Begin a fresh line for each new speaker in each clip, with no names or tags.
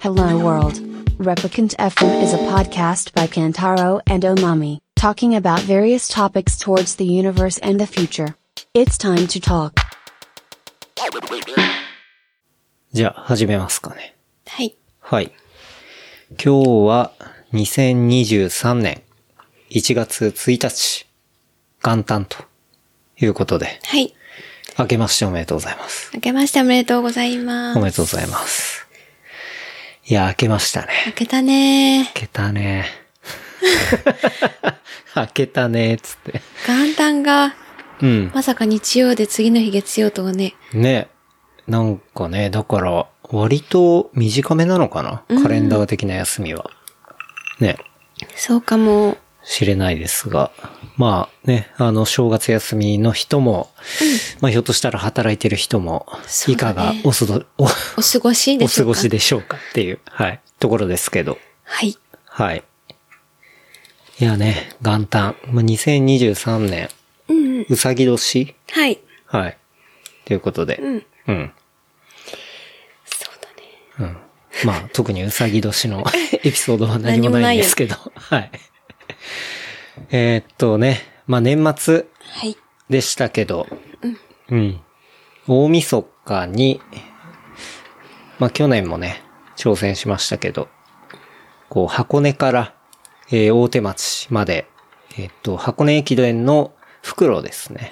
Hello World. Replicant FM is a podcast by Kantaro and Omami, talking about various topics towards the universe and the future. It's time to talk.
じゃあ、始めますかね。
はい。
はい。今日は、2023年1月1日、元旦ということで、
はい。
明けましておめでとうございます。
明けましておめでとうございま
おめ
す。
でとうございます。いや、明けましたね。
明けたね
明けたね。明けたね、つって。
元旦が、
うん。
まさか日曜で次の日月曜とはね。
ね。なんかね、だから、割と短めなのかな、カレンダー的な休みは。ね。
そうかも。
知れないですが、まあね、あの、正月休みの人も、まあひょっとしたら働いてる人も、
そ
いう
だ
か
ね
がおそど、お、
お過ごし
お
でし
過
ょうか
ごしでしょうかっていう、はい、ところですけど、
はい。
はい。いやね、元旦、まあ、2023年、
うん。
うさぎ年
はい。
はい。ということで、
うん。
うん。
そうだね。
うん。まあ、特にうさぎ年 のエピソードは何もないんですけど、はい。えーっとね、まあ年末、
はい。
でしたけど、うん。大晦日に、まあ去年もね、挑戦しましたけど、こう箱根から、えー大手町まで、えっと、箱根駅伝の袋ですね。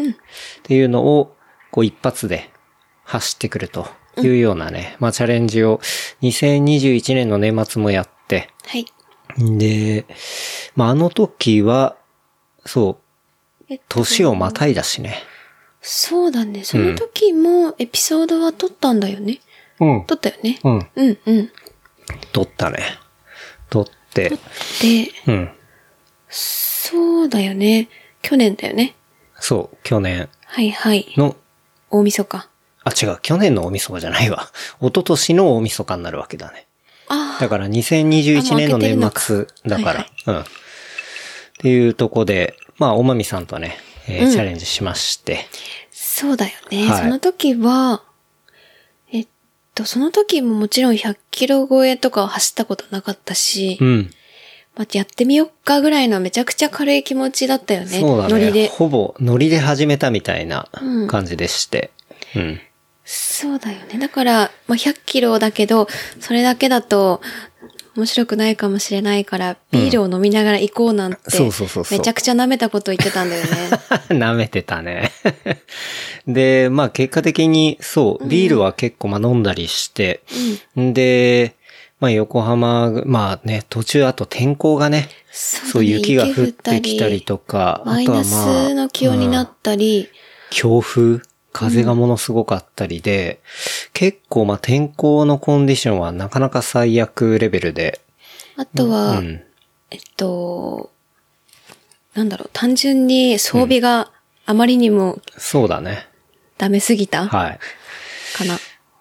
っていうのを、こう一発で走ってくるというようなね、まあチャレンジを2021年の年末もやって、
はい。
で、まああの時は、そう、
えっと
年をまたいだしね。
そうだね。その時もエピソードは撮ったんだよね。
うん。
撮ったよね。
うん。
うんうん。
取ったね。取って。
で、
うん。
そうだよね。去年だよね。
そう。去年
はいはい。
の、
大晦日。
あ、違う。去年の大晦日じゃないわ。 一昨年の大晦日になるわけだね。
あ
だから2021年の年
あも
末
う明けて
だ
るの
か。
からは
うん。
い
っていうとこで、まあ、おまみさんとね、えーチャレンジしまして。
そうだよね。
はい
その時は、えっと、その時ももちろん100キロ超えとかは走ったことなかったし、
うん。
まあ、やってみよっかぐらいのめちゃくちゃ軽い気持ちだったよね。
そうだ
ノリ
ね。
で。
ほぼ、ノリで始めたみたいな
うん
感じでして。うん。
そうだよね。だから、まあ、100キロだけど、それだけだと、面白くないかもしれないから、ビールを飲みながら行こうなんて、
そうそうそうそう
めちゃくちゃ舐めたこと言ってたんだよね。
舐めてたね。 で、まあ結果的に、そう、ビールは結構まあ飲んだりして、で、まあ横浜、まあね、途中あと天候がね、そ
そうう
雪が降ってきたり
か、
とか、
マ
あ
イ
とは
ナ
まあ、
スの気温にな
うん
ったり、
強風、風がものすごかったりで、結構まあ天候のコンディションはなかなか最悪レベルで、
あと
う
は、
ん。
えっと、なんだろう、単純に装備があまりにも
そうだね。
ダメすぎたか
はい。
な。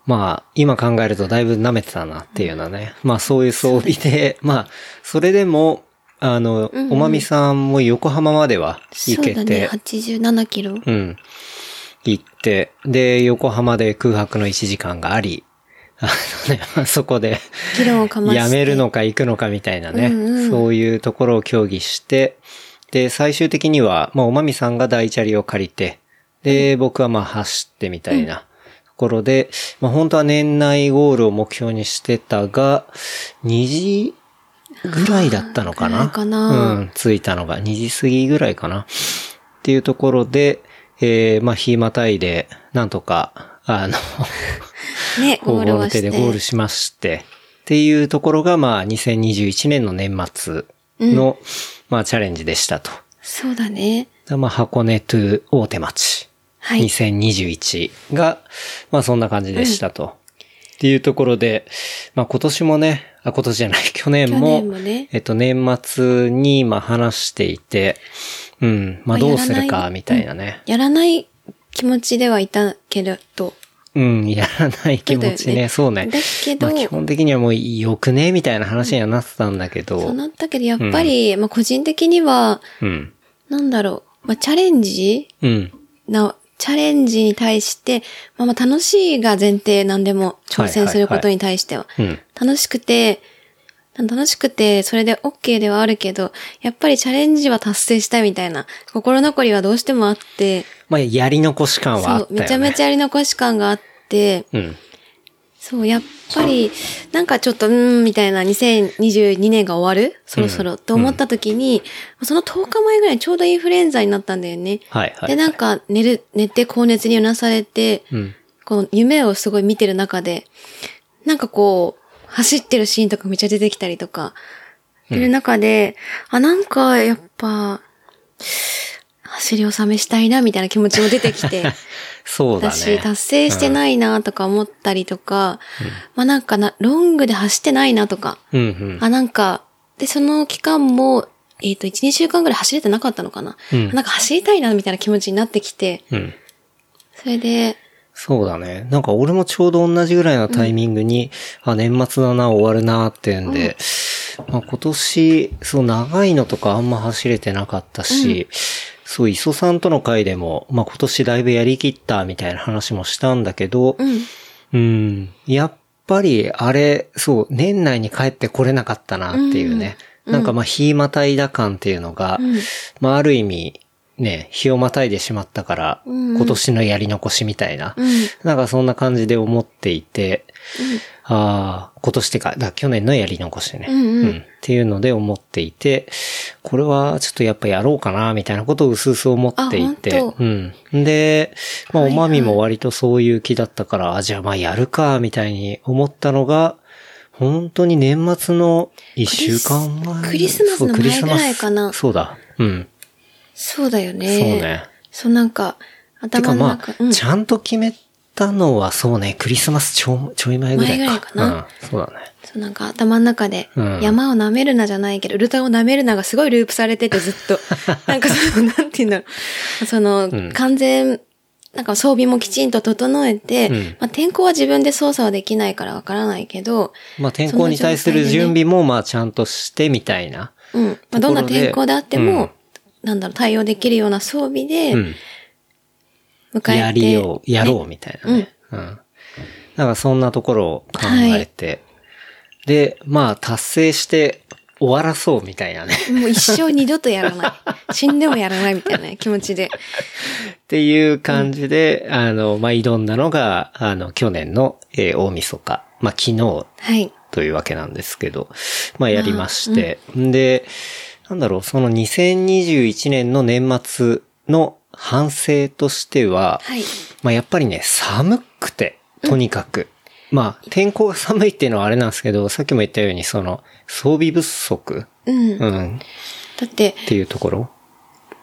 まあ、今考えるとだいぶ舐めてたなっていうようなね。まあ、そういう装備で、まあ、それでも、あの、
うんうん
おまみさんも横浜までは行
そう
け
だね
て、、
87キロ。
うん。行って、で、横浜で空白の1時間があり、あのね、 まあそこで、
議論をかまして。
やめるのか行くのかみたいなね、
うんうん
そういうところを協議して、で、最終的には、まあ、おまみさんが第チャリを借りて、で、僕はまあ、走ってみたいなところで、まあ、本当は年内ゴールを目標にしてたが、2時ぐらいだったのか
ぐら
ない
かな
うん、着いたのが2時過ぎぐらいかな。っていうところで、えー、まあ、日またいで、なんとか、あの、
ね、ゴ
ゴ
ー
ール
ル
の
は
手
し
で
て。
ゴールしまして、っていうところが、まあ、2021年の年末の、まあ、チャレンジでしたと。
そうだね。
だまあ、箱根トゥ大手町、
はい。
2021が、まあ、そんな感じでしたと。っていうところで、まあ、今年もね、あ、今年じゃない、去年
去
も、
年もね
えっと、年末に、まあ、話していて、うん、まあ、
まあ
どうする
やらな
か、
い
みたいなね。
やらない気持ちではいたけれど、
うん、やらない気持ち
そうだ
ね。
よね
そうね。
だけど
まあ、基本的にはもうよくねみたいな話にはなってたんだけ
そう
ど。
なったけど、やっぱり、まあ個人的には、
うん。
なんだろう、まあチャレンジ
うん。
なチャレンジに対して、まあまあ楽しいが前提何でも挑戦することに対しては。
うん。
楽しくて、楽しくて、それで OK ではあるけど、やっぱりチャレンジは達成したいみたいな、心残りはどうしてもあって、
まあ、やり残し感はあ
そ
っ
う
た、よね。
めちゃめちゃやり残し感があって、
うん。
そう、やっぱり、なんかちょっと、うーん、みたいな、2022年が終わるそろそろ、と思った時に、その10日前ぐらいにちょうどインフルエンザになったんだよね。
はいはいはい。
で、なんか、寝る、寝て高熱にうなされて、
うん。
こう、夢をすごい見てる中で、なんかこう、走ってるシーンとかめっちゃ出てきたりとか、いる中で、あ、なんか、やっぱ、走り納めしたいな、みたいな気持ちも出てきて、
そうだね。
私、達成してないな、とか思ったりとか、まあなんかな、ロングで走ってないな、とか、
うんうん。
あ、なんか、で、その期間も、えっ、と、1、2週間ぐらい走れてなかったのかな、
うん
なんか走りたいな、みたいな気持ちになってきて、
うん。
それで、
そうだね。なんか俺もちょうど同じぐらいのタイミングに、あ、年末だな、終わるなってんで、まあ今年、そう長いのとかあんま走れてなかったし、そう、磯さんとの会でも、まあ今年だいぶやりきったみたいな話もしたんだけど、
うん、
うん。やっぱり、あれ、そう、年内に帰ってこれなかったなっていうね。なんかまあ、日またいだ感っていうのが、
ん
まあ、ある意味、ね、日をまたいでしまったから、
うんうん
今年のやり残しみたいな、
うん。
なんかそんな感じで思っていて、ああ、今年ってか、だから去年のやり残しね、
うんうん
っていうので思っていて、これはちょっとやっぱやろうかな、みたいなことを薄々思っていて
あ、本
うん。で、まあ、おまみも割とそういう気だったから、あ、じゃあまあやるか、みたいに思ったのが、本当に年末の一週間前
クリスマスの前ぐらいか
そう
な
クリスマスそうだ。うん。
そうだよね。
そうね。
そうなんか、
て
頭
か
の
ま
中、
あ、
うん
ちゃんと決めたのはそうね、クリスマスちょちょい前ぐらいか。
前ぐらいかな
うん、そうだね。
そうなんか頭の中で、
うん
山を舐めるなじゃないけど、ウルタを舐めるながすごいループされててずっ と。なんかその、なんて言うんだろう。その、
ん
完全、なんか装備もきちんと整えて、
うん
まあ天候は自分で操作はできないからわからないけど、
まあ天候に対する準備もまあちゃんとしてみたいな。
うん。まあどんな
ところで
天候であっても、なんだろう、対応できるような装備で
う、ん。
迎えて、
やりよう、やろうみたいなね。うん。なんかそんなところを考えて、で、まあ達成して終わらそうみたいなね。
もう一生二度とやらない。 死んでもやらないみたいな気持ちで。
っていう感じで、あの、まあ、挑んだのが、あの、去年の、えー大晦日。まあ、昨日
はい。
というわけなんですけど、まあ、やりまして。で、なんだろう、その2021年の年末の反省としては、
はい。
まあ、やっぱりね、寒くて、とにかく。まあ、天候が寒いっていうのはあれなんですけど、さっきも言ったように、その、装備不足、
うん。だ
うん、っ
って、
ていうところ。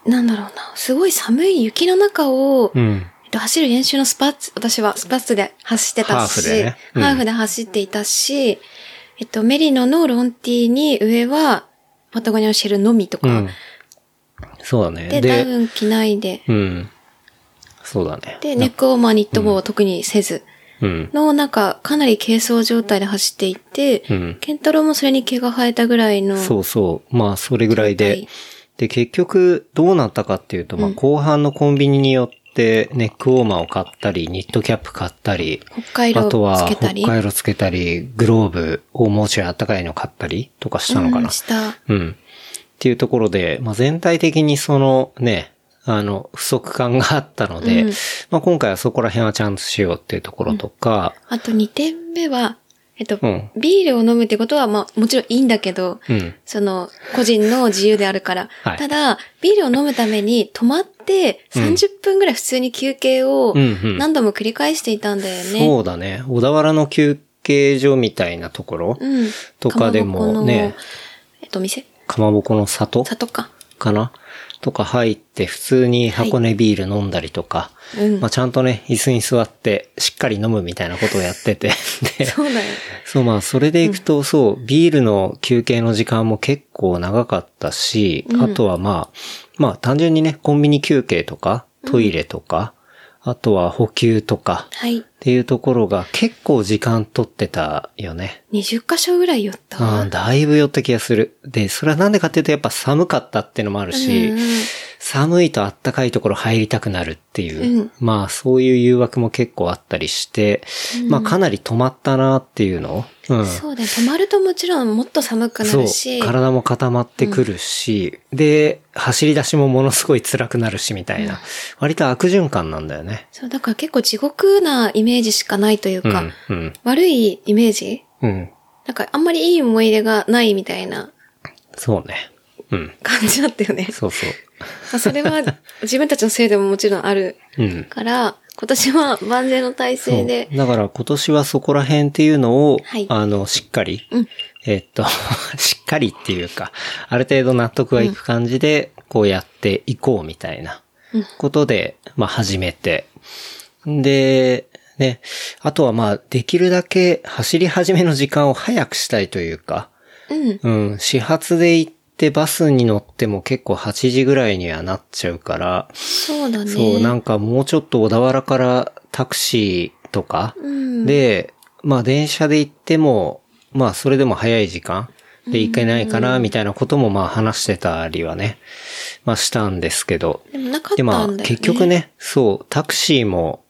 なんだろうな。すごい寒い雪の中を、
うん。
えっと走る練習のスパッツ、私はスパッツで走ってたし、
ハーフでねうん
ハーフで走っていたし、えっと、メリノのロンティーに上は、パタゴニアのシェルのみとか、
うん。そうだね。
で、ダウン着ないで、
うん。そうだね。
で、ネックウォーマーニット帽を特にせず、
うん。
の、なんか、かなり軽装状態で走っていて、
うん
ケンタロウもそれに毛が生えたぐらいの、
そうそう。まあ、それぐらいで。
はい
で、結局、どうなったかっていうと、まあ、後半のコンビニによって、ネックウォーマーを買ったり、ニットキャップ買ったり、
北海
あ
道
と
をつ
は、
け
北
たり、
海道つけたり、グローブをもうちょい暖かいの買ったりとかしたのか
う、。
なん
した。
うん。っていうところで、まあ、全体的にそのね、あの、不足感があったので、
うん
まあ、今回はそこら辺はちゃんとしようっていうところとか、
あと2点目は、えっと、
うん
ビールを飲むってことは、まあ、もちろんいいんだけど、
うん。
その、個人の自由であるから。
はい
ただ、ビールを飲むために泊まって
うん
30分ぐらい普通に休憩を
うんうん
何度も繰り返していたんだよね。
そうだね。小田原の休憩所みたいなところ、
うん。
とかでも
かまぼこの
ね。
えっと、店
かまぼこの里
里か。
かなとか入って、普通に箱根ビール飲んだりとか、
うん
まあ、ちゃんとね、椅子に座って、しっかり飲むみたいなことをやってて、で、
そうだよ。
そう、まあ、それで行くと、そう、ビールの休憩の時間も結構長かったし、あとはまあ、まあ、単純にね、コンビニ休憩とか、トイレとか、あとは補給とか、
はい。
っていうところが結構時間取ってたよね。
20箇所ぐらい寄ったわ。
あーだいぶ寄った気がする。で、それはなんでかっていうとやっぱ寒かったってのもあるし、
うんうん
寒いとあったかいところ入りたくなるっていう、
うん
まあそういう誘惑も結構あったりして、まあかなり止まったなっていうのを、うん、
そうだよ。泊まるともちろんもっと寒くなるし。
そう、体も固まってくるし、で、走り出しもものすごい辛くなるしみたいな、割と悪循環なんだよね。
そう、だから結構地獄なイメージしかないという
う
か、
ん、うん、
悪いイメージ
うん。
なんかあんまりいい思い出がないみたいな
そうね。うん、
感じだった よね。
そうそう。
まあそれは自分たちのせいでももちろんある
うん。
から、今年は万全の体
そ
制
う。
で、
だから今年はそこら辺っていうのを、
はい
あの、しっかり、
うん
えっと、 しっかりっていうか、ある程度納得がいく感じで、こうやっていこうみたいな
うん
ことで、まあ始めて。で、ね、あとはまあ、できるだけ走り始めの時間を早くしたいというか、
うん。
うん、始発で行ってバスに乗っても結構8時ぐらいにはなっちゃうから、
そうだね。
そう、なんかもうちょっと小田原からタクシーとか、
うん
で、まあ電車で行っても、まあそれでも早い時間で行けないかな、みたいなこともまあ話してたりはね、まあしたんですけど。
でもなかった
で
んだ
まあ
よね。
結局。ね、そう、タクシーも、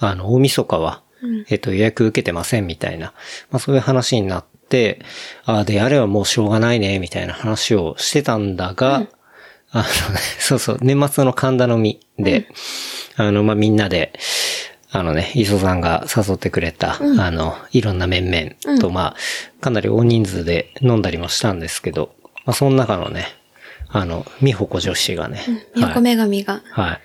あの、大晦日は、
うん
えっと予約受けてませんみたいな、まあそういう話になって、ああ、であればもうしょうがないね、みたいな話をしてたんだが、あのね、 そうそう、年末の神田のみで、あの、まあ、みんなで、あのね、磯さんが誘ってくれた、あの、いろんな面々と、まあ、かなり大人数で飲んだりもしたんですけど、まあ、その中のね、あの、美穂子女子がね、はい
都女神が。
はい。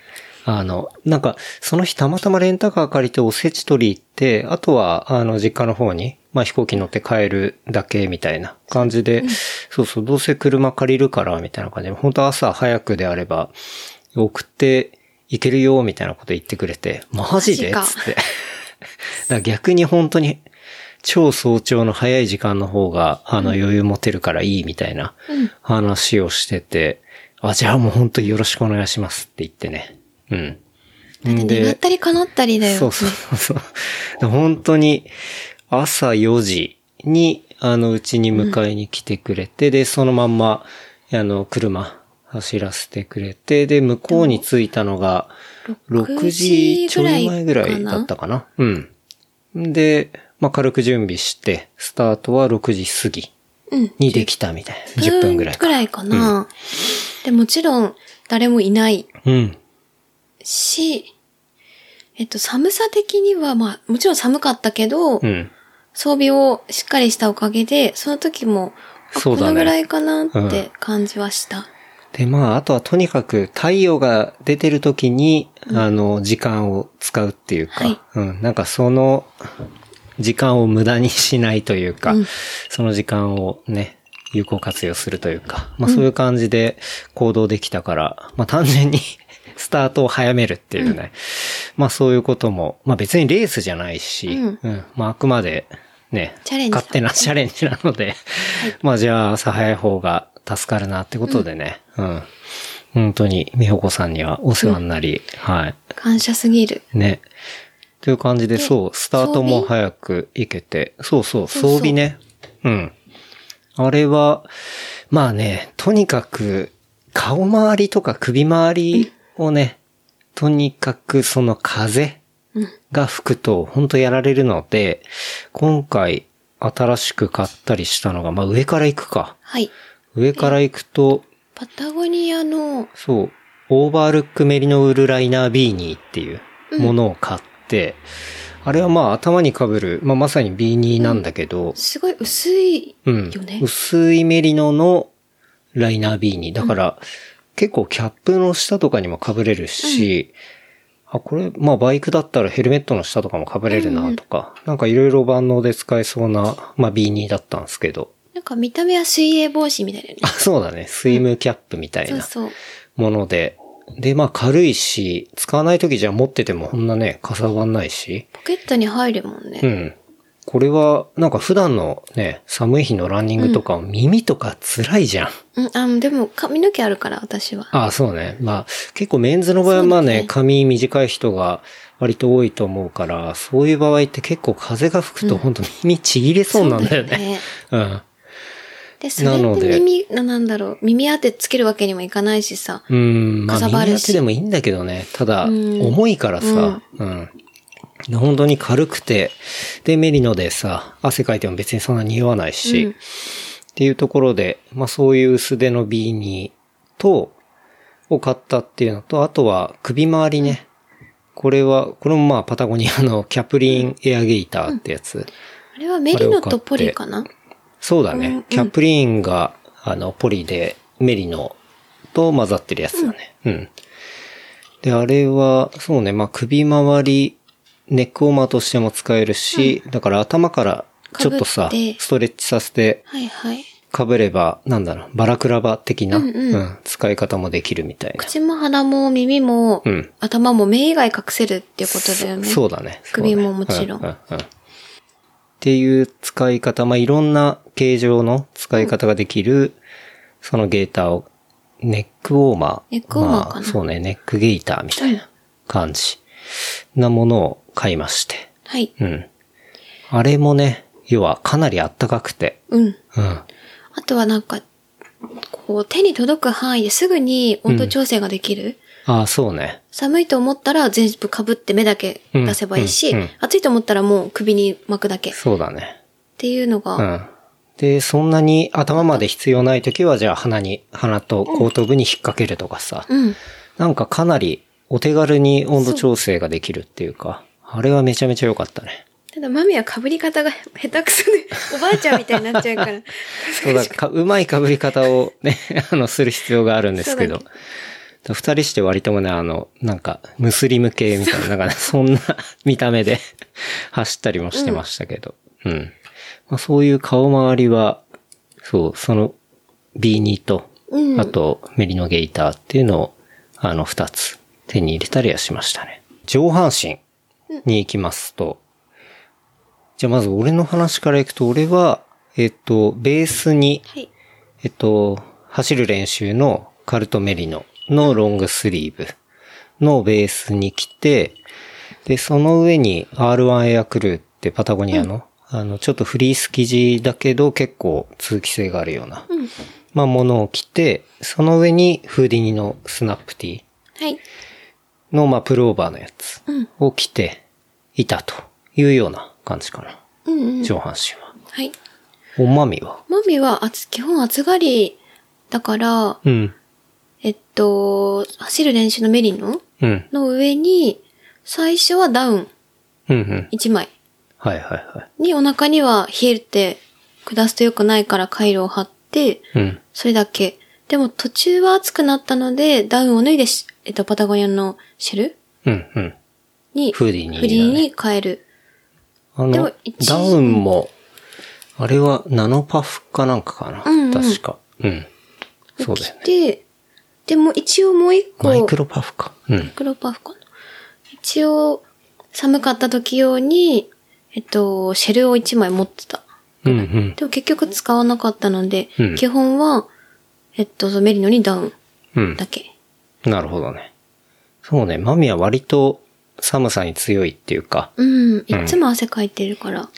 あの、なんか、その日たまたまレンタカー借りておせち取り行って、あとは、あの、実家の方に、まあ、飛行機乗って帰るだけみたいな感じで、そうそう、どうせ車借りるから、みたいな感じで、本当朝早くであれば、送っていけるよ、みたいなこと言ってくれて、マジで
マジ
つ
か
って。だ から逆に本当に、超早朝の早い時間の方が、あの、余裕持てるからいいみたいな話をしてて、あ、じゃあもう本当によろしくお願いしますって言ってね。うん。
だって願ったり叶ったりだよ。
そうそうそう。で本当に、朝4時に、あの、うちに迎えに来てくれて、で、そのまんま、あの、車走らせてくれて、で、向こうに着いたのが、6
6
時
時
ちょい前ぐらいだったかな。うん。で、まあ、軽く準備して、スタートは6時過ぎ
うん
にできたみたいな。10分ぐらい
く
か。
らいかな。で、もちろん、誰もいない
うん。
し、えっと、寒さ的には、まあ、もちろん寒かったけど、
うん。
装備をしっかりしたおかげで、その時も、あ
そうだね
このぐらいかなっ
うん
て感じはした。
で、まあ、あとはとにかく太陽が出てる時に、あの、時間を使うっていうか、
はい
うん、なんかその時間を無駄にしないというか、
うん
その時間をね、有効活用するというか、まあそういう感じで行動できたから、まあ単純に スタートを早めるっていうね、まあそういうことも、まあ別にレースじゃないし、
うん
うん、まああくまでね、
チャレンジだ
勝手なチャレンジなので、まあじゃあ朝早い方が助かるなってことでね、うん。本当に、美穂子さんにはお世話になり、はい。
感謝すぎる。
ね。という感じで、
で
そう、スタートも
装備
早く行けて、そうそう、
そうそう
装備ね。うん。あれは、まあね、とにかく、顔周りとか首周りをね、とにかくその風
うん
が吹くと、ほんとやられるので、今回、新しく買ったりしたのが、まあ上から行くか。
はい。
上から行くと、
パタゴニアの、
そう、オーバールックメリノウールライナービーニーっていうものを買って、あれはまあ頭に被る、まあまさにビーニーなんだけど、
すごい薄い
うん。
よね。
薄いメリノのライナービーニー。だから、結構キャップの下とかにも被れるし、あ、これ、まあバイクだったらヘルメットの下とかも被れるなとか、なんかいろいろ万能で使えそうな、まあビーニーだったんですけ ど。
なんか見た目は水泳帽子みたいだよね
あ、。そうだね。スイムキャップみたいな。
そうそう。
もので。で、まあ軽いし、使わない時じゃ持っててもこんなね、かさばんないし。
ポケットに入るもんね。
うん。これは、なんか普段のね、寒い日のランニングとか、耳とか辛いじゃん。
うん、あ、でも髪の毛あるから、私は。
ああ、そうね。まあ、結構メンズの場合はまあ
そうだ
ね
ね、
髪短い人が割と多いと思うから、そう いう場合って結構風が吹くと本当耳ちぎれそうなんだよね。
ね。
うん。
で、それ
なの
って
で
耳、ななんだろう、耳当てつけるわけにもいかないしさ。
うん、まあ、
かさば
耳
る
当
して
でもいいんだけどね。ただ、
うん
重いからさ、うん、で本当に軽くて、で、メリノでさ、汗かいても別にそんなに匂わないし、
うん
っていうところで、まあ、そういう素手のビーニーと、を買ったっていうのと、あとは首周りね。これは、これもまあ、パタゴニアのキャプリンエアゲイターってやつ。
あれはメリノとポリかな
そうだね。
うんうん
キャプリーンが、あの、ポリで、メリノと混ざってるやつだね。うん。で、あれは、そうね、まあ、首周り、ネックウォーマーとしても使えるし、だから頭からちょっとさ
被って、
ストレッチさせて、
はいはい。
被れば、なんだろう、バラクラバ的な、
うんうん
使い方もできるみたいな。
口も鼻も耳も、
うん
頭も目以外隠せるっていうことだよね。
そそうだね。
首
そうだね
ももちろん
うううんっていう使い方、まあ、いろんな形状の使い方ができる、そのゲーターを、ネックウォーマー。
ネックウォーマーかな
まあそうね、ネックゲーターみたいな感じなものを買いまして。
はい。
うん。あれもね、要はかなりあったかくて。
うん。
うん。
あとはなんか、こう、手に届く範囲ですぐに温度調整ができる。
ああ、そうね。
寒いと思ったら全部被って目だけ出せばいいし、
うんうんうん
暑いと思ったらもう首に巻くだけっ
そうだね。
ていうのが、
うん。で、そんなに頭まで必要ないときは、じゃあ鼻に、鼻と後頭部に引っ掛けるとかさ。
うん。
なんかかなりお手軽に温度調整ができるっていうか、あれはめちゃめちゃ良かったね。
ただ、マミは被り方が下手くそで、おばあちゃんみたいになっちゃう から。
そうだ、かうまい被り方を ね、あの、する必要があるんですけど
そう。
二人して割ともね、あの、なんか、ムスリム系みたいな、なん かね、そんな見た目で 走ったりもしてましたけど。うん。まあ、そういう顔周りは、そう、その、ビーニーと、
うん
あと、メリノゲイターっていうのを、あの、二つ手に入れたりはしましたね。上半身に行きますと、じゃあまず俺の話からいくと、俺は、えっと、ベースに、
はい。
えっと、走る練習のカルトメリノのロングスリーブのベースに来て、で、その上に R1 エアクルーってパタゴニアの、あの、ちょっとフリース生地だけど結構通気性があるような、
うん。
まあ、ものを着て、その上にフーディニのスナップティー
はい。
の、まあ、プルオーバーのやつ
うん。
を着ていたというような感じかな。
うんうん。
上半身は。
はい。
おまみは
マミは暑、基本暑がりだから、
うん。
えっと、走る練習のメリノ
うん。
の上に、最初はダウン
うんうん。
1枚
はいはいは
にお腹には冷えて下すと良くないからカイロを貼って、
い。うん。
それだけ。でも途中は暑くなったので、ダウンを脱いでし、えっと、パタゴニアのシェル
うんうん。
に、
フーディーに
フリーに変える。
あ
でも
の、
一時
ダウンも、あれはナノパフかなんかかな、
うんうん
確か。うん。そうだよね。
で、でも一応もう一個、
マイクロパフか。うん。
黒パフかな。一応、寒かった時用に、えっと、シェルを一枚持ってた。
うんうん。
でも結局使わなかったので、
うん
基本は、えっと、メリノにダウン
うん
だ。け。
なるほどね。そうね、マミは割と寒さに強いっていうか、
うん。いっつも汗かいてるから。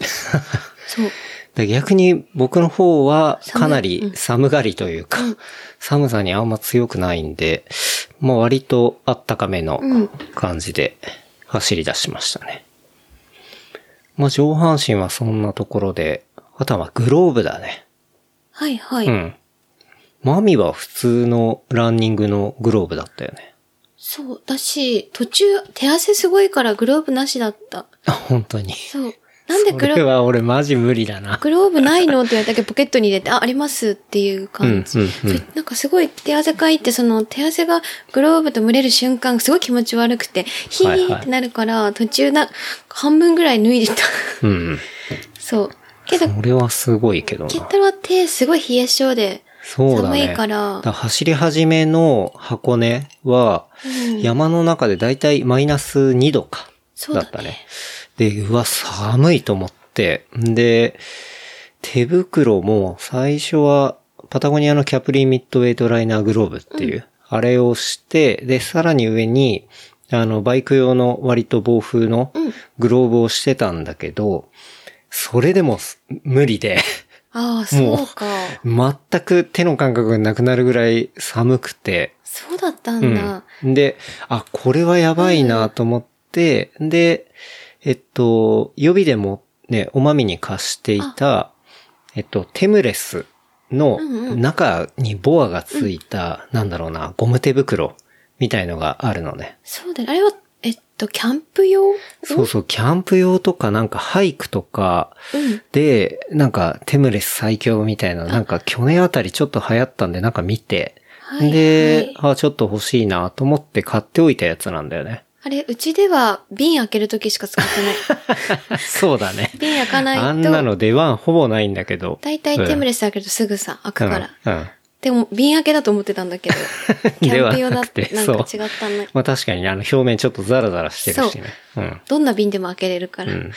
そう。
で逆に僕の方は
寒い
かなり寒がりというか、寒さにあんま強くないんで、まあ割とあったかめの
うん
感じで走り出しましたね。まあ上半身はそんなところで、あとはまあグローブだね。
はいはい。
うん。マミは普通のランニングのグローブだったよね。
そう。だし、途中、手汗すごいからグローブなしだった。
あ、本当に。
そう。なんでグロ
それ
ーブ、
は俺マジ無理だな。
グローブないのって言われたけど、ポケットに入れて、あ、ありますっていう感じ。
うんうんうん
それなんかすごい手汗かいて、その手汗がグローブと蒸れる瞬間、すごい気持ち悪くて、ヒ
はい
ー
はい
ってなるから、途中な、半分ぐらい脱いでた。
うん。
そう。けど、
それはすごいけどな。
ケンタロウは手すごい冷え性で、
そうだね。
寒いから
だ走り始めの箱根は、山の中でだいたいマイナス2度か。
そうだね
ったね。で、うわ、寒いと思って。んで、手袋も最初はパタゴニアのキャプリンミッドウェイトライナーグローブっていう、あれをして、で、さらに上に、あの、バイク用の割と防風のグローブをしてたんだけど、それでもす無理で、
ああ、そうか。
全く手の感覚がなくなるぐらい寒くて、
そうだったんだ。
うん、で、あ、これはやばいなと思って、で、えっと、予備でもね、おまみに貸していた、えっと、テムレスの
うんうん
中にボアがついた、なんだろうな、ゴム手袋みたいのがあるのね。
そうだね。あれは、えっと、キャンプ用
そうそう、キャンプ用とかなんかハイクとか
うん
で、なんかテムレス最強みたいな、なんか去年あたりちょっと流行ったんでなんか見て、
はい
で、
はい、
あ、ちょっと欲しいなと思って買っておいたやつなんだよ ね。
あれ、うちでは瓶開けるときしか使ってない。
そうだね。
瓶開かないと。
あんなの出番ほぼないんだけど。
だいたいテム
レ
レス開けるとすぐさ、開くから。
うん。うん
でも、瓶開けだと思ってたんだけど。 キャンプ用だって、
で
な
は
ん
なくて
か
そう
違ったね。
まあ確かにねあの表面ちょっとザラザラしてるしね。うん。
どんな瓶でも開けれるから。
うん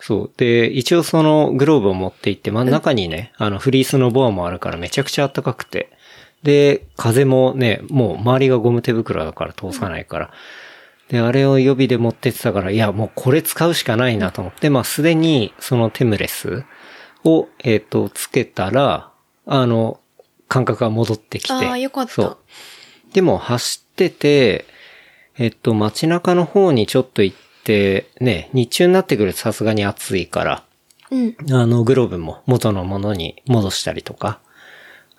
そう。で、一応そのグローブを持って行って真ん中にね、あのフリースのボアもあるからめちゃくちゃ暖かくて。で、風もね、もう周りがゴム手袋だから通さないから。で、あれを予備で持ってってたから、いや、もうこれ使うしかないなと思って、まあすでにそのテムレスを、えっ、と、つけたら、あの、感覚が戻ってきて。
ああ、よかった。
そう。でも走ってて、えっと、街中の方にちょっと行って、ね、日中になってくるとさすがに暑いから、
うん。
あの、グローブも元のものに戻したりとか、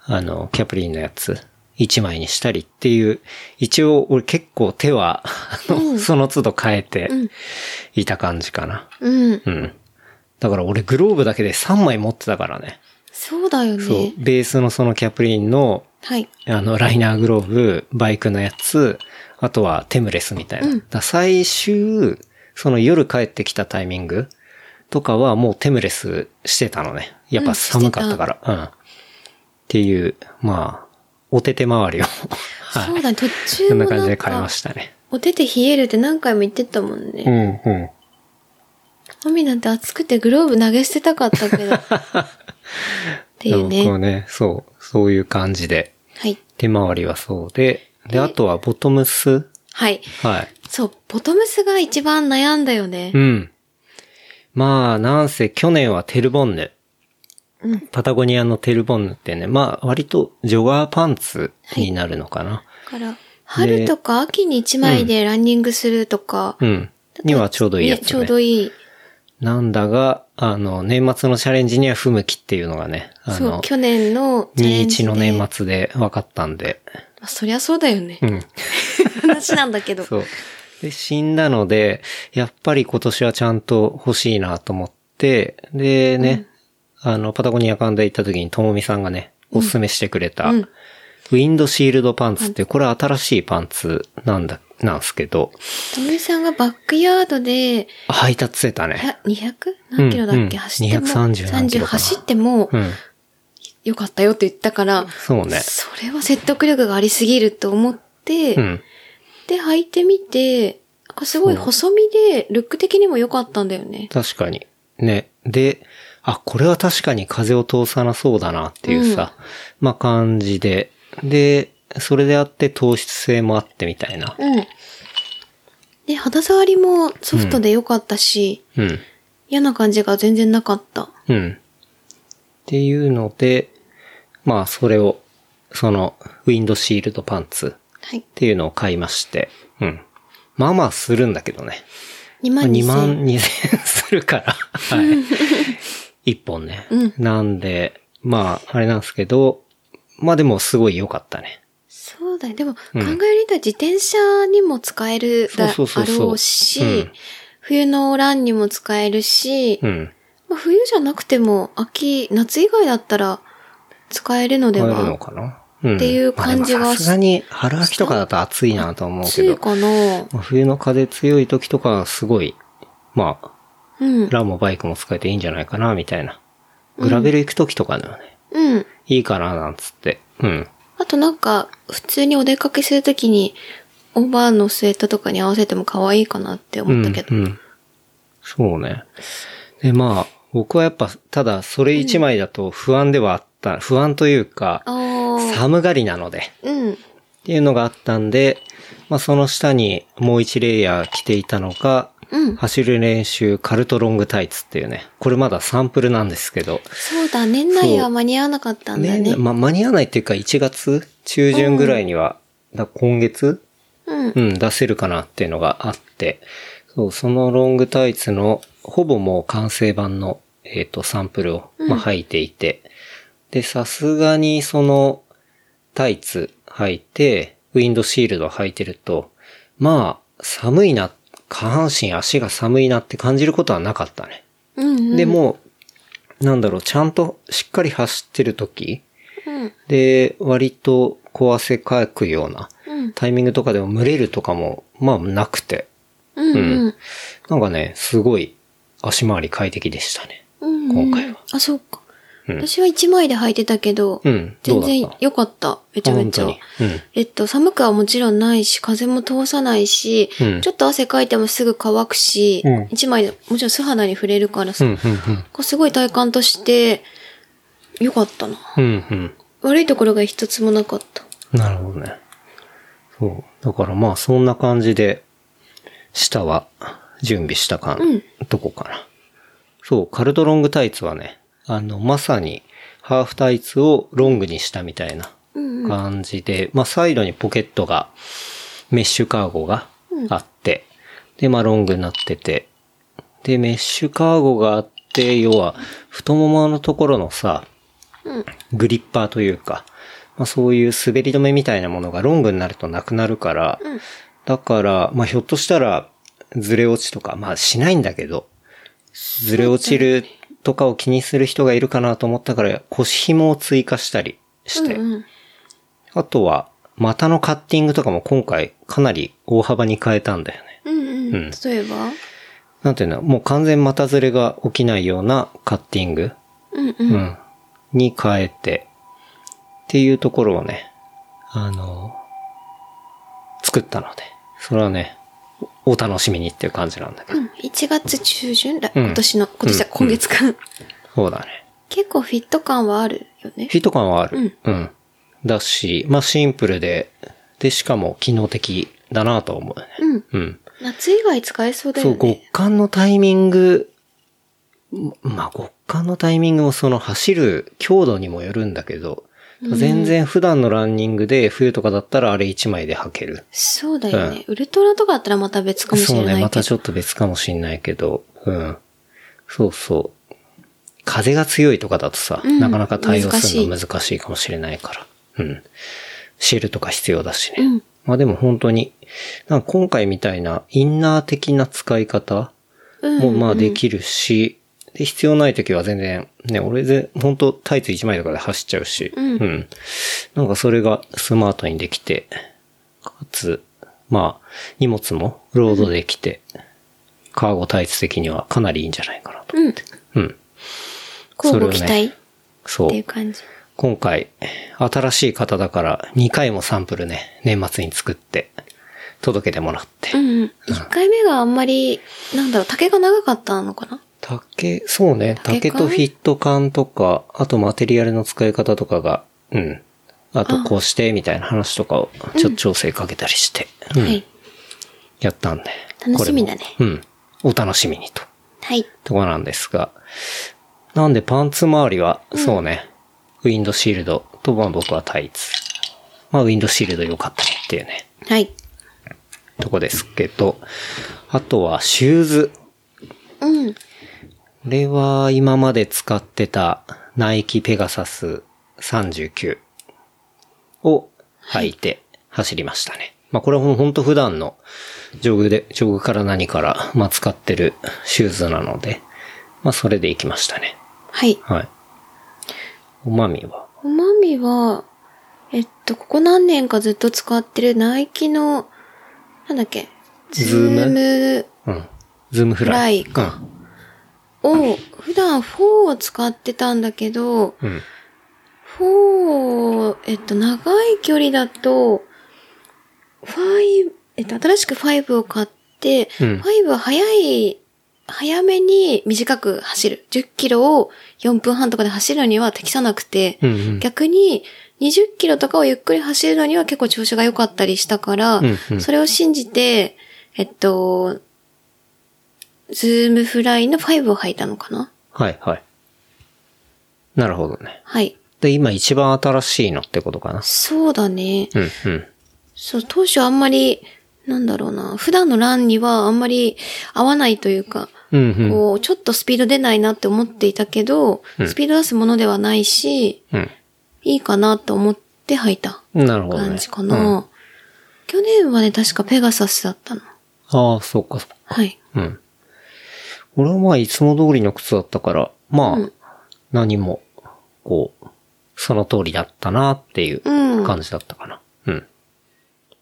あの、キャプリンのやつ、一枚にしたりっていう、一応俺結構手は、あのその都度変えて
うん
いた感じかな。
うん。
うん。だから俺グローブだけで3枚持ってたからね。
そうだよ
そう
ね。。
ベースのそのキャプリンの
はい。
あの、ライナーグローブ、バイクのやつ、あとはテムレスみたいな。
う
だ
ん
から最終、その夜帰ってきたタイミングとかはもうテムレスしてたのね。やっぱ寒かったから。うん。っていう、まあ、お手手回りを。はい。
そうだね。途中
そんな
もな
ん
か
感じで買いましたね。
お手手冷えるって何回も言ってたもん
う
ね。
ん、うん。
マミなんて暑くてグローブ投げ捨てたかったけど。 っていう
僕は
ね。
ね、そう、そういう感じで。
はい。
手回りはそうで。で、あとはボトムス。
はい。
はい。
そう、ボトムスが一番悩んだよね
う。ん。まあ、なんせ去年はテルボンヌ。
うん
パタゴニアのテルボンヌってね、まあ、割とジョガーパンツになるのかな。
だから、春とか秋に一枚でランニングするとか、
うん。にはちょうどいいやつ、ね
ね。ちょうどいい。
なんだが、あの、年末のチャレンジには不向きっていうのがね、あ
そう、
の、
去年のチャレンジ
21
で。
の年末で分かったんで。
まあそりゃそうだよね
う。ん。
話なんだけど。
そう。で、死んだので、やっぱり今年はちゃんと欲しいなと思って、でね、あの、パタゴニアカンダ行った時にともみさんがね、おすすめしてくれた、
うん
ウィンドシールドパンツっていう、これは新しいパンツなんだ、なんすけど、
とみさんがバックヤードで、
配達してたね。
え 200? 何キロだっけ、
うんうん
走っても。
230何キロかな
走っても
う、ん。
よかったよって言ったから、
そうね。
それは説得力がありすぎると思って、
うん。
で、履いてみて、なんかすごい細身で、ルック的にも良かったんだよね。
確かに。ね。で、あ、これは確かに風を通さなそうだなっていうさ、まあ感じで。で、それであって糖質性もあってみたいな。
うん。で、肌触りもソフトで良かったし、
うん。
嫌な感じが全然なかった。
うん。っていうので、まあそれを、その、ウィンドシールドパンツ
はい
っ。ていうのを買いまして、うん。まあまあするんだけどね。
2万
2
2
万
千
2000するから。はい。1本ね。
うん
なんで、まあ、あれなんですけど、まあでもすごい良かったね。
そうだよ。でも、
うん
考えるにた自転車にも使えるだ
そうそうそうそう
あろうし、
うん
冬のランにも使えるし、
うん。
まあ、冬じゃなくても秋、夏以外だったら使えるので
あるの
は
かな、うん、
っていう感じが
まあでもさすがに春秋とかだと暑いなと思うけ
強い
ど、
かな
まあ冬の風強い時とかはすごい、まあ、
うん。
ランもバイクも使えていいんじゃないかな、みたいな。グラベル行くときとかだよね。
うん。
いいかな、なんつって。うん。
あとなんか、普通にお出かけするときに、オーバーのスウェットとかに合わせても可愛いかなって思ったけど。
うん、うん。そうね。で、まあ、僕はやっぱ、ただ、それ一枚だと不安ではあった。不安というか、
ああ。
寒がりなので、
うん。
っていうのがあったんで、まあ、その下にもう一レイヤー着ていたのが、
うん。
走る練習カルトロングタイツっていうね、これまだサンプルなんですけど、
そうだ、年内は間に合わなかったんだね。
ねま、間に合わないっていうか1月中旬ぐらいには、だ今月
うん。
うん、出せるかなっていうのがあって、そう、そのロングタイツの、ほぼもう完成版の、えっ、と、サンプルを、まあ、履いていて、で、さすがにその、タイツ履いて、ウィンドシールド履いてると、まあ、寒いな、下半身足が寒いなって感じることはなかったね。
うん、うん。
で、もう、なんだろう、ちゃんとしっかり走ってる時
うん。
で、割と小汗かくような、
うん。
タイミングとかでも群れるとかも、まあなくて。
うん。うん。
なんかね、すごい足回り快適でしたね。
うん。
今回は。
あ、そうか。
うん
私は一枚で履いてたけど、
うんどう
全
だった
然良かった。めちゃめち
あ
ゃ
本。当にうん
えっと、寒くはもちろんないし、風も通さないし、
うん
ちょっと汗かいてもすぐ乾くし
うん、
一、枚で、もちろん素肌に触れるから
う
さ、
ん、うん、
こうすごい体感として、良かったな。
うん。うん、うん。
悪いところが一つもなかった。
なるほどね。そう。だからまあそんな感じで、下は準備したか、
うん
とこかな。そう、カルトロングタイツはね、あの、まさにハーフタイツをロングにしたみたいな
うんうん。
感じで、まあサイドにポケットが、メッシュカーゴがあって、で、まあロングになってて、で、メッシュカーゴがあって、要は、太もものところのさ、
うん。
グリッパーというか、まあそういう滑り止めみたいなものがロングになるとなくなるから、
うん
だから、まあひょっとしたら、ずれ落ちとか、まあしないんだけど、ずれ落ちるとかを気にする人がいるかなと思ったから、腰紐を追加したりして、
うんうん。
あとは、股のカッティングとかも今回かなり大幅に変えたんだよね。
うんう
うん
ん。例えば
なんていうの、もう完全股ずれが起きないようなカッティング、
うん
う、
うんん。
に変えて、っていうところをね、あの、作ったので、それはね、おお楽しみにっていう感じなんだけど。
1月中旬来
うん
今年の、今年だ、
うん
今月か。
そうだね。
結構フィット感はあるよね。
フィット感はある。
う
う
ん
ん。だし、まあシンプルで、で、しかも機能的だなと思うよね。
うん。
うん。
夏以外使えそうだ
そ
よ
う、極
ね。
寒のタイミング、まあ極寒のタイミングもその走る強度にもよるんだけど、全然普段のランニングで冬とかだったらあれ1枚で履ける。
そうだよね。ウルトラとかだったらまた別かもし
そ
れ
う
ないけ
ね、
ど。
またちょっと別かもしんないけど、うん。そうそう。風が強いとかだとさ、
うん
なかなか対応するの
難
難しいかもしれないから。うん。シェルとか必要だしね。
うん
まあでも本当に、なんか今回みたいなインナー的な使い方
うん
もまあできるし、で、必要ない時は全然、ね、俺で、本当タイツ1枚とかで走っちゃうし、
うん
なんかそれがスマートにできて、かつ、まあ、荷物もロードできて、カーゴタイツ的にはかなりいいんじゃないかなと。
うん。
うん。そ
交互期
れを
待っ
ねそう
ていう。感じ。
今回、新しい方だから2回もサンプルね、年末に作って、届けてもらって。
うんうん。1回目があんまり、なんだろう、丈が長かったのかな
竹、そうね。
竹
竹
缶
とフィット感とか、あとマテリアルの使い方とかが、うん。あとこうして、みたいな話とかを、ちょっと調整かけたりして、うん
はい。
やったんで。
楽しみだね
これもうん。お楽しみにと。
はい。
とこなんですが。なんでパンツ周りは、そうね。ウィンドシールドと、まあ僕はタイツ。まあウィンドシールド良かったねっていうね、
はい。
とこですけど。あとはシューズ。
うん。
これは今まで使ってたナイキペガサス39を履いて走りましたね。まあこれはもうほんと普段のジョグで、ジョグから何から、まあ使ってるシューズなので、まあそれで行きましたね。
はい。
はい。おまみは
おまみは、えっと、ここ何年かずっと使ってるナイキの、なんだっけ、
ズーム
ム
うん。ズームフライ。
フライかを、普段4を使ってたんだけど、
うん。うん。
4、えっと、長い距離だと、5、えっと、新しく5を買って、
うん
5は早い、早めに短く走る。10キロを4分半とかで走るのには適さなくて、
うんうん
逆に20キロとかをゆっくり走るのには結構調子が良かったりしたから、
うんうん
それを信じて、えっと、ズームフライの5を履いたのかな
はいはい。なるほどね。
はい。
で、今一番新しいのってことかな。
そうだね。
うんうん。
そう、当初あんまり、なんだろうな、普段のランにはあんまり合わないというか、
うんうん。
こう、ちょっとスピード出ないなって思っていたけど、
うん
スピード出すものではないし、いいかなと思って履いた
うん。なるほどね。
感じか
うん
な。去年はね、確かペガサスだったの。
ああ、そっかそっか。
はい。
うん。俺はまあ、いつも通りの靴だったから、まあ、
うん
何も、こう、その通りだったなっていう
うん
感じだったかな。うん。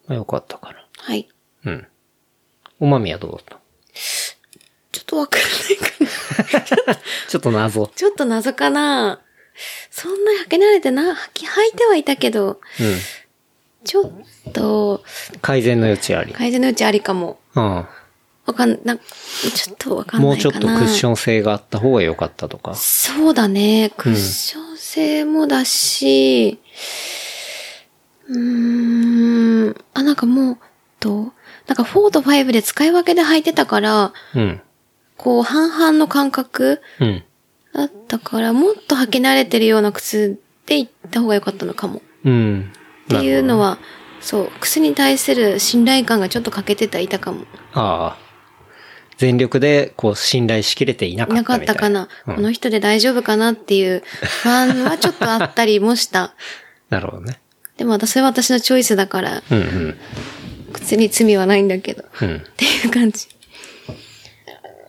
まあ、よかったかな。
はい。
うん。おまみはどうだった
ちょっとわからないかな。
ちょっと謎。
ちょっと謎かな。そんな履け慣れてな、履き、履いてはいたけど、
う
ちょっと、
ん。改善の余地あり。
改善のうちありかも。
うん。
わかん、な、ちょっとわかん
も
ないかな。
うちょっとクッション性があった方が良かったとか。
そうだね。クッション性もだし、うーん、あ、なんかもう、と、なんか4と5で使い分けで履いてたから、
うん。
こう半々の感覚
うん。
だったから、もっと履き慣れてるような靴で行った方が良かったのかも。
うん。
っていうの
は。
は、そう、靴に対する信頼感がちょっと欠けてたいたかも。
ああ。全力で、こう、信頼しきれていなか
い
った
な
みた
か
い
っ
な。
たか
う
な。
ん
この人で大丈夫かなっていう不安はちょっとあったりも した。
なるほどね。
でも私それは私のチョイスだから、
うんうん。
靴に罪はないんだけど。っ
うん。
ていう感じ。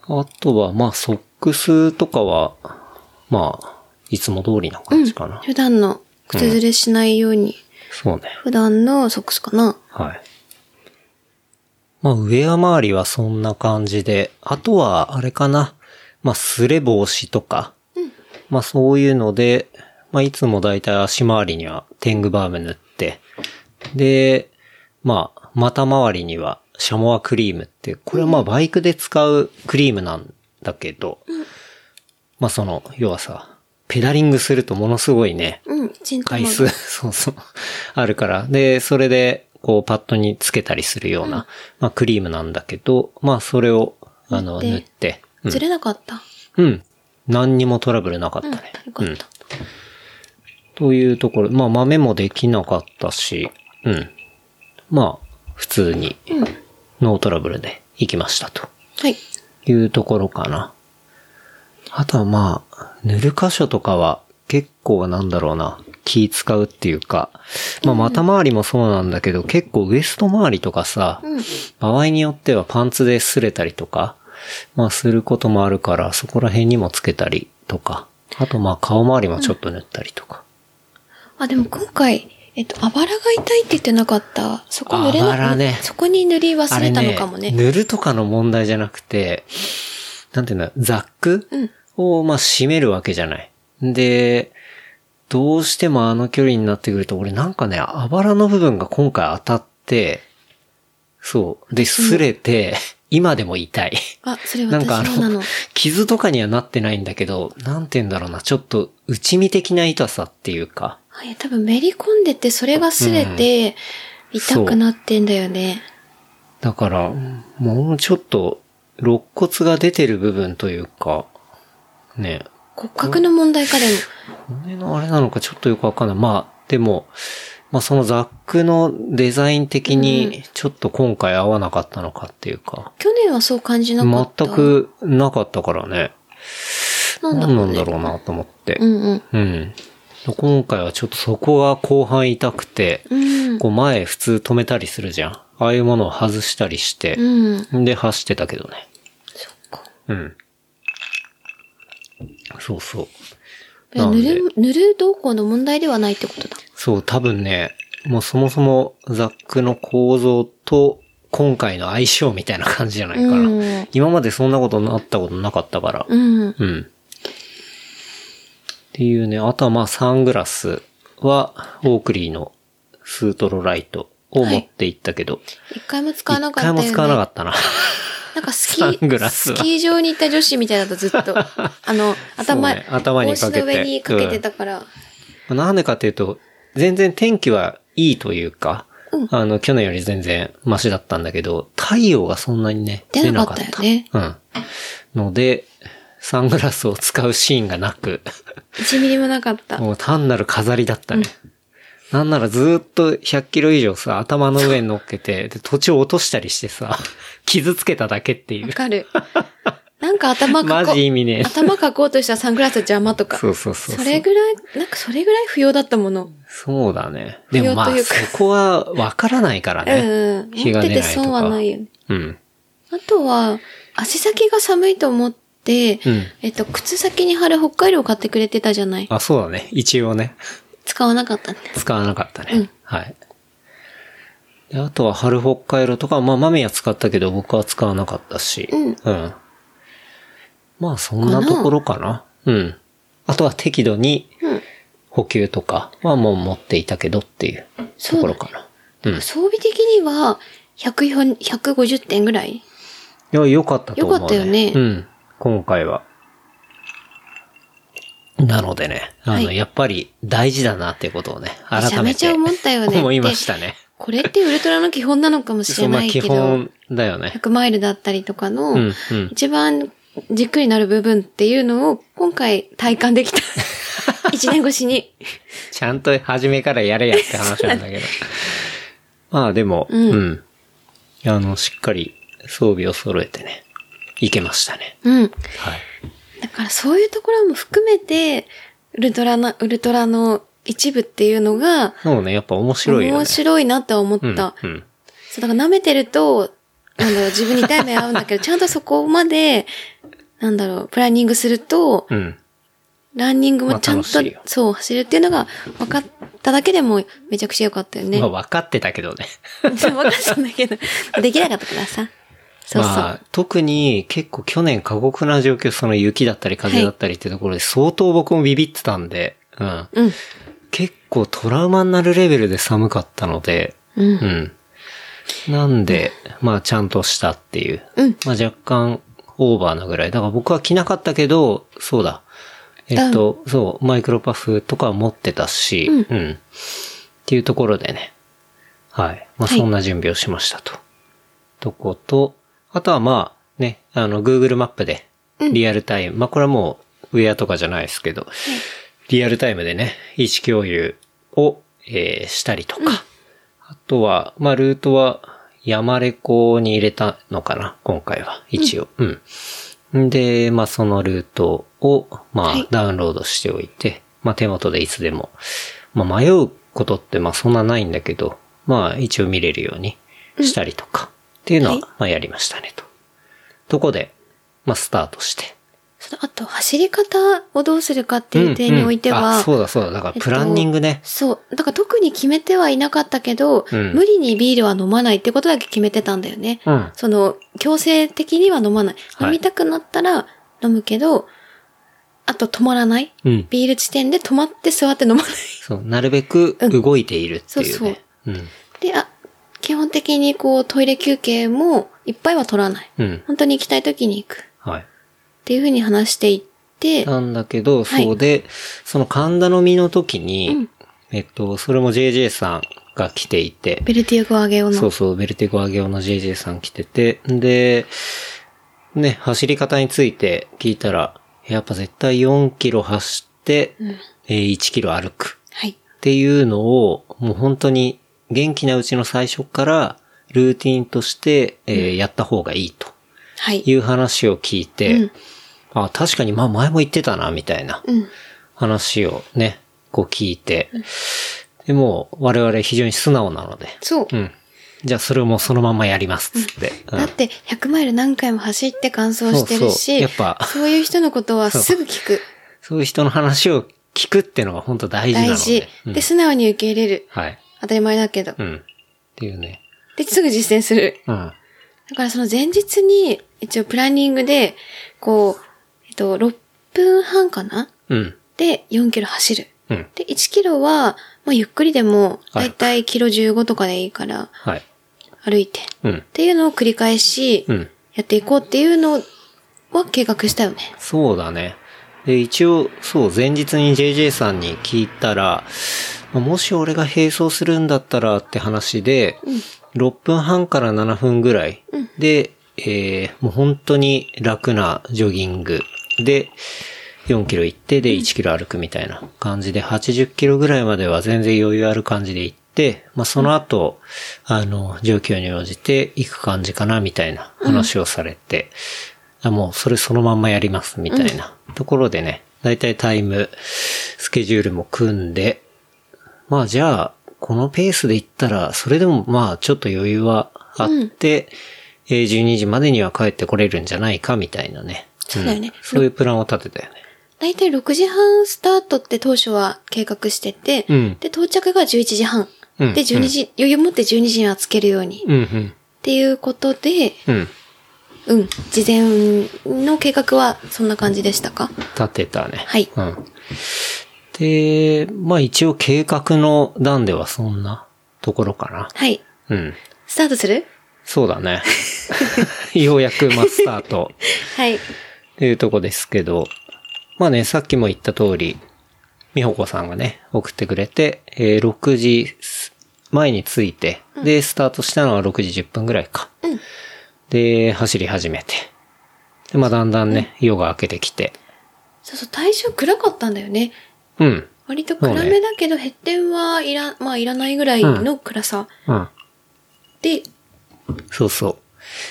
あとは、まあ、ソックスとかは、まあ、いつも通りな感じかな。
普段の靴ずれしないように、
そうね。
普段のソックスかな。
はい。まあ、ウェア周りはそんな感じで、あとは、あれかな。まあ、スレ防止とか。まあ、そういうので、まあ、いつもだいたい足周りには天狗バーム塗って、で、まあ、股周りにはシャモアクリームって、これはまあ、バイクで使うクリームなんだけど、まあ、その、要はさ、ペダリングするとものすごいね、
うん、チンタマ
回
が
数、 そうそう、あるから。で、それで、こう、パッドにつけたりするような、まあ、クリームなんだけど、まあ、それを、あの、塗
塗
っ、
って
うん
ずれなかった。
うん。何にもトラブルなかった
うん、よ
ね。
か
うん
った。
というところ、まあ、豆もできなかったし、うん。まあ、普通に、
うん。
ノートラブルで行きましたと。
はい。
いうところかな。あとはまあ、塗る箇所とかは結構なんだろうな、気使うっていうか、まあ股周りもそうなんだけど、結構ウエスト周りとかさ、
うん。
場合によってはパンツで擦れたりとか、まあすることもあるから、そこら辺にもつけたりとか、あとまあ顔周りもちょっと塗ったりとか。
あ、でも今回、えっと、あばらが痛いって言ってなかった。そこ塗れな
あばらね
そこに塗り忘れたのかもね。
塗るとかの問題じゃなくて、なんていうんだ、ザック
うん
を、まあ、締めるわけじゃない。で、どうしてもあの距離になってくると、俺なんかね、あばらの部分が今回当たって、そう。で、擦れて、今でも痛い。
あ、それ
なんかあ
私のな
の
の。、
傷とかにはなってないんだけど、なんて言うんだろうな、ちょっと内身的な痛さっていうか、
はい、多分めり込んでて、それが擦れて、
うん
痛くなってんだよね。
だから、もうちょっと、肋骨が出てる部分というか、ね、
骨格の問題かでも。
骨のあれなのかちょっとよくわかんない。まあ、でも、まあそのザックのデザイン的に、ちょっと今回合わなかったのかっていうか、
去年はそう感じなかった。
全。くなかったからね、
なんだ
何
ろ
な
う、
ん
ね。
だろうなと思って
う。んうん。
うん。今回はちょっとそこが後半痛くて、
うん。
こう前普通止めたりするじゃん。ああいうものを外したりして、
うん。
で、走ってたけどね。うん。そうそう。なん
塗
で
る、塗る動向の問題ではないってことだ。
そう、多分ね、もうそもそもザックの構造と今回の相性みたいな感じじゃないかな。
うん
今までそんなことなったことなかったから。
うん。
うん。っていうね、あとはまあサングラスは、オークリーのスートロライトを持っていったけど、
一回も使わ
一
なかっ
回
たよね。
も使わなかったな。
なんかスキ
サングラ
ー、
ス
ス
は
キー場に行った女子みたいだとず っと、あの、頭、
そうね頭にかけて
帽子の上にかけてたから、
なんでかっていうと、全然天気はいいというか、あの、去年より全然マシだったんだけど、太陽がそんなにね、
出なかったよね
出なかったうん。ので、サングラスを使うシーンがな く、
1ミリもなかった。
もう単なる飾りだったね。なんならずーっと100キロ以上さ、頭の上に乗っけて、で、途中落としたりしてさ、傷つけただけってい
わ
う。
かる。なんか頭かこう。
マジ意味ねえ
頭かこうとしたらサングラス邪魔とか。
そうそうそうそう
れぐらい、なんかそれぐらい不要だったもの。
そうだね。
不
で
要
もまあ
とい、う
そ
か
こはわからないから
うん
ね。
うん。
日
持
が
って
出ない
て
とか
損はないよね。
うん。
あとは、足先が寒いと思って、
うん
えっと、靴先に貼る北海道を買ってくれてたじゃない。
あ、そうだね。一応ね。
使わなかったね。
使わなかったね。
うん
はい。で、あとは、春北海道とか、まあ、豆は使ったけど、僕は使わなかったし。
うん
まあ、そんなところかな。うん。あとは、適度に
うん。
補給とかはもう持っていたけどっていうところかな。うん。い
装備的には、104 150点ぐらい
や、良かったと思う、ね。
良かったよね
うん。今回は。なのでね、あの、
はい
やっぱり大事だなっていうことをね、改めて。
めちゃめちゃ思ったよ ね
思いましたね。
これってウルトラの基本なのかもし
そ
れ
う、まあ
ないけ
基
ど、
本だよね。
100マイルだったりとかの、
うん、うん。
一番じっくりなる部分っていうのを今回体 感できた。一年越しに。
ちゃんと初めからやれやって話なんだ けど。まあでも、うん、あの、しっかり装備を揃えてね、いけましたね。
うん。
はい。
だからそういうところも含めて、ウルトラな、ウルトラの一部っていうのが、
そうね、やっぱ面白いよね。
面白いなとは思った。
うん、うん。
そう、だから舐めてると、なんだろう、自分に痛い目合う んだけど、ちゃんとそこまで、なんだろう、プランニングすると、
うん。
ランニングもちゃんと、
まあ楽しいよ
そう、走るっていうのが分かっただけでもめちゃくちゃ良かったよね。
まあ分かってたけどね。
分かったんだけど、できなかったからさ。そうそう。
まあ、特に結構去年過酷な状況、その雪だったり風だったりってところで相当僕もビビってたんで、うん。
うん。
結構トラウマになるレベルで寒かったので、
うん
うん。なんで、まあちゃんとしたっていう。
うん
まあ若干オーバーなぐらい。だから僕は着なかったけど、そうだ。えっと、そう、マイクロパフとかは持ってたし、うん、っていうところでね。はい。まあ
はい
そんな準備をしましたと。とこと、あとはまあね、あの、Google マップで、リアルタイム、まあこれはもうウェアとかじゃないですけど、リアルタイムでね、位置共有を、えーしたりとか、あとは、まあ、ルートは、山レコに入れたのかな、今回は、一応。うん。で、まあ、そのルートを、ま
は
あ
い、
ダウンロードしておいて、まあ、手元でいつでも、まあ、迷うことって、まあ、そんなないんだけど、まあ、一応見れるようにしたりとか、っていうのは、
はい
まあ、やりましたね、と。とこで、まあ、スタートして。
そのあと、走り方をどうするかっていう点において
うんうんあ
は、
そうだそうだ、だから、プランニングね。
そう。だから特に決めてはいなかったけど、
うん
無理にビールは飲まないってことだけ決めてたんだよね。
うん
その、強制的には飲まない。
はい
飲みたくなったら飲むけど、あと止まらない。
うん
ビール地点で止まって座って飲まない。
そう、なるべく動いているっていうね。うん。
で、あ、基本的にこうトイレ休憩もいっぱいは取らない。
うん。
本当に行きたい時に行く。っ
はい。
ていうふうに話していって、
なんだけど、
はい
そうで、その神田の実の時に、えっと、それも JJ さんが来ていて、
ベルティーゴアゲオの。
そうそう、ベルティゴアゲオの JJ さん来てて、で、ね、走り方について聞いたら、やっぱ絶対4キロ走って、えー1キロ歩く。
はい。
っていうのを、もう本当に元気なうちの最初からルーティンとして、えーやった方がいいと
はい。
いう話を聞いて、
うん
あ、確かにまあ前も言ってたな、みたいな
うん。
話をね、こう聞いて、でもう我々非常に素直なので、
そう。
うん。じゃあそれをもうそのままやります、つって。うん
だって、100マイル何回も走って乾燥して
そう
るし、
そうやっぱ
そういう人のことはすぐ聞く。
そういう人の話を聞くってのが本当大事なので。
大事。
うん
で、素直に受け入れる。
はい。
当たり前だけど
う。ん。っていうね。
で、すぐ実践する。
うん。
だからその前日に、一応プランニングで、こう、えっと、6分半かな
うん。
で、4キロ走る。
うん。
で、1キロは、まあ、ゆっくりでも、
歩く
だいたいキロ15とかでいいから、
はい。
歩いて。っ
うん。
ていうのを繰り返し
う、ん。
やっていこうっていうのは計画したよね。
そうだね。で、一応、そう、前日に JJ さんに聞いたら、まあもし俺が並走するんだったらって話で、6分半から7分ぐらいで、えーもう本当に楽なジョギングで、4キロ行って、で、1キロ歩くみたいな感じで、80キロぐらいまでは全然余裕ある感じで行って、まあ、その後、あの、状況に応じて行く感じかな、みたいな話をされて、あもうそれそのまんまやります、みたいなところでね、だいたいタイム、スケジュールも組んで、まあじゃあ、このペースで行ったら、それでもまあちょっと余裕はあって、えー12時までには帰ってこれるんじゃないか、みたいなね。
そうだよね
んそういうプランを立てたよね。
だいたい6時半スタートって当初は計画してて、
うん
で、到着が11時半。
うん
で、12時、余裕持って12時にはつけるように。っ
うんうん。
ていうことで、
うん。
うん、事前の計画はそんな感じでしたか
立てたね。
はい
うん。で、まあ一応計画の段ではそんなところか
はい。
な。うん。
スタートする
そうだね。 ようやくマスタート
はい。
というとこですけど、まあね、さっきも言った通り、みほこさんがね、送ってくれて、えー6時前に着いて、で、スタートしたのは6時10分ぐらいか。で、走り始めて。で、まあだんだんね、夜が明けてきて。
そうそう、対象暗かったんだよね。
うん。
割と暗めだけど、ヘッテンはいら、まあ、いらないぐらいの暗さ。
うん。
で、
そうそう。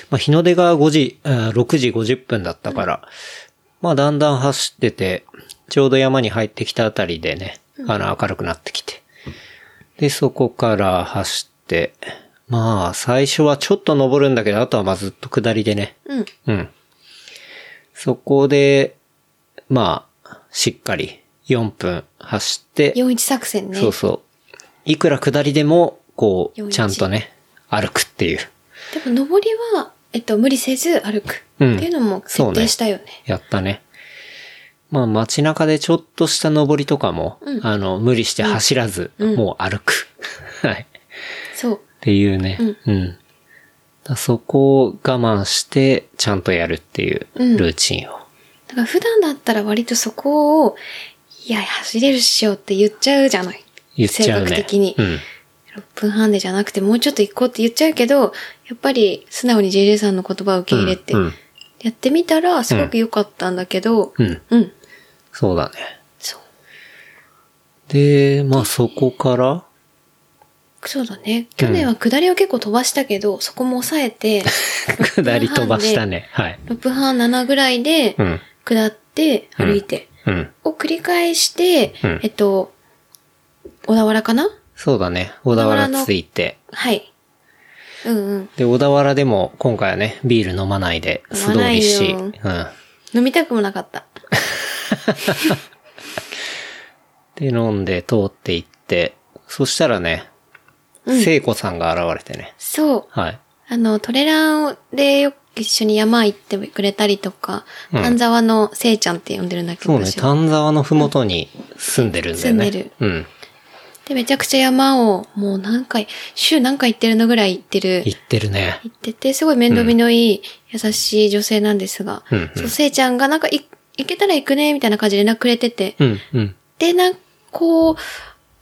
まあ、日の出が5時、あー6時50分だったから、まあ、だんだん走ってて、ちょうど山に入ってきたあたりでね、あの、明るくなってきて。で、そこから走って、まあ、最初はちょっと登るんだけど、あとはまあずっと下りでね。
うん。
うん。そこで、まあ、しっかり4分走って、
41作戦ね。
そうそう。いくら下りでも、こう、
41
ちゃんとね、歩くっていう。
でも、登りは、えっと、無理せず歩く。っ
う
て
ん
いうのも設定したよね。
やったね。まあ街中でちょっとした登りとかも、
うん
あの、無理して走らず、
うん
もう歩く。 はい。っ
そう。
ていうね。うん。だそこを我慢して、ちゃんとやるっていう
うん
ルーチンを。
だから普段だったら割とそこを、いや、走れるっしょって言っちゃうじゃない。
言っちゃうね。
性格的に。
うん。
6分半でじゃなくてもうちょっと行こうって言っちゃうけど、やっぱり素直に JJ さんの言葉を受け入れて、
うん。
やってみたらすごく良かったんだけど、
うん。
うん。
そうだね。
そう。
で、まあそこから、
そうだね。去年は下りを結構飛ばしたけど、そこも抑え て、
下り飛ばしたね。はい。
6分半7ぐらいで
う、ん。
下って、
うん
歩いて、
うん。
を繰り返して、
うん
えっと、小田原かな
そうだね。小田
小田原
原
の
ついて。
はい。うんうん。
で、小田原でも今回はね、ビール飲まないで素通りし、
飲まない
うん。
飲みたくもなかった。
で、飲んで通って行って、そしたらね、聖子さんが現れてね。
そう。
はい。
あの、トレランでよく一緒に山行ってくれたりとか、
うん
丹沢のせいちゃんって呼んでるんだけど、
そうね、
私は
丹沢のふもとに住んでるんだよね。
住んでる
うん。
で、めちゃくちゃ山をもう何回、週何回行ってるのぐらい行ってる。
行ってるね。
行ってて、すごい面倒見のいい、優しい女性なんですが、
うんうん
そう、せいちゃんがなんかい行けたら行くね、みたいな感じで連絡くれてて、
うん、うん。
で、なんかこう、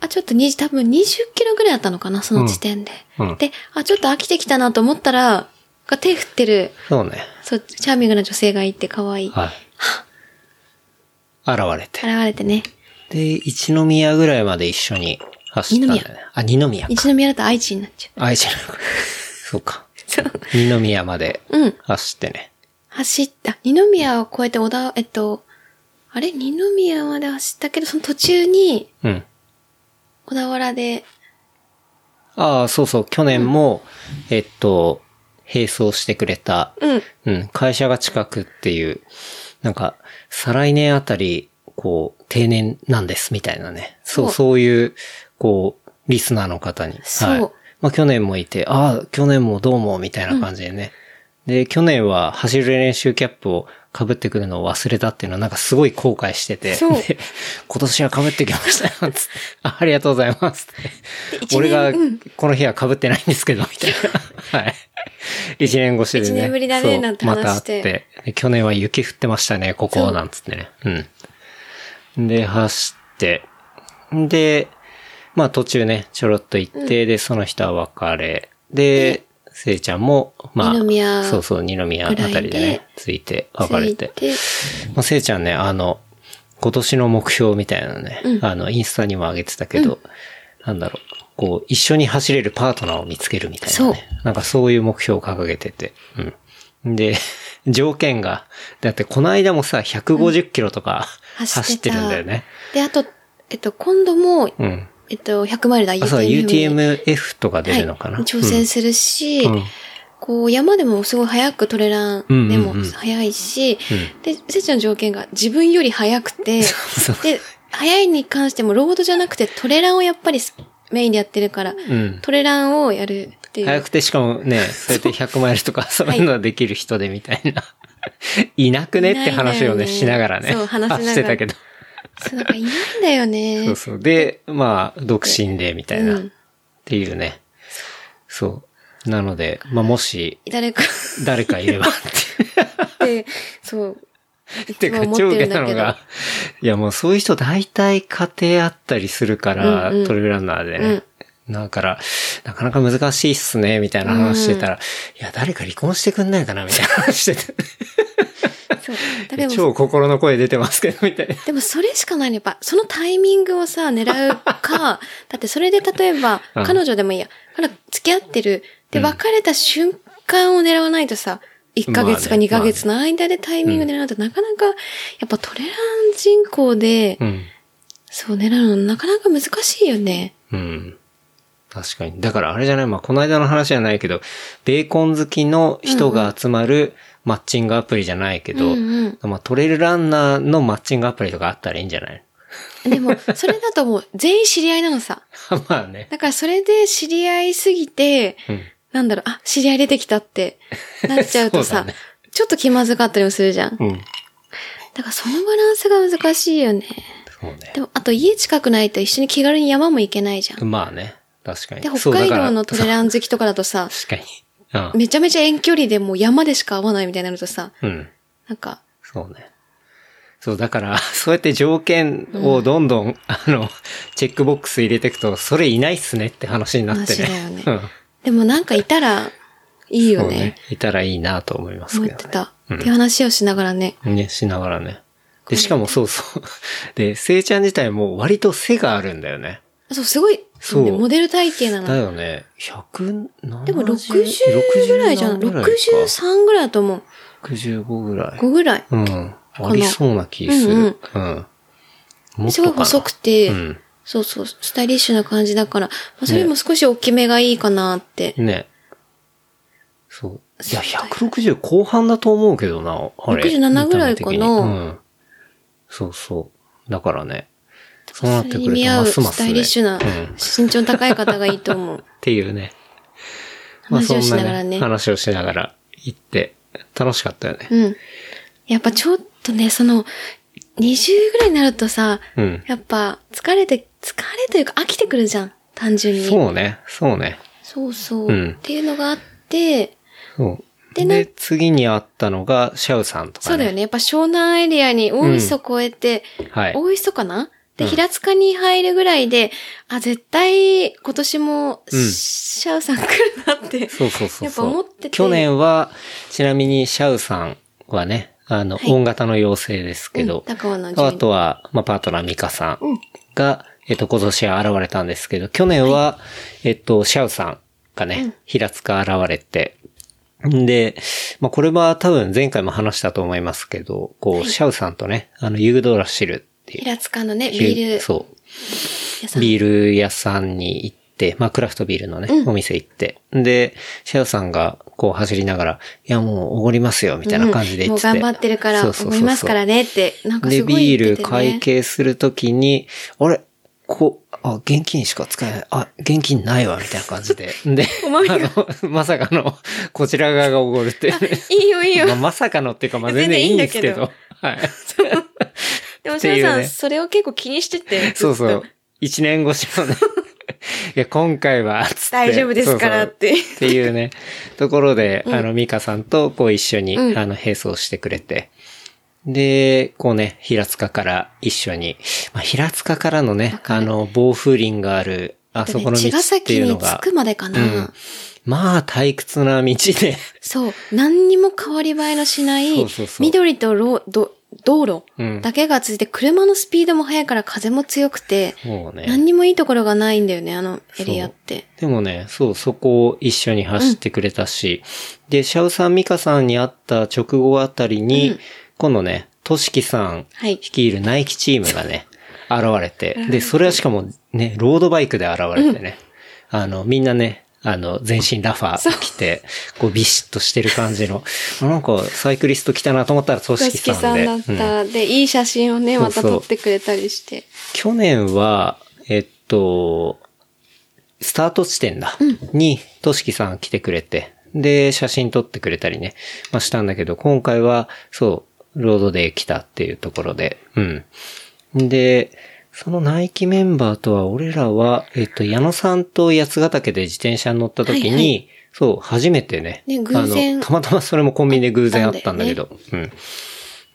あ、ちょっと20、多分20キロぐらいだったのかな、その時点で。
うんうん
で、あ、ちょっと飽きてきたなと思ったら、が手振ってる、
そうね。
そう、チャーミングな女性がいて可愛い。
はい。現れて。
現れてね。
で、一宮ぐらいまで一緒に走ったんだよね。あ、二宮か。
一宮だと愛知になっちゃ
愛知の。そうか。
う。そう。
二宮まで
うん。
走ってね。
走った。二宮を越えて小田、えっと、あれ二宮まで走ったけど、その途中に、
うん。
小田原で、
ああ、そうそう、去年も、えっと、並走してくれた、
うん。
うん、会社が近くっていう、なんか、再来年あたり、こう、定年なんですみたいなね。そう、
そう
そういう、こう、リスナーの方に。
そう
はい。まあ、去年もいて、ああ、去年もどうも、みたいな感じでね。で、去年は走る練習キャップを被ってくるのを忘れたっていうのはなんかすごい後悔してて。
そう
で今年は被ってきましたよ。つってあありがとうございますって。
一年
俺が
うん
この日は被ってないんですけど、みたい な。はい。一年越しでね。
一年ぶりだね
そう
なんて話して
また会ってで去年は雪降ってましたね、ここ、
そう
なんつってね。うん。で、走って、で、まあ途中ね、ちょろっと行って、で、その人は別れ、で、せいちゃんも、まあ、
二宮
そうそう、二宮あたりで
ぐらいで
ね、ついて別れて。
つい
まあ、せいちゃんね、あの、今年の目標みたいなのね、あの、インスタにも上げてたけど、なんだろう、こう、一緒に走れるパートナーを見つけるみたいな、
そう
ね。なんかそういう目標を掲げてて、うん。で、 条件が、だってこの間もさ、150キロとか、
走ってた
走ってるんだよね。
で、あと、えっと、今度も、
うん。
えっと、100マイルだ、
あ、そう、
に
UTMF とか出るのかな。
はい、挑戦するし、
うん
こう、山でもすごい速くトレランでも
うんうんうん
速いし、で、せいちゃんの条件が自分より速 くて、で、速いに関してもロードじゃなくてトレランをやっぱりメインでやってるから、
うん
トレランをやるっていう。
早くてしかも ね、そうやって100マイルとかそういうのはできる人でみたいな。 い、なくねって話をね、
いないんだよね
しながらね。
そう話しながら
あしてたけど。
そう、なんかいないんだよ ね。
そうそう。で、まあ、独身でみたいな。
うん
っていうね。そう。なので、まあもし、
誰か
誰かい ればって。
って、 そう。い
て
つも
か、
思って
上下
るんだ
な
け
の
ど。
が、いやもうそういう人大体家庭あったりするから、
うんうん
トレランナーでね。だから、なかなか難しいっすね、みたいな話してたら、いや、誰か離婚してくんないかな、みたいな話してて。
そう。だけど、
超心の声出てますけど、みたいな。
でもそれしかないのやっぱ、そのタイミングをさ、狙う か、だってそれで例えば、
うん
彼女でもいいや、彼女付き合ってる、で、別れた瞬間を狙わないとさ、1ヶ月
まあ
か
ね
2ヶ月の間でタイミング狙うと、なかなか、やっぱトレラン人口で、
うん。
そう狙うのなかなか難しいよね。
うん。確かに。だからあれじゃないまあ、この間の話じゃないけど、ベーコン好きの人が集まるマッチングアプリじゃないけ
う
ど、
ん
まあ、トレイルランナーのマッチングアプリとかあったらいいんじゃない
うん。でも、それだともう全員知り合いなのさ。
まあね。
だからそれで知り合いすぎて、
うん。
なんだろう、あ、知り合い出てきたってなっちゃうと
そうだ
さ、
ね
ちょっと気まずかったりもするじゃん。
うん。
だからそのバランスが難しいよね。
そうね。
でも、あと家近くないと一緒に気軽に山も行けないじゃん。
まあね。確かに。
で、
そ
北
うだ
海
から
道のトレラン好きとかだとさ、
そう確かに。
めちゃめちゃ遠距離でもう山でしか会わないみたいになるとさ、
うん。うん。
なんか、
そうね。そう、だから、 そうやって条件をどんどん、あの、チェックボックス入れていくと、それいないっすねって話になってね。
話だ
う
よ
ん。
でもなんかいたらいいよね。
そう。いたらいいなと思います
思っ
け
て
どね。
た。って話をしながらね。
ね、しながらね。で、しかもそうそう。 で、せいちゃん自体も割と背があるんだよね。
そう、すごい、
そう
ねモデル体型
だ
なの。
よね。100、何
でも60ぐらいじゃん。63ぐらいだと思う。
65ぐらい。
5ぐらい。
うん。ありそうな気する。
うん
う
うん
ん、もっとかな
すごい細くて、
うん
そうそう、スタイリッシュな感じだから、まあそれよりも少し大きめがいいかなって。
ね。そう。いや、160後半だと思うけどな、あれ。
67ぐらいかな
見た目的にうん。そうそう。だからね。そうなっ
そ
て
れ
くる
に
と
見合
ま
う
すま
ス
す、ね。
タイリッシュな、
うん
身長高い方がいい と思う。
っていうね。まあ
話を
そん
しながらね
話をしながら行って、楽しかったよね。
うん。やっぱちょっとね、その、20ぐらいになるとさ、
うん
やっぱ疲れて、疲れというか飽きてくるじゃん、単純に。
そうね、そうね。
そうそう、
うん
っていうのがあって、
そう。
で
で、
な
次に会ったのが、シャウさんとかね。
そうだよね。やっぱ湘南エリアに大磯越えて、
はい
大磯かなで、平塚に入るぐらいで、あ、絶対今年も
うん
シャウさん来るなって。
そうそうそうそう。
やっぱ思ってて
去年は、ちなみにシャウさんはね、あの、
はい
大型の妖精ですけど、
うん高尾の順位
あとは、まあ、パートナーミカさんが、えっと、今年は現れたんですけど、去年は、えっと、シャウさんがね、平塚現れて、んで、まあ、これは多分前回も話したと思いますけど、こう、シャウさんとね、あの、ユードラシルっていう。
平塚のね、ビール
そう。
屋さん。
ビール屋さんに行って、まあ、クラフトビールのね、お店行って。で、シェアさんが、こう走りながら、いや、もうおごりますよ、みたいな感じで
う
言っ
んもう
てて、
頑張ってるから、
そうそうそう
思いますからねって、なんかす
で、
ごい
ビー
言っ
ル
てて、ね。
会計するときに、あれこう、あ、現金しか使えない。あ、現金ないわ、みたいな感じで。 で、あの、まさかの、こちら側がおごるっていうね、
いいよ いいよ
まあ。まさかのっていうか、まあ全
全然
然
い
い
い
い
ん
ん
だ
で
け
す
ど
けど。はい。 って
でも、シャウさ、
いうんね
それを結構気にしてて。ずっ と
そうそう。一年越しのね。いや、今回は、つって
大丈夫ですから
そうそう
って
っていう ね、ところで、あの、ミカさんと、こう一緒に、
うん
あの、並走してくれて。で、こうね、平塚から一緒に、まあ、平塚からのね、あの、暴風林がある、あそこの道
茅ヶ
ってい
崎
うの
に
が、
着くまでかな。
うんまあ退屈な道 で、
そう。何にも変わり映えのしない、
そうそうそう
緑とろど道路
うん
だけがついて、車のスピードも速いから風も強くて、
もうね
何、にもいいところがないんだよね、あのエリアって。
でもね、そう、そこを一緒に走ってくれたし、で、シャウさん、ミカさんに会った直後あたりに、今度ね、トシキさん
はい
率いるナイキチームがね、現れて、で、それはしかもね、ロードバイクで現れてね、あの、みんなね、あの、全身ラファー着て、こうビシッとしてる感じの、なんかサイクリスト来たなと思ったらトシキ
好き
さん
さん
で。
だっ
うん
た。で、いい写真をね、
そう
ま
そ
た
う
撮ってくれたりして。
去年は、えっと、スタート地点だ。に、としきさん来てくれて、で、写真撮ってくれたりね、まあ、したんだけど、今回は、そう、ロードで来たっていうところで、うん。で、そのナイキメンバーとは、俺らは、えっと、矢野さんと八ヶ岳で自転車に乗った時に、
はいは
そう、初めてね、
ね偶然
あの、たまたまそれもコンビニで偶然あったんだけど、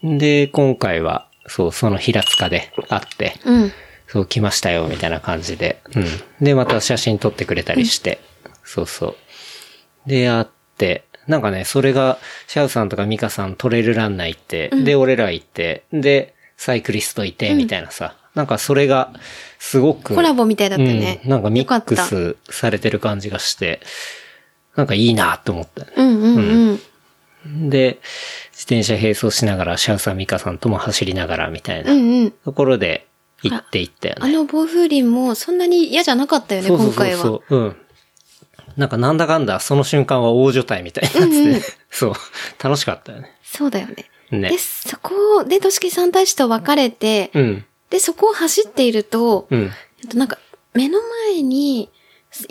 うん。で、今回は、そう、その平塚で会って、
うん。
そう、来ましたよ、みたいな感じで。うん。で、また写真撮ってくれたりして。そうそう。で、会って、なんかね、それが、シャウさんとかミカさんトレイルランナー行って、で、俺ら行って、で、サイクリストいて、みたいなさ。なんかそれが、すごく。
コラボみたいだったよね。
うんなんかミック
よかった。
スされてる感じがして、なんかいいなと思った。
うんうんうん。
で、自転車並走しながら、シャウさん、ミカさんとも走りながら、みたいな
う。んうん。
ところで、行って行ったよね
あ。の暴風林もそんなに嫌じゃなかったよね、
そうそう
今
そう
回
そ
は。
う。うん。なんかなんだかんだ、その瞬間は大所帯みたいになってて、 そう。楽しかったよね。
そうだよね。
ね
で、。そこで、としきさんたちと別れて、
うん。
で、そこを走っていると、
うん。
えっとなんか、目の前に、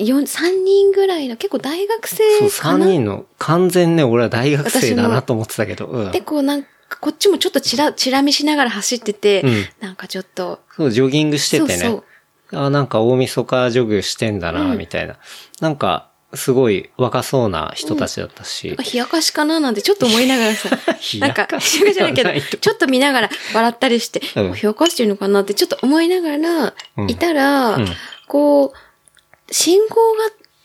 よ3人ぐらいの、結構大学生
そう、
か
三
な
人の、完全ね、俺は大学生だなと思ってたけど、うん
で、。こうなんか、こっちもちょっとチラ、チラ見しながら走ってて、
うん
なんかちょっと、
そう、ジョギングしててね。
そう
あ、なんか大晦日ジョグしてんだな、みたいな。なんか、すごい若そうな人たちだったし。、
そう、冷やかしかななんてちょっと思いながら さなんか、
冷やかし
冷やかしじゃないけ
ではない
ど、ちょっと見ながら笑ったりして、
うん
冷やかしてるのかなってちょっと思いながら
うん
いたら、
うん
こう、信号が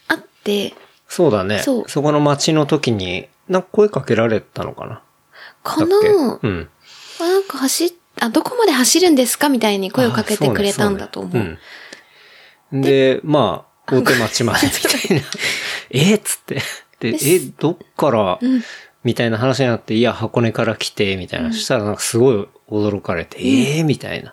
あって、
そうだね。
そ
そうこの街の時に、なんか声かけられたのかな
こ
だっけ
の、
うん。
なんか走っ、あ、どこまで走るんですかみたいに声をかけてくれたんだと思う。
あそうねそうねうんで、まあ、大手町までみ たいな。えっつって。で、え、どっから、みたいな話になって、いや、箱根から来て、みたいな。したら、なんかすごい驚かれて、ええみたいな。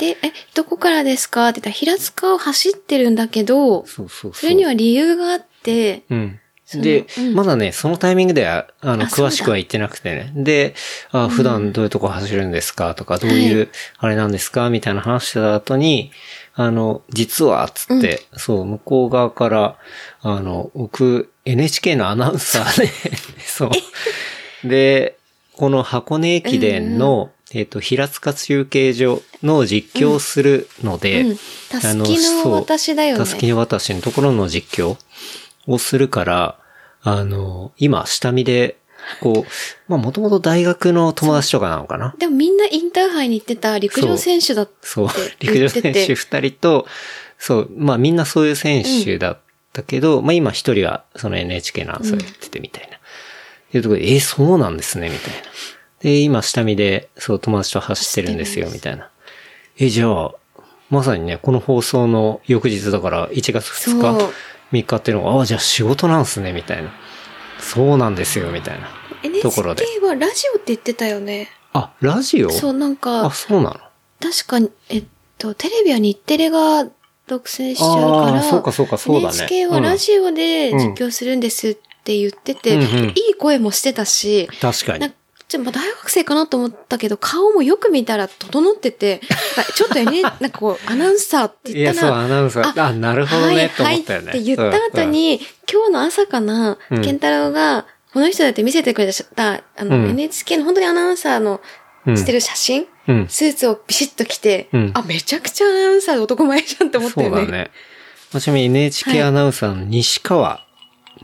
で、え、どこからですかって言ったら、平塚を走ってるんだけど、
そうそうそう。
それには理由があって、
うん。
の
で、
うん
まだね、そのタイミングでは、あの、
あそう
詳
だ
しくは言ってなくてね。で、あ普段どういうとこ走るんですかとか、どうい
は
う、あれなんですかみたいな話してた後に、あの、実は、つって、そう、向こう側から、あの、僕、NHK のアナウンサーで、 そう。で、この箱根駅伝の、えっと、平塚中継所の実況をするので、
うんたすきの私だよ
た
ね。
すき渡しのところの実況をするから、あの、今、下見で、こう、まあ、もともと大学の友達とかなのかな
でもみんなインターハイに行ってた陸上選手だっ
そう
って、
陸上選
言って
手
て
二人と、そう、まあみんなそういう選手だったけど、まあ今一人はその NHK のアナウンサーやっててみたいな。っていうところで、えーそうなんですね、みたいな。で、今下見で、そう友達と走ってるんですよ、みたいな。えー、じゃあ、まさにね、この放送の翌日だから、1月2
そ
日
う、
3日っていうのが、ああ、じゃあ仕事なんすね、みたいな。そうなんですよ、みたいな。ところで
NHK はラジオって言ってたよね。
あ、ラジオ
そう、なん
あ、
か、
そうなの
確かに、えっと、テレビは日テレが独占しちゃうか
あー
ら、
そうかそうかそうだね
NHK はラジオで実況するんですって言ってて、
うんうんうん
いい声もしてたし、
確かに
なん。かちょっとまあ大学生かなと思ったけど、顔もよく見たら整って て、なんかちょっと NH なんかこう、アナウンサーって
い
言
や、
った
そう、
ら、
アナウンサー。あ、なるほどね、と思ったよね。
はい、はいって言った後に、今日の朝かな、
うん
健太郎が、この人だって見せてくれた、あの、
うん
NHK の本当にアナウンサーの、
うん、
してる写真、
うん、うん。
スーツをビシッと着て、
うん
あ、めちゃくちゃアナウンサーで男前じゃんって思った
そう
よね。
だね。まあちなみに NHK アナウンサーの西川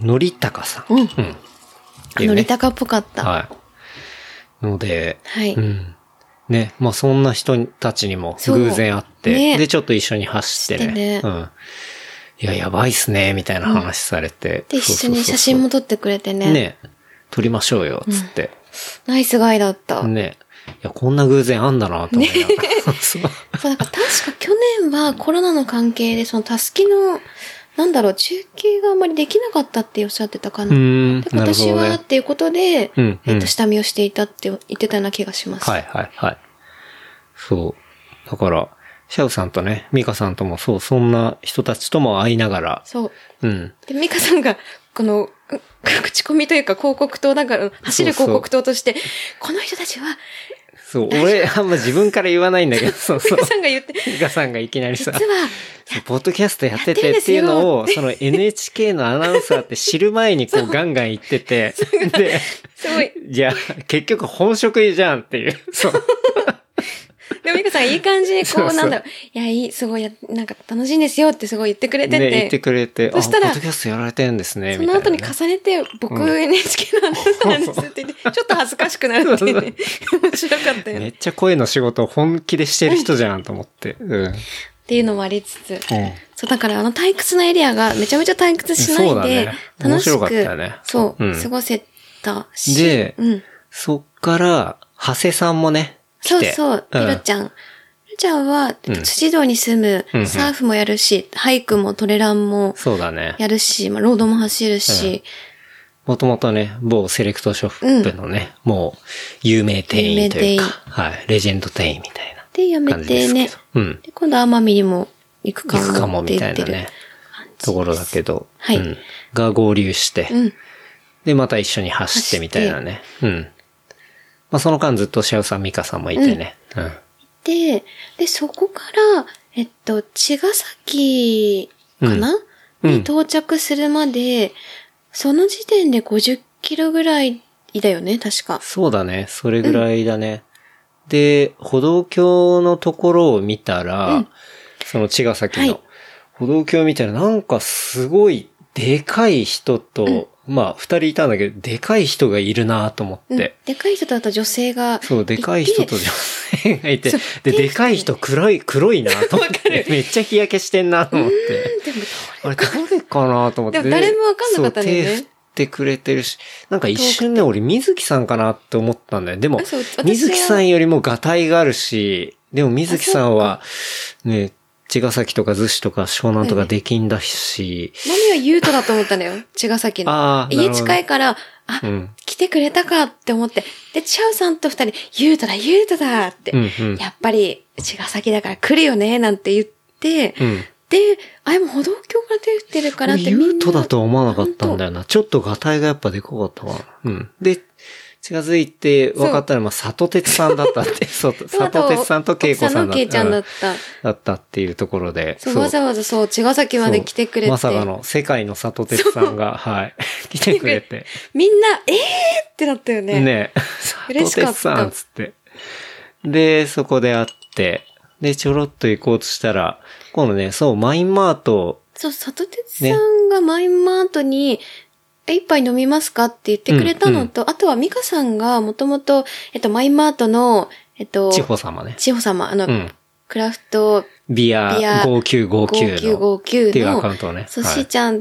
のりたかさん。
うん
うん。っていう
乗
ね
り高っぽかった。
はい。ので、
はい。
うん。ね、まあそんな人たちにも
そう
偶然会って、
ね
で、ちょっと一緒に走ってね。
してね
うん。いや、やばいっすね、みたいな話されて。
で、一緒に写真も撮ってくれて
ね。
ね。
ね、撮りましょうよ、つって。
ナイスガイだった。
ね。いや、こんな偶然あんだな、と思いながら。 そう
そう、なんか確か去年はコロナの関係で、そのたすきの、なんだろう、中継があんまりできなかったっておっしゃってたか
う
な。
ーん
で、今
なるほ
年
ど
は
ね
っ。ていうことで、
うんうん
えっと、下見をしていたって言ってたような気がします。
はいはいはい。そう。だから、シャウさんとね、ミカさんともそう、そんな人たちとも会いながら、
そ
う
う。
ん。
で、ミカさんが、この、う口コミというか広告塔なんか、走る広告塔として、この人たちは、
そう、俺、あんま自分から言わないんだけど、そうそう
ミカ。さんが言って、
ミカさんがいきなり
実
さ
は、、
そうポッドキャストやって
やってる
て
んで
っ
す
てい
よ
うのを、その NHK のアナウンサーって知る前にこうガンガン言ってて、で、
すごい。
じゃあ、結局本職じゃんっていう。そう。
でも、ミカさんいい感じに、こ
そう
う、
そう
なんだろう、いや、いい、すごいや、なんか楽しいんですよってすごい言ってくれて
ね、
て。
言ってくれて、あ、ポ
そした
ッ
ら
ドキャストやられてるんですね、
そ
みた
の
いな。
後に重ねて、僕 NHK のアナウンサーなんですって言って、ちょっと恥ずかしくなるってい うね。面白かったよ
め
ね。っ
っちゃ声の仕事を本気でしてる人じゃんと思って。うん。
ていうのもありつつ。そう、だからあの退屈なエリアがめちゃめちゃ退屈しな
そう
い
だね
で、
面
楽
白
し
かったよ
く、
ね
そうう、
ん
過ごせたし。
で
うん。
そっから、長谷さんもね、
そ
来
う
て
そう、
ん
ピロちゃん。ピロちゃんは、辻堂に住
うんう
む、
ん
サーフもやるし、俳句もトレランも
そうだね。
やるし、まあ、ロードも走るし、
もともとね、某セレクトショップのね、もう、有名店員というか
有名、
はい、レジェンド店員みたいな
で、やめ
感じで
て
すけ
ね
ど。。うん。
で、今度奄美にも行くか
行くか
も
も
って
みた
言
い
って
な
る。
ね、ところだけど、
はい
うん。が合流して、
うん。
で、また一緒に走ってみたいなね。うん。まあ、その間ずっとシャウさん、ミカさんもいてね。うん。
で、で、そこから、えっと、茅ヶ崎かな、
うん
に到着するまで、その時点で50キロぐらいだよね、確か。
そうだね。それぐらいだね。で、歩道橋のところを見たら、その茅ヶ崎の、
はい
歩道橋を見たらなんかすごいでかい人と、まあ二人いたんだけど、でかい人がいるなと思
うん、
って。
でかい人とあと女性が。
そう、でかい人と
いて
女性がいて
そう、
で、
で
でかい人黒い、黒いなと思って、めっちゃ日焼けしてんなと思って。
でも、
あれ誰かなと思って。
でも誰もわかんなかったんだよね
そう手振ってくれてるし。なんか一瞬ね、俺水木さんかなって思ったんだよ。でも
あそう私、は
水木さんよりもガタイがあるし、でも水木さんは、ね、茅ヶ崎とか逗子とか湘南とかできんだし、
何は優斗だと思った のよ、茅ヶ崎の。
あーなる
家
ほど
近いから、あ、
うん
来てくれたかって思って、で、チャウさんと二人、優斗だ、優斗だって、
うんうん
やっぱり、茅ヶ崎だから来るよね、なんて言って、
うん
で、あ、今歩道橋から出てるからって
俺
みんな。
ユートだとは思わなかったんだよな。ちょっとガタイがやっぱでかかったわ。うん。で、近づいて分かったら、まあ、里鉄さんだった って。そう、
そう。
里鉄さんと恵子さんだ
奥
っ
の恵ちゃんだ
た
っ。た。
だったっていうところで。
そう、
そう
わざわざそう、茅ヶ崎まで来てくれて。
まさかの世界の里鉄さんが、はい、 来てくれて。
みんな、えーってなったよね。
ねえ、 里
嬉し
鉄
かった
さんっつって。で、そこで会って、で、ちょろっと行こうとしたら、今度ね、そう、マインマート、
そう、里鉄さんがマインマートに、え一杯飲みますかって言ってくれたのと、あとは美香さんがもともと、えっと、マインマートの、えっと、
千穂様ね。
千穂様、あの、
うん。
クラフト
ビア
ビア
5959の。
5959の
っていうアカウントをね。
そう、
はい
しーちゃん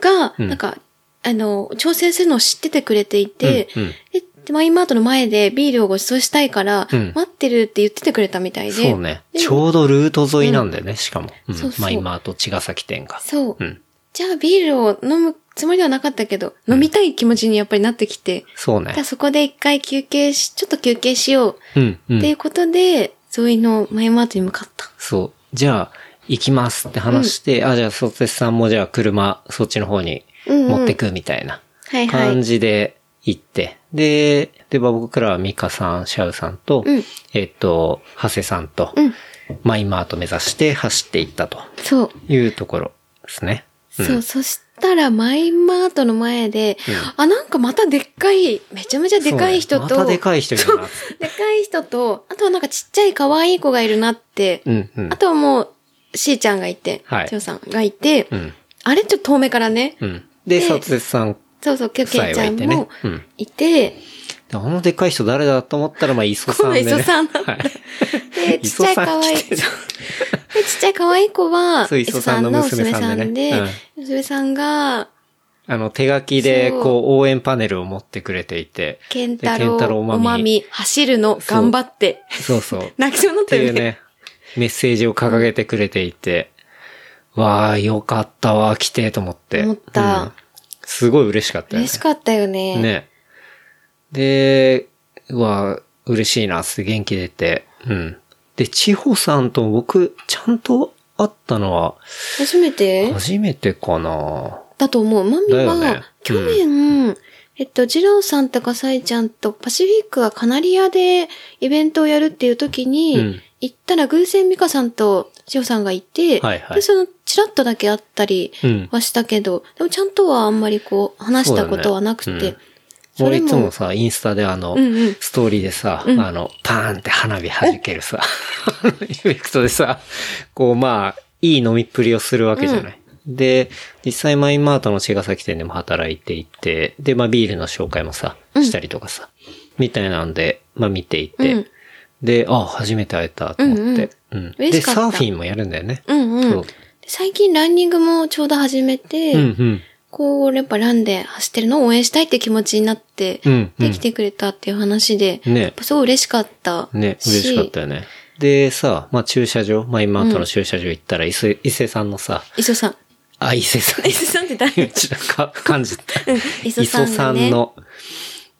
が、
うん
なんか、あの、挑戦するのを知っててくれていて、
うんうん
ででマインマートの前でビールをご馳走したいから、
うん
待ってるって言っててくれたみたいで。
そうね。
で
ちょうどルート沿いなんだよね、しかも。うん
そうそう
マインマート茅ヶ崎店が。
そう。
うん。
じゃあビールを飲むつもりではなかったけど、飲みたい気持ちにやっぱりなってきて、
そう
じゃあ
ね。
そこで一回休憩し、ちょっと休憩しよ
うん、う
う。
ん。
っていうことで、ゾイのマインマートに向かった。
そう。じゃあ、行きますって話して、あ、じゃあ、ソテスさんもじゃあ車、そっちの方に
うんうん
持ってくみたいな
はいはい。
感じで行って。で、で、僕らはミカさん、シャウさんと、
うん
えっと、ハセさんと、
うん。
マイマート目指して走っていったと
そう。
いうところですね。
そう、そしたらマインマートの前で、あ、なんかまたでっかい、めちゃめちゃでかい人と、
そうねまたでかい人いるな。
でかい人と、あとはなんかちっちゃい可愛い子がいるなって、
うん、うん
あ。とはもう、しーちゃんがいて、
はい
ちょうさんがいて、
うん、
あれちょっと遠目からね、
うん。で、
で
ソテスさん
そうそう、けけいちゃん
夫妻はいてね
も
うん
いて、
であのでかい人誰だと思ったら、まあ、磯さんで、ね。
この磯さんだった
はい。
で、ちっちゃい可
磯さん
愛い、
来て
そう
る
で、ちっちゃい可愛い子は、
そう磯さんの娘さんでね
磯さんの娘さんで娘さんが、
あの、手書きで、
そう
こう、応援パネルを持ってくれていて。
ケン
で
タロウ、お
まみ
まみ、走るの、
そう
頑張って。
そうそう。っ
泣き そうになった
てい
よ
う
ね。
ね、メッセージを掲げてくれていて。わあ、よかったわ、来て、と思って。
思った
うんすごい嬉しかったよね。
嬉しかったよね。
ね。で、うわ、嬉しいな、すげえ元気出て。うん。で、千穂さんと僕、ちゃんと会ったのは、
初めて
初めてかな。
だと思う。マミ
だよね
は、去年、えっと、ジローさんとかサイちゃんとパシフィックがカナリアでイベントをやるっていう時に、
うん
行ったら偶然ミカさんとジオさんがいて、
はいはい
で、その、チラッとだけ会ったり
うん
はしたけど、でもちゃんとはあんまりこう、話したことはなくて、
そうだね
そ
俺
れ
い
も
つもさ、インスタであの、
うんうん
ストーリーでさ、
うん
あの、パーンって花火弾けるさ、エ フェクトでさ、こうまあ、いい飲みっぷりをするわけじゃない。で、実際マインマートの茅ヶ崎店でも働いていて、で、まあビールの紹介もさ、したりとかさ、みたいなんで、まあ見ていて、
うん
で、あ、初めて会えたと思って、うん
嬉
で、
しかった
サーフィンもやるんだよね。
うんうん
そう
で最近ランニングもちょうど始めて、
うんうん。
こう、やっぱランで走ってるのを応援したいって気持ちになって、
うんうん
できてくれたっていう話で、
ね
やっぱすごい嬉しかった
ね、嬉しかったよね。で、さ、まあ、駐車場、まあ、今後の駐車場行ったら、伊勢、伊勢さんのさ、
磯さん。
あ、伊勢 さん。
磯さんって誰
ちょっとか、感 じた。
磯さんがね
の、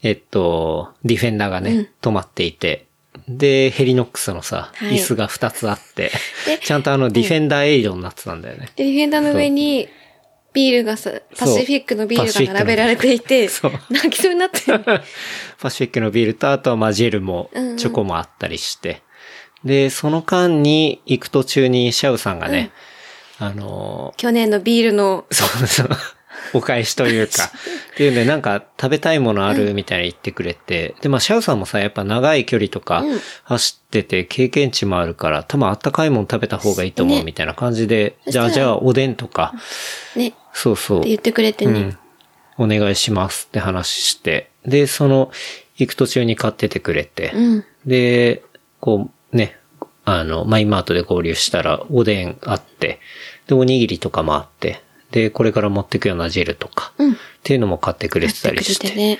えっと、ディフェンダーがね、止まっていて、で、ヘリノックスのさ、
はい
椅子が2つあって
で、
ちゃんとあの、ディフェンダーエイドになってたんだよ ね。
で、ディフェンダーの上に、ビールがさ、パシフィックのビールが並べられていて
そう、
泣きそうになってる。
パシフィックのビールと、あとはまあジェルも
うんう、ん
チョコもあったりして。で、その間に、行く途中にシャウさんがね、あのー
去年のビールの、
そうそう。お返しという か。っていうんで、なんか食べたいものあるみたいに言ってくれて。で、まあ、シャウさんもさ、やっぱ長い距離とか
うん
走ってて経験値もあるから、多分あったかいもの食べた方がいいと思う
ね
みたいな感じで、じゃあ、
そし
じ
たら
ゃあおでんとか、
ね、って
そうそう。
言ってくれてね。
うん。お願いしますって話して。で、その、行く途中に買っててくれて。
うん。
で、こうね、あの、マインマートで合流したらおでんあって、で、おにぎりとかもあって、で、これから持ってくようなジェルとか、
うん。
っていうのも買ってくれ
やって
た
てく
り
れ
して。
てね。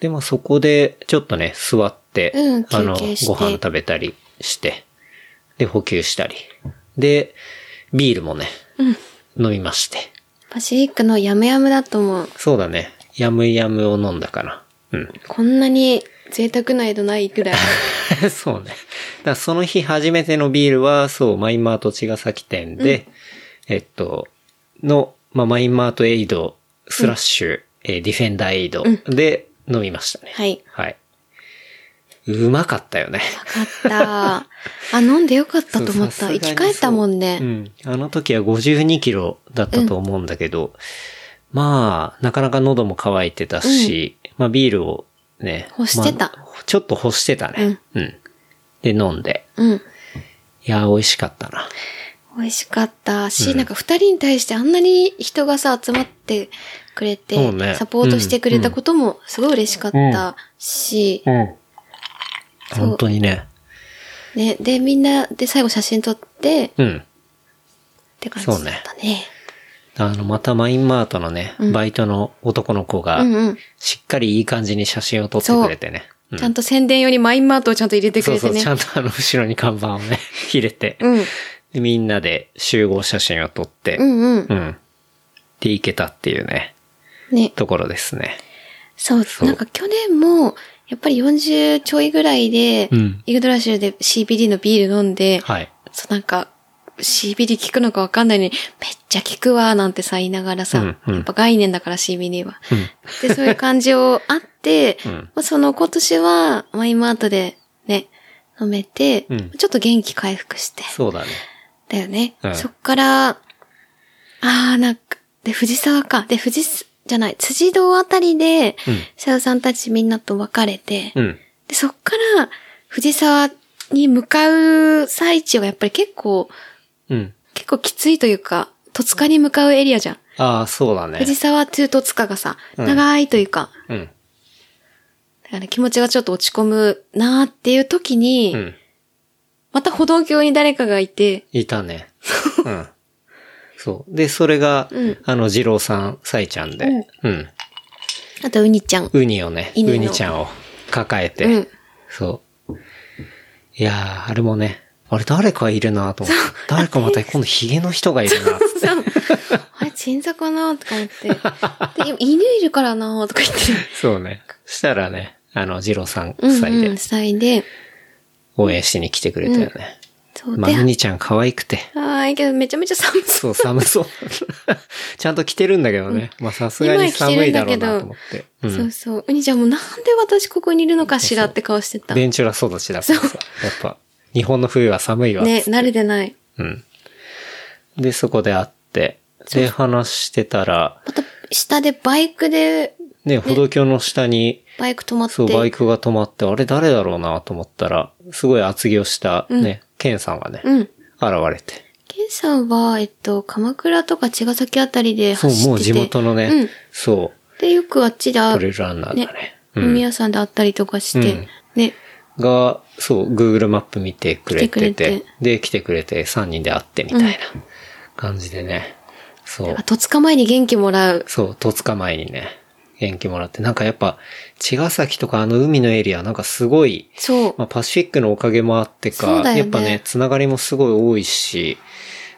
で、まあそこで、ちょっとね、座って、
うん
あの、
休憩して
ご飯食べたりして、で、補給したり。で、ビールもね、飲みまして。
パシフィックのやむやむだと思う。
そうだね、やむやむを飲んだかな。うん。
こんなに贅沢な宿な いくらい。
そうね。だからその日初めてのビールは、そう、マインマート茅ヶ崎店で、えっと、の、まあ、マインマートエイド、スラッシュ、えーディフェンダーエイドで飲みましたね。
はい。
はい。うまかったよね。
よかった。あ、飲んでよかったと思っ
そ
た。
う
生き返ったもん
う
ね。
ん。あの時は52キロだったと思うんだけど、まあ、なかなか喉も渇いてたし、まあビールをね。
欲してた
まあちょっと欲してたね。うん。で、飲んで。
うん。
いやー、美味しかったな。
美味しかったし、なんか二人に対してあんなに人がさ、集まってくれ
そ
て、
うね
サポートしてくれたこともすごい嬉しかったし、
うん。本当にね。
ね、で、みんなで最後写真撮って、っ
うん。
て感じだったね。
あの、またマインマートのね、バイトの男の子が
うん、うん。
しっかりいい感じに写真を撮ってくれてね。うん
ちゃんと宣伝用にマインマートをちゃんと入れてく
そう
れ
そ
て
う、
ね。
ちゃんとあの、後ろに看板をね、 入れて、
うん
でみんなで集合写真を撮って、
うんうん。
うん。で、いけたっていうね、
ね。
ところですね。
そう、
う
なんか去年も、やっぱり40ちょいぐらいで、
うん
イグドラシルで CBD のビール飲んで、
はい。
そうなんか、CBD 効くのかわかんないのに、めっちゃ効くわ、なんてさ、言いながらさ、
うんうん
やっぱ概念だから CBD は。で、そういう感じをあって、
うん
まあその今年は、マインマートでね、飲めて、
うん
ちょっと元気回復して、
そうだね。
だよね。
うん
そっから、あー、なんか、で、藤沢か。で、藤す、じゃない、辻堂あたりで、
うん
さよさんたちみんなと別れて、
うん。
で、そっから、藤沢に向かう最中はやっぱり結構、
うん。
結構きついというか、戸塚に向かうエリアじゃん。
ああ、そうだね。
藤沢と戸塚がさ、
うん
長いというか、
うん。
だだから気持ちがちょっと落ち込むなーっていう時に、
うん。
また歩道橋に誰かがいて、
いたね。うん。そう。で、それが、
うん
あの、二郎さん、サイちゃんで、
うん
うん。
あとウニちゃん。
ウニをね、ウ
犬の
ニちゃんを抱えて、
うん
そう。いやー、あれもね、あれ誰かいるなと思って、誰かまた今度ヒゲの人がいる なっつって
そうあれ、鎮座かなとか思って。で、今犬いるからなとか 言って。
そうね。したらね、あの、ジロさん
う
夫
ん、
妻
う
で
ん、塞いで。
応援しに来てくれたよね。
そう
まあ、
で、
ウニちゃん可愛くて。
ああ、いいけどめちゃめちゃ寒そう。
そう、寒そう。 ちゃんと着てるんだけどね。まあ、さすがに寒いだろうなと思って。うん
そうそう。ウニちゃんもなんで私ここにいるのかしらって顔してた。
ベ
ね、
ンチュラ育ちだからさ。やっぱ、日本の冬は寒いわ。
慣れてない。
うん。で、そこで会って、で、話してたら、
また、下でバイクで、
ね、歩道橋の下に、
バイク止まって。
そう、バイクが止まって、あれ誰だろうなと思ったら、すごい厚着をした、ね、ケンさんがね、
うん。
現れて。
ケンさんは、えっと、鎌倉とか茅ヶ崎あたりで走
そ
っ
う
てて。、
もう地元のね、
うん
そ
で、よくあっちで
う、
会
ト
う
レイルランナーだね。
飲み屋さんで会ったりとかして、
うん
ね、
が、そう、Google マップ見てくれてて、
来てくれて
で、来てくれて、3人で会ってみたいな感じでね。そう
あ、。戸塚前に元気もらう。
そう、戸塚前にね、元気もらって、なんかやっぱ、茅ヶ崎とかあの海のエリア、なんかすごい、
そう。
まあ、パシフィックのおかげもあって
そ
か、
うだよね
やっぱね、つながりもすごい多いし、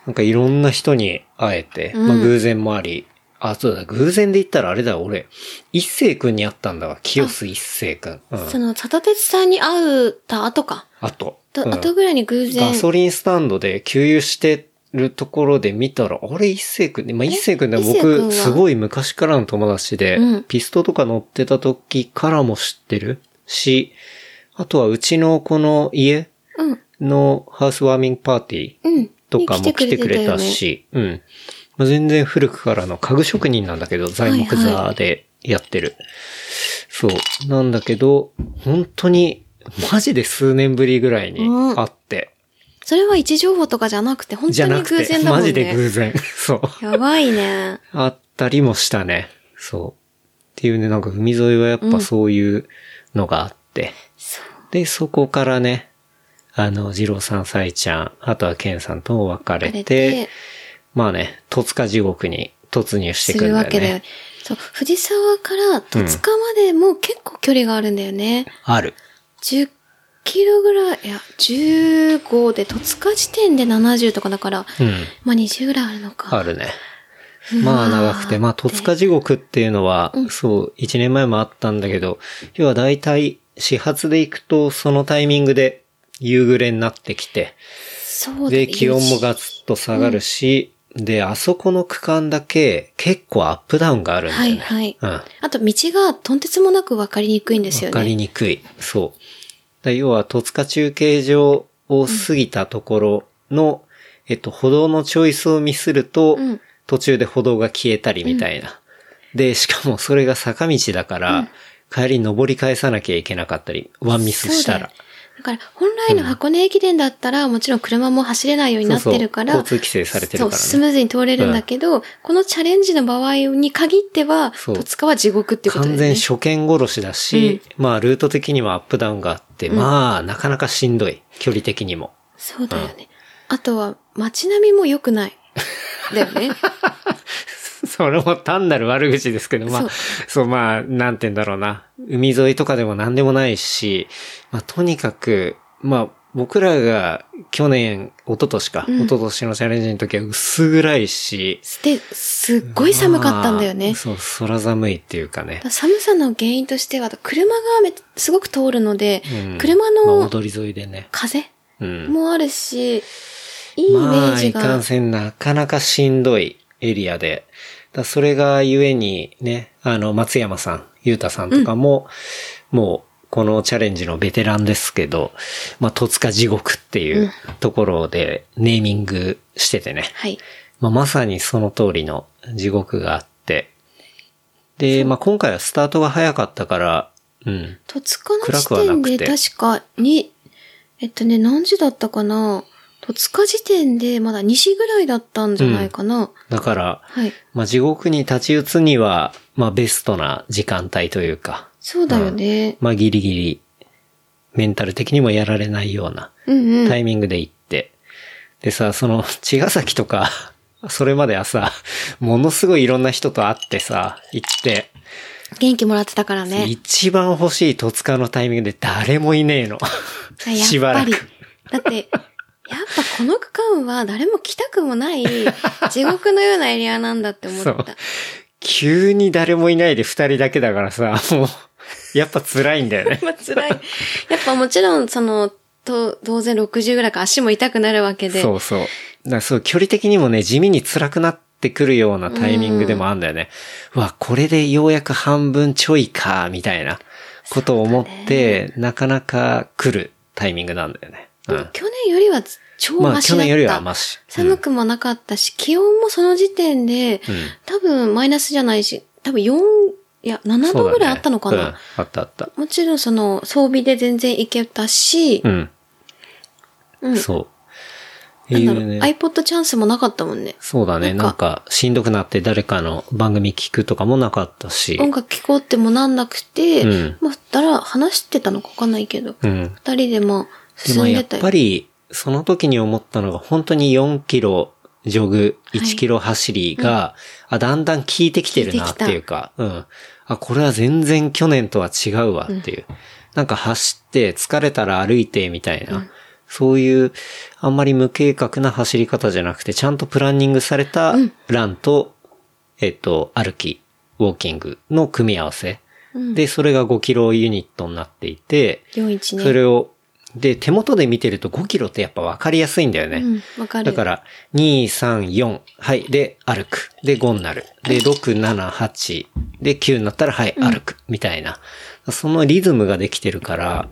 なんかいろんな人に会えて、
うん
まあ偶然もあり、あ、そうだ、偶然で言ったらあれだ、俺、一星くんに会ったんだわ、清須一星くん。う
そ
ん。
の、佐田哲さんに会うた後か。
あと。
と、
うん
後ぐらいに偶然。
ガソリンスタンドで給油してるところで見たら、あれ一星くんね、まあ、一星くんで
一星君は
僕、すごい昔からの友達で、
うん
ピストとか乗ってた時からも知ってるし、あとはうちのこの家
うん。
のハウスワーミングパーティー
うん。
とかも来てくれた
ね。
し、うん。まあ全然古くからの家具職人なんだけど、材木座でやってる。そう。なんだけど、本当に、マジで数年ぶりぐらいに会って、
それは位置情報とかじゃなくて、本
じ
当
ゃ
に
なく
偶
て、
然だもんね。
マジで偶然。 そう。
やばいね。
あったりもしたね。そう。っていうね、なんか海沿いはやっぱそういうのがあって。
そう。
で、そこからね、あの、二郎さん、サイちゃん、あとはケンさんとも別れて、
別れて
まあね、戸塚地獄に突入して
す
くんだ
る
よね。
わけだよ。そう。藤沢から戸塚までも結構距離があるんだよね。
ある。
10キロぐらい、いや、15で、戸塚時点で70とかだから、
うん。
まあ20ぐらいあるのか。
あるね。まあ長くて、まあ戸塚地獄っていうのは、そう、1年前もあったんだけど、要は大体始発で行くとそのタイミングで夕暮れになってきて、
そうだ
で、気温もガツッと下がるし、で、あそこの区間だけ結構アップダウンがあるんだよね。
はい
うん。わ
あと、道がとんてつもなく分かりにくいんですよね。
かりにくい。そう。だ要は戸塚中継所を過ぎたところの、えっと、歩道のチョイスをミスると、
うん
途中で歩道が消えたりみたいな。で、しかもそれが坂道だから、帰り登り返さなきゃいけなかったり、ワンミスしたら。
だから、本来の箱根駅伝だったら、もちろん車も走れないようになってるから、
そうそう交通規制されてるからね
そう、スムーズに通れるんだけど、このチャレンジの場合に限っては、
そう
戸塚は地獄っていうことだ
完
よね。
全初見殺しだし、まあルート的にもアップダウンがあって、まあなかなかしんどい。距離的にも。
そうだよね。あとは、街並みも良くない。だよ ね。
それも単なる悪口ですけど、まあ、
そ
そうう、まあ、なんて言うんだろうな。海沿いとかでも何でもないし、まあ、とにかく、まあ、僕らが去年、一昨年か、
うん
一昨年のチャレンジの時は薄暗いし、
で、すっごい寒かったんだよ
ま
ね
あ。そう、空寒いっていうかね
だか。ら寒さの原因としては、車がめすごく通るので、
うん
車
まあ、
の
踊り沿いでね。
風
うん。
もあるし、いいイメ
ま
ー
あ、
ジ
い
が。
かんせんなかなかしんどいエリアで。だそれがゆえにね、あの、松山さん、ゆうたさんとかも、もう、このチャレンジのベテランですけど、まあ、戸塚地獄っていうところでネーミングしててね。
はい。
まあ、まさにその通りの地獄があって。で、まあ、今回はスタートが早かったから、うん。
戸塚の時
暗くは
点
なく
で
て
確かに、えっとね、何時だったかな戸塚時点でまだ2時ぐらいだったんじゃないかな、
だから、
はい。
まあ、地獄に立ち打つには、まあ、ベストな時間帯というか、
そうだよね。
まあギリギリ、メンタル的にもやられないような
うんう
タ
ん。
イミングで行って。でさ、その、 茅ヶ崎とか、 それまではさ、ものすごいいろんな人と会ってさ、行って、
元気もらってたからね。
一番欲しい戸塚のタイミングで誰もいねえの。
あやっぱり
しばらく。
だって、やっぱこの区間は誰も来たくもない地獄のようなエリアなんだって思っ
そう
た。
急に誰もいないで二人だけだからさ、もう、やっぱ辛いんだよね。
まあ辛い。やっぱもちろんその、と、当然60ぐらいから足も痛くなるわけで。
そうそう。だからそう、距離的にもね、地味に辛くなってくるようなタイミングでもあるんだよね。うわ、これでようやく半分ちょいか、みたいなことを思って、なかなか来るタイミングなんだよね。う
でも
ん。
去年よりは超
まあ、
マシだった。
去年よりはマシ。うん
寒くもなかったし、気温もその時点で、多分マイナスじゃないし、多分4、いや、7
そうだ
度
ね
ぐらいあったのかな。
うんあったあった。
もちろんその装備で全然いけたし
う、ん。
うん。
そう。
なんだろ、
いううね
iPod チャンスもなかったもんね。
そうだね。
な
なんんか、しんどくなって誰かの番組聞くとかもなかったし。
音楽聴こうってもなんなくて、
うん
まあ、だら話してたのかわかんないけど、
う
二、
ん。
人でまあ、
で
進
も
ん
や
で
ったぱ
よ。
り、その時に思ったのが、本当に4キロジョグ、
い
1キロ走りが、あ、だんだん効いてきてるなっていうか、うん。あ、これは全然去年とは違うわっていう。なんか走って、疲れたら歩いてみたいな。そういう、あんまり無計画な走り方じゃなくて、ちゃんとプランニングされたランと、えっと、歩き、ウォーキングの組み合わせ。
うん
で、それが5キロユニットになっていて、
41ね。
それを、で、手元で見てると5キロってやっぱ分かりやすいんだよね。
うん、わかる。
だから、2、3、4。はい。で、歩く。で、5になる。で、6、7、8。で、9になったら、はい、歩く。みたいな。そのリズムができてるから、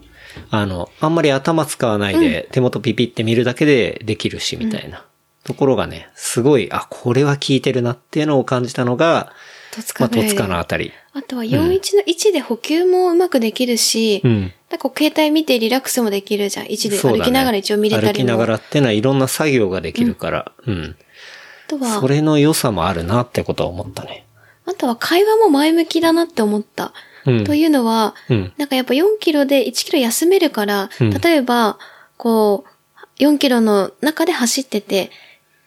あの、あんまり頭使わないで、手元ピピって見るだけでできるし、みたいな。ところがね、すごい、あ、これは効いてるなっていうのを感じたのが、
戸塚
まあ、
ぐら
戸
いで
塚のあたり。
あとは41の1で補給もうまくできるし、
うん。
なんかこう携帯見てリラックスもできるじゃん。1で歩きながら一応見れた
歩
り
き
も。
ながらっていうのはいろんな作業ができるから、うん。
あと
そ
は、
れの良さもあるなってことは思ったね。
あとは会話も前向きだなって思った。
うん。
というのは、
うん。
なんかやっぱ4キロで1キロ休めるから、
うん
例えば、こう、4キロの中で走ってて、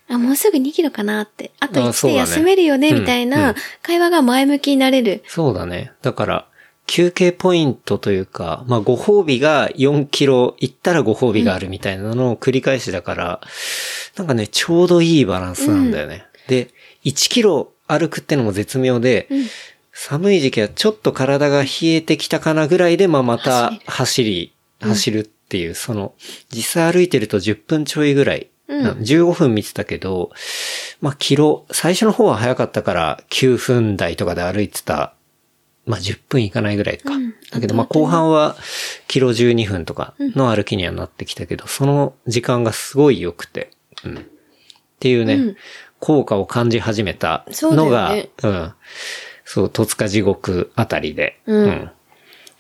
あ、もうすぐ2キロかなって、あと
あそ
1
う
で
だね
休めるよね、
うん
みたいうなん会話が前向きになれる。
そうだね。だから、休憩ポイントというか、まあ、ご褒美が4キロ行ったらご褒美があるみたいなのを繰り返しだから、なんかね、ちょうどいいバランスなんだよね。で、1キロ歩くってのも絶妙で、寒い時期はちょっと体が冷えてきたかなぐらいで、まあ、また走り、走るっていう、その、実際歩いてると10分ちょいぐらい、
うん
15分見てたけど、まあ、キロ、最初の方は早かったから9分台とかで歩いてたまあ、10分いかないぐらいか。
うん
だけど、まあ、後半は、キロ12分とかの歩きにはなってきたけど、その時間がすごい良くて、うん。っていうね、
うん
効果を感じ始めたのが、
そうだよね
ん。そう、戸塚地獄あたりで、
うん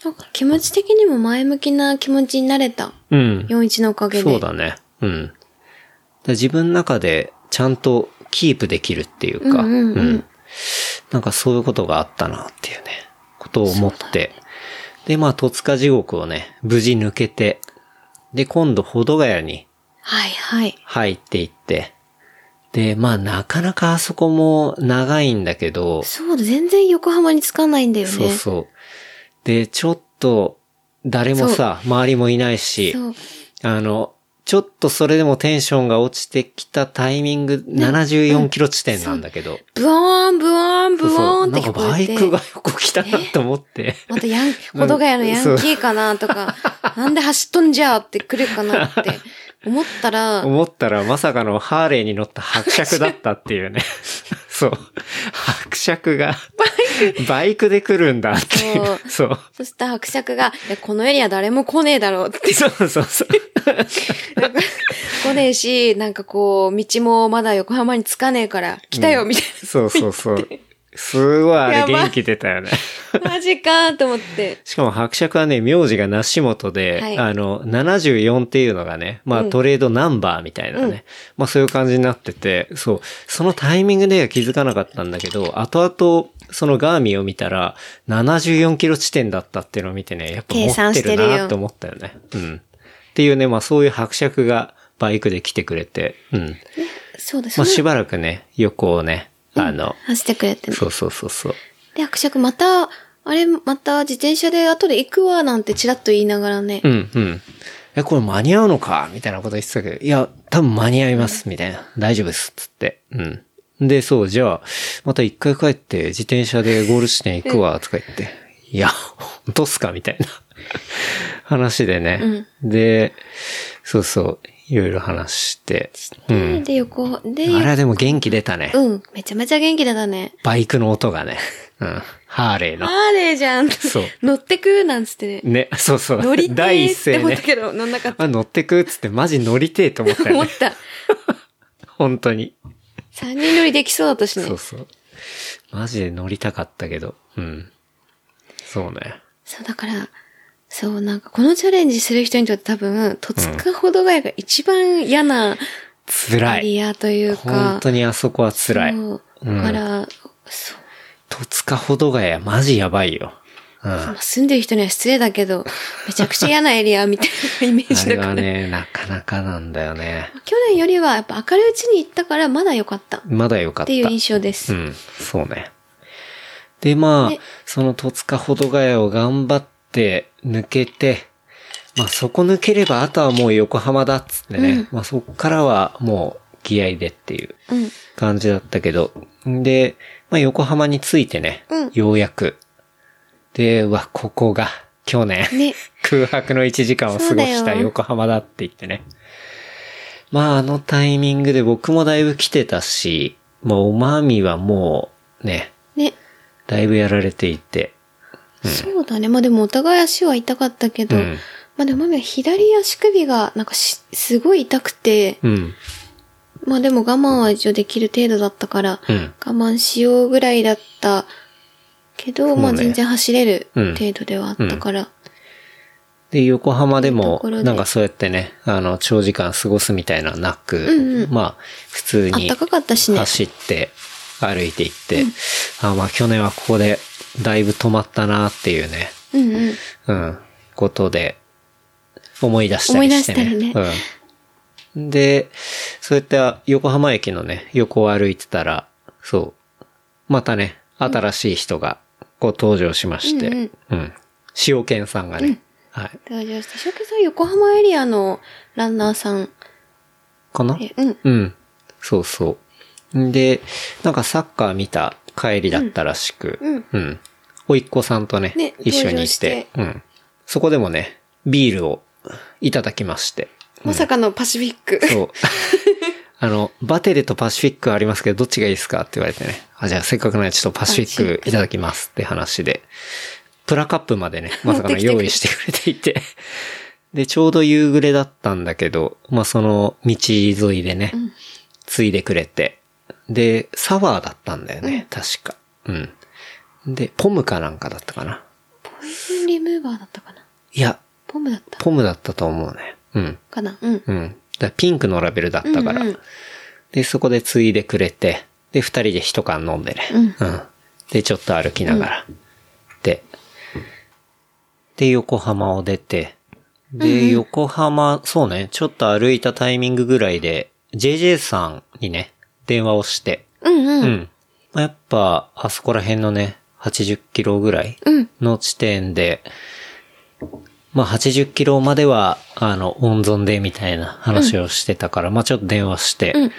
なんか気持ち的にも前向きな気持ちになれた。
うん。うん。
41のおかげで。
そうだね。うん。だから自分の中でちゃんとキープできるっていうか、
うんうんうん
なんかそういうことがあったなっていうね、ことを思って。で、まあ、戸塚地獄をね、無事抜けて、で、今度、保土ヶ谷に
はいはい。
入っていって、で、まあ、なかなかあそこも長いんだけど、
そうだ、全然横浜に着かないんだよね。
そうそう。で、ちょっと、誰もさ、周りもいないし、
そう
あの、ちょっとそれでもテンションが落ちてきたタイミング、74キロ地点なんだけど、
ブワーン、ブワーン、ブ
そう
ワーンって
なんか
聞こ
バ
え
イ
て。
クが横来たなと思って、
またヤン、ほどがやのヤンキーかな とか、なんで走っとんじゃーって来るかなって思ったら、
思ったらまさかのハーレーに乗った伯爵だったって いうね。そう。伯爵が、バイクで来るんだっていう。そう。
そしたら伯爵が、いや、このエリア誰も来ねえだろうって。
そうそうそう。
来ねえし、なんかこう、道もまだ横浜に着かねえから、来たよ、みたい
そうそうそう。すごいあれ
やばい
元気出たよね。
マジかーと思って。
しかも伯爵はね、名字が梨本で、
はい
あの、74っていうのがね、まあ、
うん
トレードナンバーみたいなね、まあそういう感じになってて、そう、そのタイミングでは気づかなかったんだけど、後々、そのガーミーを見たら、74キロ地点だったっていうのを見てね、やっぱ持
計算
って
して
る
るよ
なと思ったよね。うん。っていうね、まあそういう伯爵がバイクで来てくれて、うん。
そうです
まあ
ね。
しばらくね、横をね、あの、
走ってくれてね。
そうそうそうそう。
で、伯爵また、あれ、また自転車で後で行くわ、なんてチラッと言いながらね。
うん、うん。え、これ間に合うのかみたいなこと言ってたけど、いや、多分間に合います、みたいな。大丈夫です、つって。うん。で、そう、じゃあ、また一回帰って、自転車でゴール地点行くわ、とか言って。いや、本当っすかみたいな話でね。で、そうそう、いろいろ話して。うん。
で、横、で、
あれはでも元気出たね。
うん、めちゃめちゃ元気だったね。
バイクの音がね。うん。ハーレーの。
ハーレーじゃん。
そう
乗ってく、なんつって
ね、
ね。
そうそう。
乗りて
第
ー
一
って
声
思っ
ね
た。けど、乗んなかった。
あ、乗ってくっつって、マジ乗りてえと思ったよ
思
ね
っ。た。
本当に。
三人乗りできそうだったしね
そう。そう。マジで乗りたかったけど。うん。そうね。
そう、だから、そう、なんか、このチャレンジする人にとって多分、戸塚ほどがやが一番嫌な
辛
エ
い。
リアというか。
本当にあそこは辛い。
そう
うん
だから、そう、
戸塚ほどがや、マジやばいよ。うん。 あ
まあ住んでる人には失礼だけど、めちゃくちゃ嫌なエリアみたいなイメージだ
れ
から。
はね、なかなかなんだよね。
去年よりはやっぱ明るいうちに行ったからまだ良かったっ
まだよかった。
ていう印象です。
うん、そうね。で、まあ
で、
その戸塚ほどがやを頑張って抜けて、まあそこ抜ければ、あとはもう横浜だっつってね。
うん
まあそっからはもう気合でっていう
うん。
感じだったけど。で、まあ横浜に着いてね、
うん
ようやく。で、うわ、ここが、去 年、
ね
空白の1時間を過
そう
ご
だよ
した横浜だって言ってね。まああのタイミングで僕もだいぶ来てたし、まあおまみはもうね、
ね。
だいぶやられていて。
そうだね。まあでもお互い足は痛かったけど、
うん
まあでもマミは左足首がなんかしすごい痛くて、
うん。
まあでも我慢は一応できる程度だったから、
うん。
我慢しようぐらいだったけど、
うね
まあ全然走れる程度ではあったから、
で、横浜で
いいと
も、
ころで
なんかそうやってね、あの、長時間過ごすみたいなのはなく、
うんうん
まあ、普通
あっ
に
たかかったしね。
走って、歩いていって、あまあ去年はここでだいぶ止まったなっていうね、
うんうん。
うん、ことで、思い出したりして、ね。
思い出したりね
うん。で、そうやって横浜駅のね、横を歩いてたら、そう、またね、新しい人が、こう登場しまして、
うん
うん塩犬さんがね、はい。
登場して、ショウケイさん横浜エリアのランナーさん。
かな
えうん。
うん。そうそう。んで、なんかサッカー見た帰りだったらしく、
うん。
うん。おいっ子さんとね、
ね
一緒に行って、うん。そこでもね、ビールをいただきまして。
まさかのパシフィック。
そう。 あの、バテレとパシフィックありますけど、どっちがいいですかって言われてね。あ、じゃあせっかくなんでちょっとパシフ
パシフ
ィックいただきますって話で。プラカップまでね、まさかの用意してくれていて。 で、ちょうど夕暮れだったんだけど、まあ、その道沿いでね、ついでくれて。で、サワーだったんだよね、確か。うん。で、ポムかなんかだったかな。
ポイズン リムーバーだったかない
や、
ポムだった
ポムだったと思うね。うん。
かなうん。
うん。だからピンクのラベルだったから。
うんうん
で、そこで継いでくれて、で、二人で一缶飲んでね。
うん
で、ちょっと歩きながら。で、で、横浜を出て、で、横浜、そうね、ちょっと歩いたタイミングぐらいで、JJ さんにね、電話をして、
うんう。
うんん。まあやっぱ、あそこら辺のね、80キロぐらい
うん。
の地点で、まあ、80キロまでは、あの、温存でみたいな話をしてたから、まあ、ちょっと電話して、
うん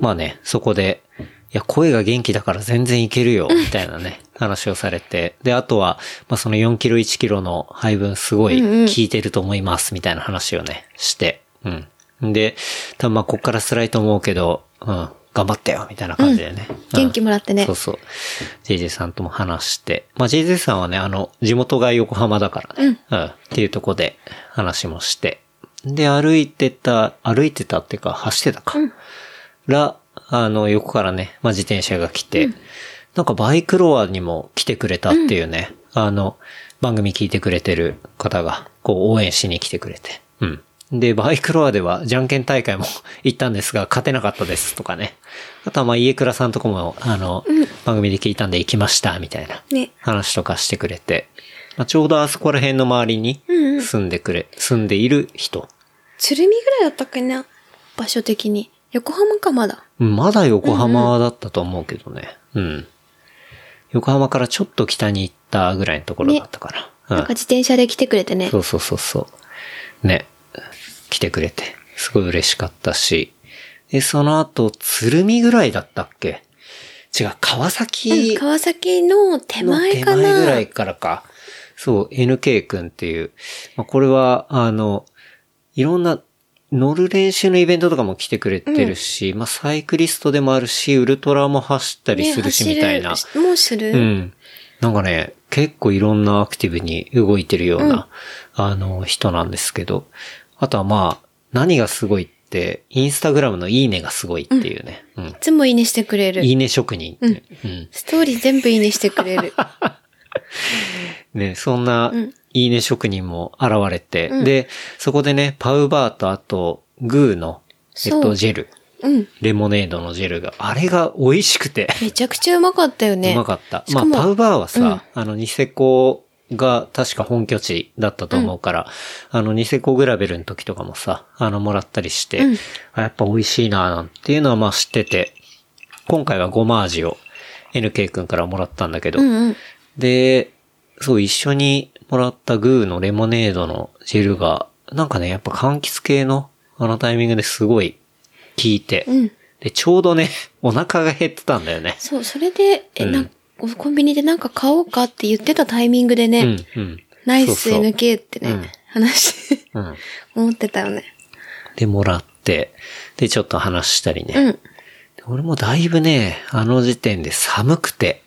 まあね、そこで、いや、声が元気だから全然いけるよ、みたいなね、話をされて、で、あとは、まあ、その4キロ、1キロの配分すごい
うんうん
効いてると思います、みたいな話をね、して、うん。で、多分まあ、こっから辛いと思うけど、うん、頑張ったよ、みたいな感じでね。うん
元気もらってね
そう。そう。JJ さんとも話して。まあ、JJ さんはね、あの、地元が横浜だからね。うん。っていうとこで話もして。で、歩いてた、歩いてたっていうか、走ってたか。ら、あの、横からね、まあ、自転車が来て、なんかバイクロアにも来てくれたっていうね、あの、番組聞いてくれてる方が、こう応援しに来てくれて。うん。で、バイクロアではじゃんけん大会も 行ったんですが、勝てなかったですとかね。あとはまあ家倉さんとこも、あの、番組で聞いたんで行きました、みたいな。
ね。
話とかしてくれて、まあ、ちょうどあそこら辺の周りに
うんうん
住んでくれ、住んでいる人。
鶴見ぐらいだったっけな場所的に。横浜かまだ。
うんまだ横浜だったと思うけどね。うん、横浜からちょっと北に行ったぐらいのところだったかな。
なんか自転車で来てくれて
うん。
ね
そ。うそうそうそう。ね。来てくれて、すごい嬉しかったし。で、その後、鶴見ぐらいだったっけ違う、川
うん
崎
川崎の手
の
前
手
か
前
な
ぐらいからか。そう、NK 君っていう。まあ、これは、あの、いろんな、乗る練習のイベントとかも来てくれてるし、まあ、サイクリストでもあるし、ウルトラも走ったり
ね
するし、
走
みたいな。
しもうする、
うん。なんかね、結構いろんなアクティブに動いてるような、あの、人なんですけど、あとはまあ、何がすごいって、インスタグラムのいいねがすごいっていうね。うん。
いつもいいねしてくれる。
いいね職人って。うん
ストーリー全部いいねしてく れる。
ね、そんな
うん、
いいね職人も現れて、
うん
で、そこでね、パウバーとあと、グーの、えっ
そ
と、
う
ジェル、
うん。
レモネードのジェルが、あれが美味しくて、
めちゃくちゃうまかったよ ね。
うまかった。
し
ま
か
あ、
も
パウバーはさ、あの、ニセコが確か本拠地だったと思うから、あの、ニセコグラベルの時とかもさ、あの、もらったりして、
うん
あやっぱ美味しいななんていうのはまあ知ってて、今回はゴマ味を NK 君からもらったんだけど、
うんうん。
で、そう、一緒にもらったグーのレモネードのジェルが、なんかね、やっぱ柑橘系のあのタイミングですごい効いて、
うん
で、ちょうどね、 お腹が減ってたんだよね。
そう、それで、え、
うん
なんコンビニでなんか買おうかって言ってたタイミングでね、
うん、うん。
ナイ
そ
ス
うそう
NK ってね、
うん
話して、
うん。
思ってたよね。
で、もらって、で、ちょっと話したりね。
うん。
で俺もだいぶね、あの時点で寒くて、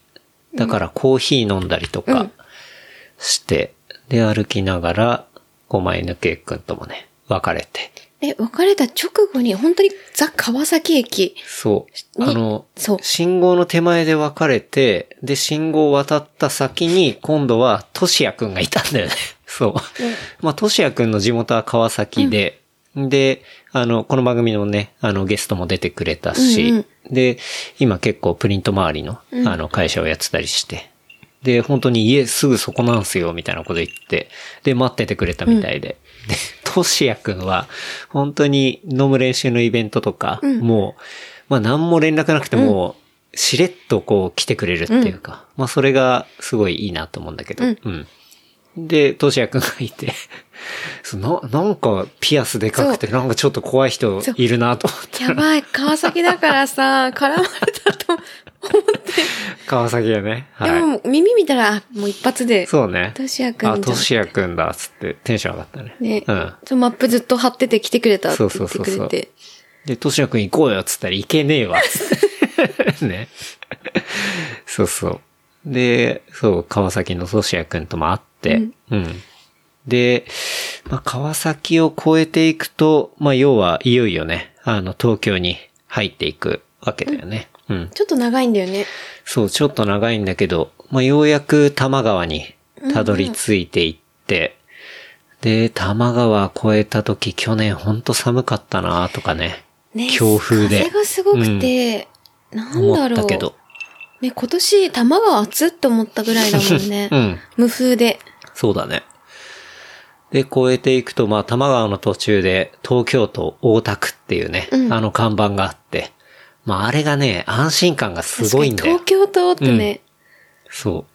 だからコーヒー飲んだりとかして、で、歩きながら、5枚抜けくんともね、別れて。
え、別れた直後に、本当にザ・川崎 駅。
そう。
に
あの、
そう
信号の手前で別れて、で、信号を渡った先に、今度は、としやくんがいたんだよね。 そう。まあ、としやくんの地元は川崎で、で、あの、この番組のね、あの、ゲストも出てくれたし、
うん
で、今結構プリント周りの、
うん
あの、会社をやってたりして、で、本当に家すぐそこなんすよ、みたいなこと言って、で、待っててくれたみたいで。で、としやくんは、本当に飲む練習のイベントとか、
うん
もう、まあ何も連絡なくても、しれっとこう来てくれるっていうか、まあそれがすごいいいなと思うんだけど、
うん
うんで、としやくんがいて、 そうな、なんかピアスでかくて、なんかちょっと怖い人いるなと思って、
やばい、川崎だからさ、絡まれたと思
川崎やね。
う。で
はい。
も、耳見たら、あもう一発で。
そうね。
としやくん
あ、
じゃ
と
ん
しやくんだ、つってテンション上がったね。
ね。
うん。
そうマップずっと貼ってて来てくれたって言ってくれて。
そうそうそうそうで、としやくん行こうよっつったら行けね えわっつって。ね。そうそう。で、そう、川崎のとしやくんとも会って、うん、で、まあ、川崎を越えていくと、まあ、要はいよいよね、あの、東京に入っていくわけだよね。うん。
ちょっと長いんだよね。
そう、ちょっと長いんだけど、まあ、ようやく多摩川にたどり着いていって、で、多摩川越えた時、去年ほんと寒かったなとかね。
ね
強風で
風がすごくて、なん
思
だ
っ
ろ
た
う。
けど。。
ね、今年、玉川暑って思ったぐらいだもんね
うん。
無風で。
そうだね。で、越えていくと、まあ、多摩川の途中で、東京都大田区っていうね、
うん
あの看板があって、まあ、あれがね、安心感がすごいんだよ
確。かに東京都ってね、
そ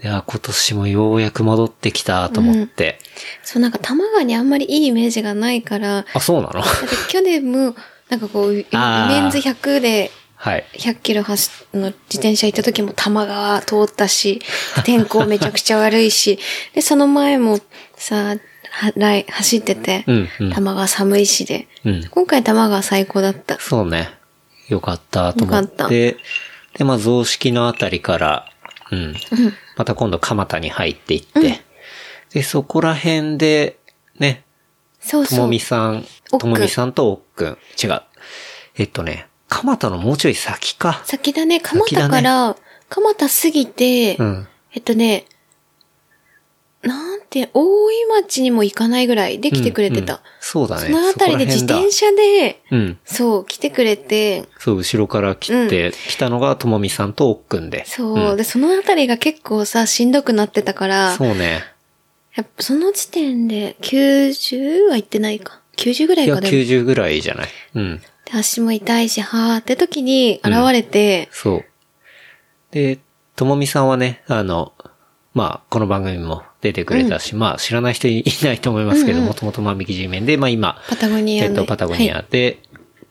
う。で、あ、今年もようやく戻ってきたと思って。
そうなんか玉川にあんまりいいイメージがないから、だ
あ、そうなの
って去年も、なんかこう、メン
あー
ズ100で
はい。
100キロ走っの自転車行った時も玉川通ったし、 天候めちゃくちゃ悪いし、で、その前もさ、は来走ってて、
うんうん
玉川寒いしで、
うん
今回玉川最高だった。
そうね。よかったと思っ。
よかって
で、まあ、雑式のあたりから、うん。また今度、蒲田に入っていって。で、そこら辺で、ね、
そう
と
そ
も
う
み。さん、
おっくん
ともみさんとおっくん。違う。えっとね、蒲田のもうちょい先か。
先だね、蒲
先だね
田から蒲田過ぎて、
うん。
えっとね、なんて、大井町にも行かないぐらいで来てくれて
うんう
た
ん。そうだね。
そのあたりで自転
車。
車で、
うん。
そう、来てくれて、
そう、後ろから来て、来たのがともみさんとおっくんで。
そう、
ん
で、そのあたりが結構さ、しんどくなってたから、
そうね。
やっぱその時点で90は行ってないか。90ぐらい
いや、
かでも。で
90ぐらいじゃない。うん。
足も痛いし、はーって時に現れて、
そう。で、ともみさんはね、あの、まあ、この番組も出てくれたし、まあ、知らない人いないと思いますけど、もともと万引き G メンで、まあ今、
パタゴニア
え
の
っと、パタゴニ
は
アで、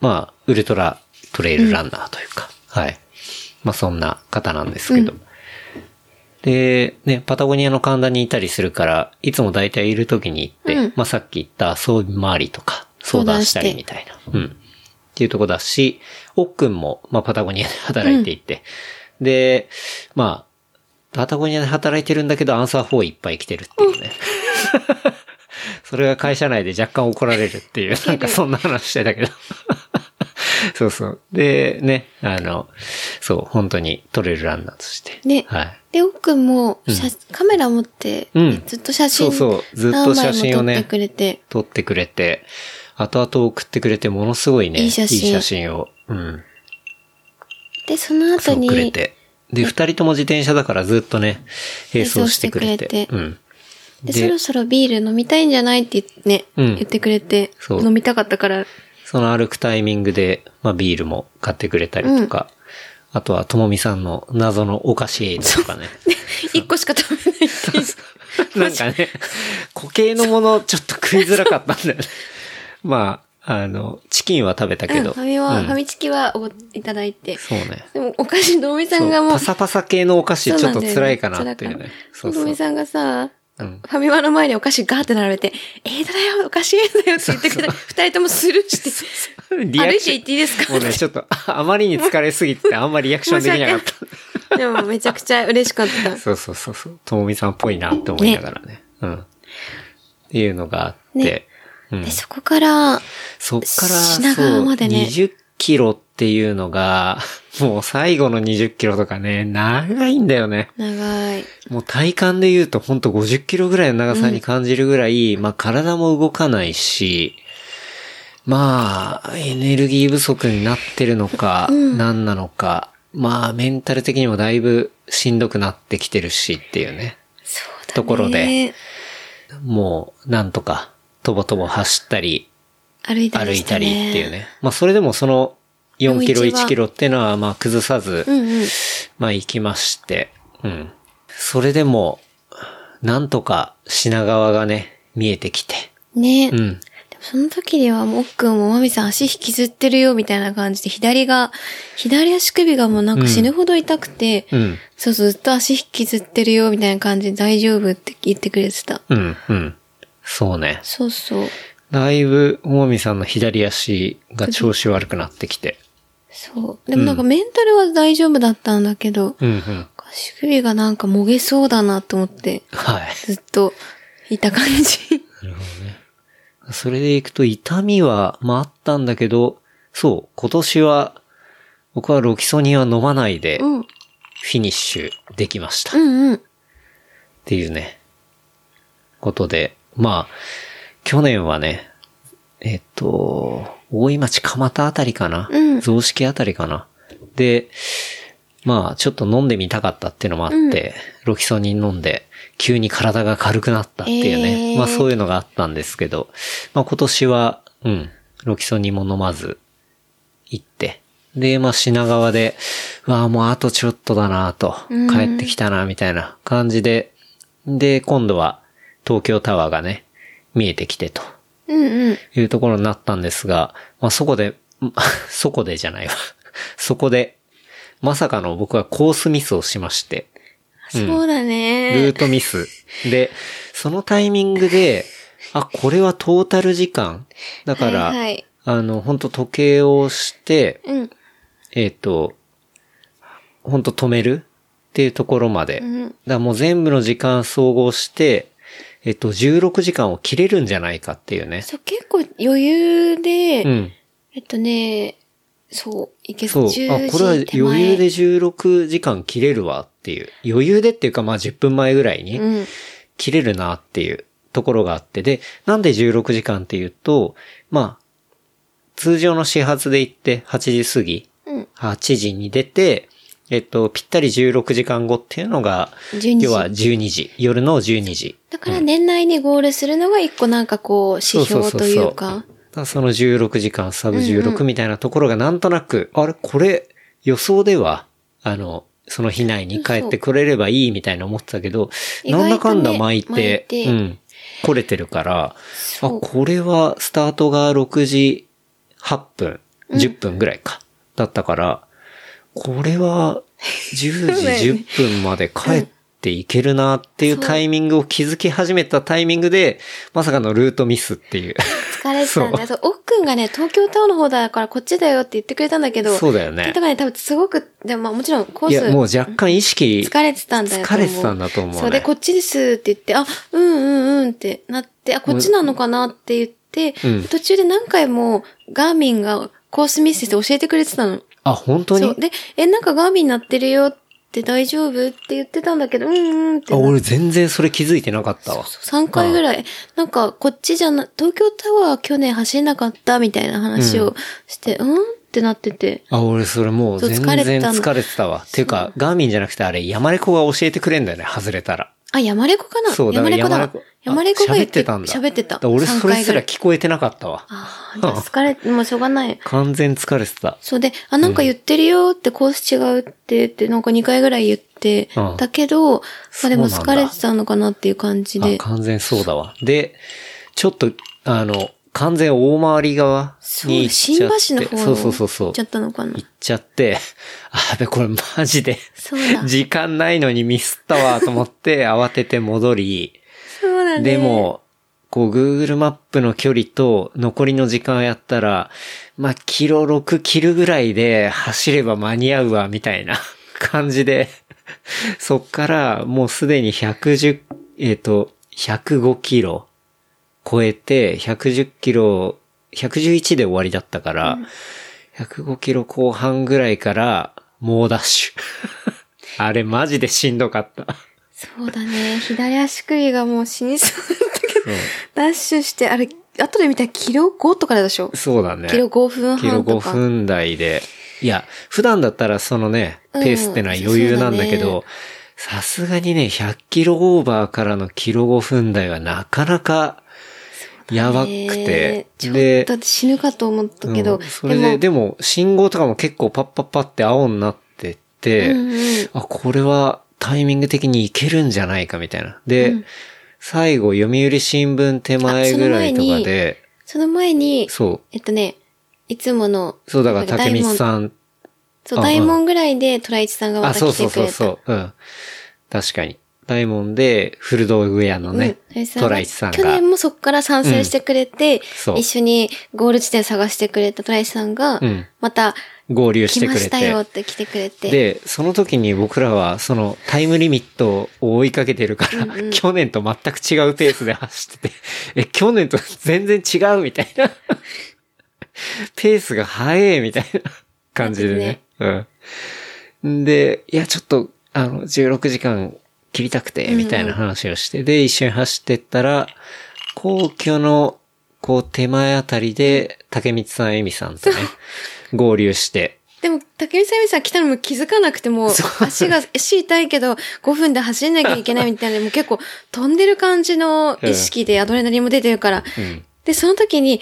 まあ、ウルトラトレイルランナーというか、はい。まあ、そんな方なんですけど。で、ね、パタゴニアの神田にいたりするから、いつも大体いる時に行って、
うん
まあ、さっき言った装備回りとか、相談したりみたいな。うん。っていうとこだし、おっくんも、まあ、パタゴニアで働いていて、で、まあ、パタゴニアで働いてるんだけど、アンサー4いっぱい来てるっていうね。それが会社内で若干怒られるって いう、なんかそんな話してたけど。そうそう。で、ね、あの、そう、本当に撮れるランナーとして。
ね
はい。
で、奥も写、カメラ持って、
うん
ずっと写真、
そうそうずっと写真をね
何枚も撮ってくれて、
撮ってくれて、後々送ってくれて、ものすごいね、
いい写真
を、うん、
で、その後
そう
に、
くれて。で、二人とも自転車だからずっとね、並走してくれて。
並走してくれて
うん。
で、そろそろビール飲みたいんじゃないってね、
うん
言ってくれて、
そう
飲みたかったから、
その歩くタイミングで、まあビールも買ってくれたりとか、あとはともみさんの謎のお菓子エイドとかね。
一個しか食べないっていう。
なんかね、固形のものちょっと食いづらかったんだよ ね。まあ、あの、チキンは食べたけ
うん、フ
ど。
ァミは、
うん
ファミチキはおいただいて。
そうね。
でも、お菓子、のみさ
そ
ん
う
がもう、
パサパサ系のお菓子ちょっと辛いかなってい
て
うね。そう
の
そう
み。さんがさ、
うん
ファミマの前にお菓子ガーって並べて、ええだよ、お菓子ええだよって言ってくれて、二人ともスルーして、
リア
歩
ク
いて
ション
行っていいですか
もうね、ちょっと、ああまりに疲れすぎてあんまりリアクションでき なかった。
でもめちゃくちゃ嬉しかった。
そうそうそうそう。ともみさんっぽいなって思いながらね。うん。っていうのがあって。
ね
うん
で、、そこから、
そっから、
品川までね
そう20キロっていうのが、 もう最後の20キロとかね、長いんだよね。
長い。
もう体感で言うとほんと50キロぐらいの長さに感じるぐらい、まあ体も動かないし、まあ、エネルギー不足になってるのか、何なのか、まあメンタル的にもだいぶしんどくなってきてるしっていうね。
そうだね。
ところで。もう、なんとか、とぼとぼ走ったり、
歩いた
歩
り
い
したた
り
ね。
っていう。ね。まあそれでもその4キロ、
4キロ
1キロっていうのはまあ崩さず、
うんうん。
まあ行きまして、うん。それでも、なんとか品川がね、見えてきて、
ね、
う
でも
ん。
その時にはもう、おっくんもまみさん足引きずってるよ、みたいな感じで、左が、左足首がもうなんか死ぬほど痛くて、
うん。
そうそう、ずっと足引きずってるよ、みたいな感じで、大丈夫って言ってくれてた。
うん。うん。そうね。
そうそう。
だいぶ、もみさんの左足が調子悪くなってきて。
そう。でもなんかメンタルは大丈夫だったんだけど、
うんうん。
足首がなんかもげそうだなと思って、
はい。
ずっといた感 じ。
それでいくと痛みは、まああったんだけど、そう、今年は、僕はロキソニンは飲まないで、
う
フ
ん。
ィニッシュできました。
う
っ
んうん。
ていうね、ことで、まあ、去年はね、えっと、大井町蒲田あたりかな、
うん
雑色あたりかな。で、まあ、ちょっと飲んでみたかったっていうのもあって、ロキソニン飲んで、急に体が軽くなったっていうね。
えー
まあ、そういうのがあったんですけど、まあ、今年は、うん、ロキソニンも飲まず、行って。で、まあ、品川で、うわあ、もうあとちょっとだなと、
うん
帰ってきたなみたいな感じで、で、今度は、東京タワーがね、見えてきてと。
うんうん。
いうところになったんですが、まあ、そこで、 んそこでじゃないわ。そこで、まさかの僕はコースミスをしまして、
そうだ
ルー
ね。
トミス。で、そのタイミングで、あ、これはトータル時間。だから、
はいはい
あの、本当時計をして、
うん。
えっ、と、本当止めるっていうところまで。
うん
だからもう全部の時間総合して、えっ、と、16時間を切れるんじゃないかっていうね。
そう、結構余裕で、
うん。
えっとね、そう、いけ
そう。あ、これは余裕で16時間切れるわっていう。余裕でっていうか、まあ10分前ぐらいに
うん。
切れるなっていうところがあって。で、なんで16時間っていうと、まあ、通常の始発で行って8時過ぎ、
うん。
8時に出て、えっと、ぴったり16時間後っていうのが、
12時
要は12時、夜の12時。
だから年内にゴールするのが一個なんかこう、指標というか。
だからその16時間、サブ16みたいなところがなんとなく、あれ、これ、予想では、あの、その日内に帰ってくれればいいみたいな思ってたけど、
意
なん
外とね
だかんだ巻いて、
巻い
う
て
ん、来れてるから、あ、
そう
これはスタートが6時8分、10分ぐらいか、だったから、これは10時10分まで帰っていけるなっていうタイミングを気づき始めたタイミングで、まさかのルートミスっていう。
疲れてたんだ。そう、奥くんがね、東京タワーの方だからこっちだよって言ってくれたんだけど。
そうだよ
だ
ね
か。らね、多分すごく、でもまあもちろんコ
いや、もう
ース
若干意識、
疲れてたんだよと
疲
思う
れてたんだと思う、ね。
そうで、こっちですって言って、あ、うんうんうんってなって、あ、こっちなのかなって言って、
うん
途中で何回もガーミンがコースミスして教えてくれてたの。
あ、本当
そう。
に
で、え、なんかガーミンなってるよって大丈夫って言ってたんだけど、うんうんって
あ、
なって。
俺全然それ気づいてなかったわ。
3回ぐらい、なんか、こっちじゃな、東京タワー去年走れなかったみたいな話をして、うん、ってなってて。
あ、俺それもう
そう
全
疲れて
然
たの
疲れてたわ。ていうか、ガーミンじゃなくてあれ、山レコが教えてくれんだよね、外れたら。
あ、山レコかな
そうだ
山レコだ
山レ
わ
コ。
山レコが
あ
言
喋ってたんだ
喋ってた。
だから俺それすら
3回ぐい
聞こえてなかったわ。
あー じゃあ疲れて、もうしょうがない。
完全疲れてた。
そうで、あ、なんか言ってるよって、コース違うって言って、なんか2回ぐらい言って、
うん
だけど、まあでも
そうなん
疲
だ
れてたのかなっていう感じ
あ、
で。
完全そうだわ。で、ちょっと、あの、完全大回り側
そう
に、行っ
新
ちゃ
橋
って。
の方
そうそうそうそ
行
う
っち。ゃったのかな
行っちゃって、 あべ、これマジで、
そう だ。
時間ないのにミスったわと思って、慌てて戻り、
そうだね。
で、も、こう Google マップの距離と残りの時間やったら、まあ、キロ6キルぐらいで走れば間に合うわ、みたいな感じで、 そっからもうすでに110、えっ、と、105キロ超えて、110キロ、111で終わりだったから、105キロ後半ぐらいから、猛ダッシュ。 あれマジでしんどかった。
そうだね。左足首がもう死にそうだったけど、ダッシュして、あれ、後で見たらキロ5とかでしょ
そうだね。
キロ5分
キロ
半と
5
か。
分台で。いや、普段だったらそのね、
うん
ペースってのは余裕なんだけ
そうだ
ど、さすがにね、100キロオーバーからのキロ5分台はなかなかやばくて
ね。ちょっと死ぬかと思ったけど、
うんそれで、でも、信号とかも結構パッパッパって青になってって、
うんうん
あ、これはタイミング的にいけるんじゃないかみたいな。で、
うん
最後、読売新聞手
あ
前
その
ぐら
前
い
に
とかで、
その前に、
そう。
えっとね、いつもの、
そう、だから、竹
大
光
門
さん
そう、
あ
大門ぐらいで、トライチさんがま
あ、
た
そう
来
そ
て
う
く
そう
れた。
そう。うん。確かに。大門で、古道具屋のね、
うん
トライチさん
去
が
年。もそこから参戦してくれて、
そう
一緒にゴール地点探してくれたトライチさんが、
うん
また、
合流し
来
てく
ま
れ。
したよってて来てくれて。
で、その時に僕らは、その、タイムリミットを追いかけてるから、去年と全く違うペースで走って て、え、去年と全然違うみたいな。 ペースが速いみたいな感じでね。うん。で、いや、ちょっと、あの、16時間切りたくて、みたいな話をして、で、一緒に走ってったら、皇居の、こう、手前あたりで、竹光さん、恵美さんと ね、合流して、
でも、竹内さんさん来たのも気づかなくても、足が、足痛いけど、5分で走んなきゃいけないみたいな、もう結構飛んでる感じの意識でアドレナリンも出てるから、
うん。
で、その時に、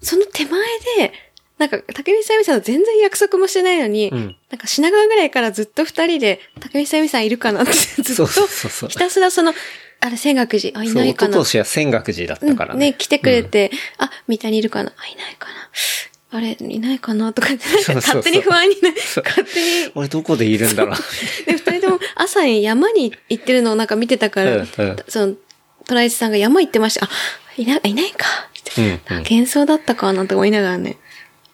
その手前で、なんか、竹内さんさんと全然約束もしてないのに、
うん
なんか品川ぐらいからずっと二人で、竹内さんさんいるかなって、ず
そ
っ
うそう
と、
そうそう
ひ。たすらその、あれ、仙岳寺、あ、い
そう、
な
一
いか
昨
な。
年は仙岳寺だったから
うん
ね。
ね、来てくれて、あ、三谷いるかなあ、いないかなあれ、いないかなとかって、なんか
そうそうそう
勝手に不安になる。
そう
勝手に。
俺どこでいるんだろう。
で、二人とも朝に山に行ってるのをなんか見てたから、
うんうん
その、トライチさんが山行ってました。あ、いない、いないか。って
うんうん
あ幻想だったかなと思いながらね。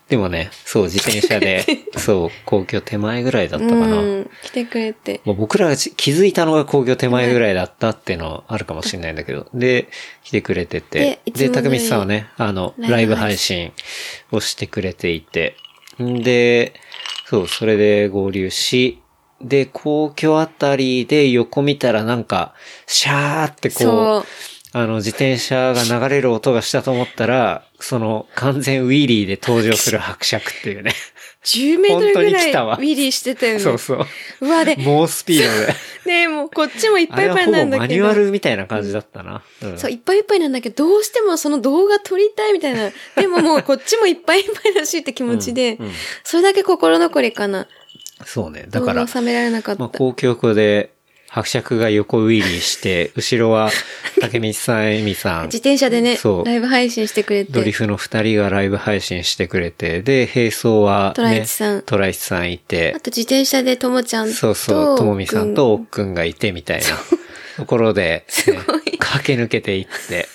でもね、そう、自転車で、そう、皇居手前ぐらいだったかな。
うん、来てくれて。
まあ僕らがち気づいたのが工業手前ぐらいだったっていうのはあるかもしれないんだけど、で、来てくれてて
で、いつも
で、
のように
竹道さんはね、あの、ラ
ラ
イ
イ
ブ
ブ
配
配
信をしてくれていて、んで、そう、それで合流し、で、皇居あたりで横見たらなんか、シャーって
そ
こ
う
う、。あの、自転車が流れる音がしたと思ったら、その、完全ウィリーで登場する伯爵っていうね。
10メートル
本
ぐ
当
ら
に
い
来たわ
ウィリーしてたよね。
そうそう。
うわ、で、ね
猛スピード で。
え、もうこっちもいっ
あ
ぱいい
れは
っぱい
ほ
な
ぼ
んだ
マニ
け
ュ
ど
ア。ルみたいな感じだったな。うん
そう、いっぱいいっぱいなんだけど、どうしてもその動画撮りたいみた いな。でももうこっちもいっぱいいっぱいらしいって気持ちで、
うんうん
それだけ心残りかな。
そうね。だ
動
か
画
ら
を、収められなかった。
まあ、公共で、伯爵が横ウィリーして、後ろは、竹道さん、恵美さん
自、転車でね
そう、
ライブ配信してくれ
ドリ
て。
フの二人がライブ配信してくれて、で、並走は、ね、
トライチさん
トライチさんいて
あ、と自転車でともちゃんと、
そうそう、ともみさんとおっ
く
くんがいてみたいなところで、ね駆け抜けていって。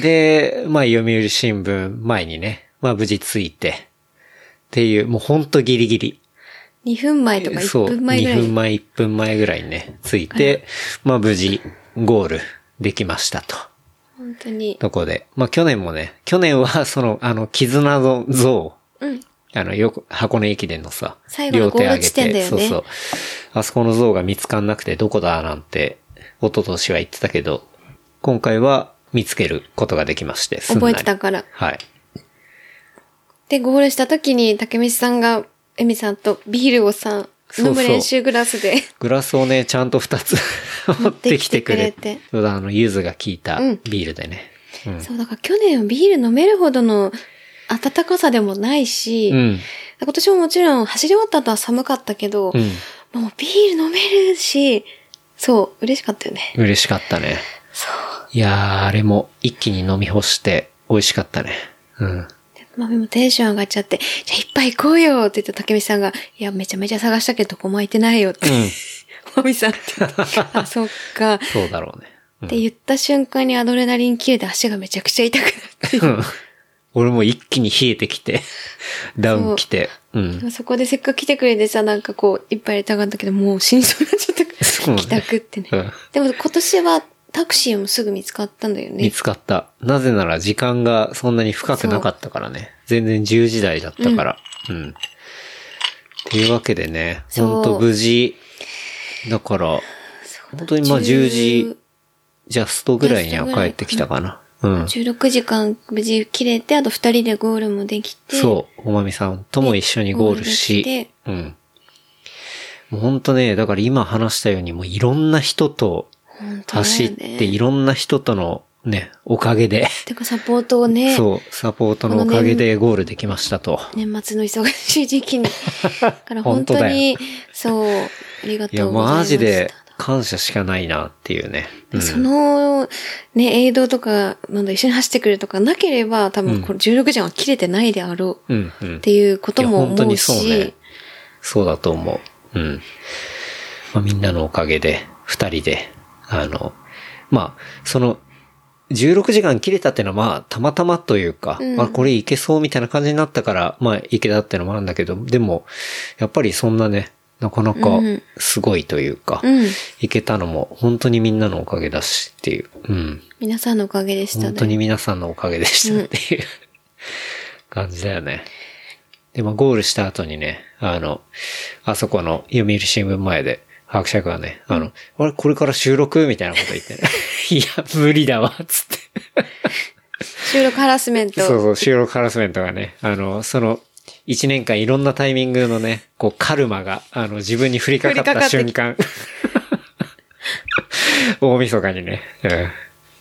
で、まあ読売新聞前にね、まあ無事着いて、っていう、もうほんとギリギリ。
ん2分前とか
そ
1
う、
分前ぐらい
2分前、1分前ぐらいにね、着いて、まあ無事ゴールできましたと。
本当に。
とこで。まあ去年もね、去年はその、あの、絆の像、
うん。
あの、よく、箱根駅伝のさ、
最後のゴール地点だよね
そうそう。あそこの像が見つかんなくてどこだなんて、一昨年は言ってたけど、今回は見つけることができまして、すんな
覚え
り
てたから。
はい。
で、ゴールした時に、竹道さんが、えみさんとビールをさ、
そうそう
飲む練習グラスで。
グラスをね、ちゃんと二つ持ってきてくれ
持ってきてくれて
て。そうだ、あの、柚子が効いた
うん
ビールでね。うん。
そう、だから去年はビール飲めるほどの暖かさでもないし、
うん。
今年ももちろん走り終わった後は寒かったけど、
うん。
もうビール飲めるし、そう、嬉しかったよね。
嬉しかったね。
そう。
いやー、あれも一気に飲み干して美味しかったね。 うん。
マミもテンション上がっちゃって、じゃあ一杯行こうよって言った竹見さんが、いや、めちゃめちゃ探したけどどこも空いてないよって、
うん。
マミさんって言って。 あ、そっか。っ
そうだろうね。うん
て言った瞬間にアドレナリン切れて足がめちゃくちゃ痛くなって。
うん俺も一気に冷えてき て、ダウン来て。う
で
ん。
もそこでせっかく来てくれてさ、なんかこう、いっぱい入れたかったけど、もう死にそうになっちゃったから。
そうね
帰宅ってね。
うん
でも今年はタクシーもすぐ見つかったんだよ
見
ね。
つかった。なぜなら時間がそんなに深くなかったからね。全然10時台だったから。うん。っていうわけでね、
そう
ほんと無事。だから、本当にまあ10時ジャストぐらいには帰ってきたかな。うん。
16時間無事切れて、あと2人でゴールもできて。
そう。おまみさんとも一緒にゴールし
で。
うん。もうほんとね、だから今話したようにもういろんな人と
本当だよね。
走っていろんな人とのね、おかげで、
てかサポートをね、
そう、サポートのおかげでゴールできましたと。
年末の忙しい時 期に。だから本当に、そう、ありが
い
と
や、
うござい
マ
ました。
ジで感謝しかないなっていうね。うん
その、ね、映像とか、なんだ、一緒に走ってくるとかなければ、多分これ16時間は切れてないであろう。
うん、うん。
っていうことも
いや本当
思う
にそうね
し、。
そうだと思う。うん。まあ、みんなのおかげで、二人で、あの、まあ、その、16時間切れたっていうのは、まあ、たまたまというか、
うん
あ、これいけそうみたいな感じになったから、まあ、いけたっていうのもあるんだけど、でも、やっぱりそんなね、なかなか
うん
すごいというか、
うん。
いけたのも、本当にみんなのおかげだしっていう、うん。
皆さんのおかげでした
本当に
ね。
皆さんのおかげでしたっていう、感じだよね。で、まあ、ゴールした後にね、あの、あそこの読売新聞前で、伯爵がね、あの、あれ、これから収録みたいなこと言ってね。 いや、無理だわ、つって。
収録ハラスメント。
そうそう、収録ハラスメントがね、あの、その、一年間いろんなタイミングのね、こう、カルマが、あの、自分に降りかかった
降
瞬
り
間。大晦日にね、うん。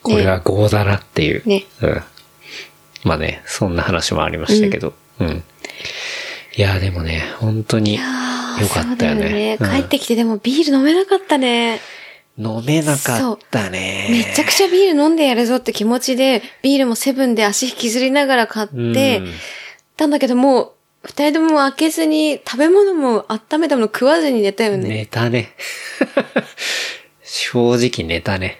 これは業だなっていう。
ね
うん。まあね、そんな話もありましたけど。うん。いや、でもね、本当に、よ
あー
かったよ
そうだ
ね。
帰ってきてでもビール飲めなかったね。
うん飲めなかったね。
めちゃくちゃビール飲んでやるぞって気持ちで、ビールもセブンで足引きずりながら買って、
うん
たんだけどもう、二人とも開けずに、食べ物も温めたもの食わずに寝たよね。
寝た ね。正直寝たね。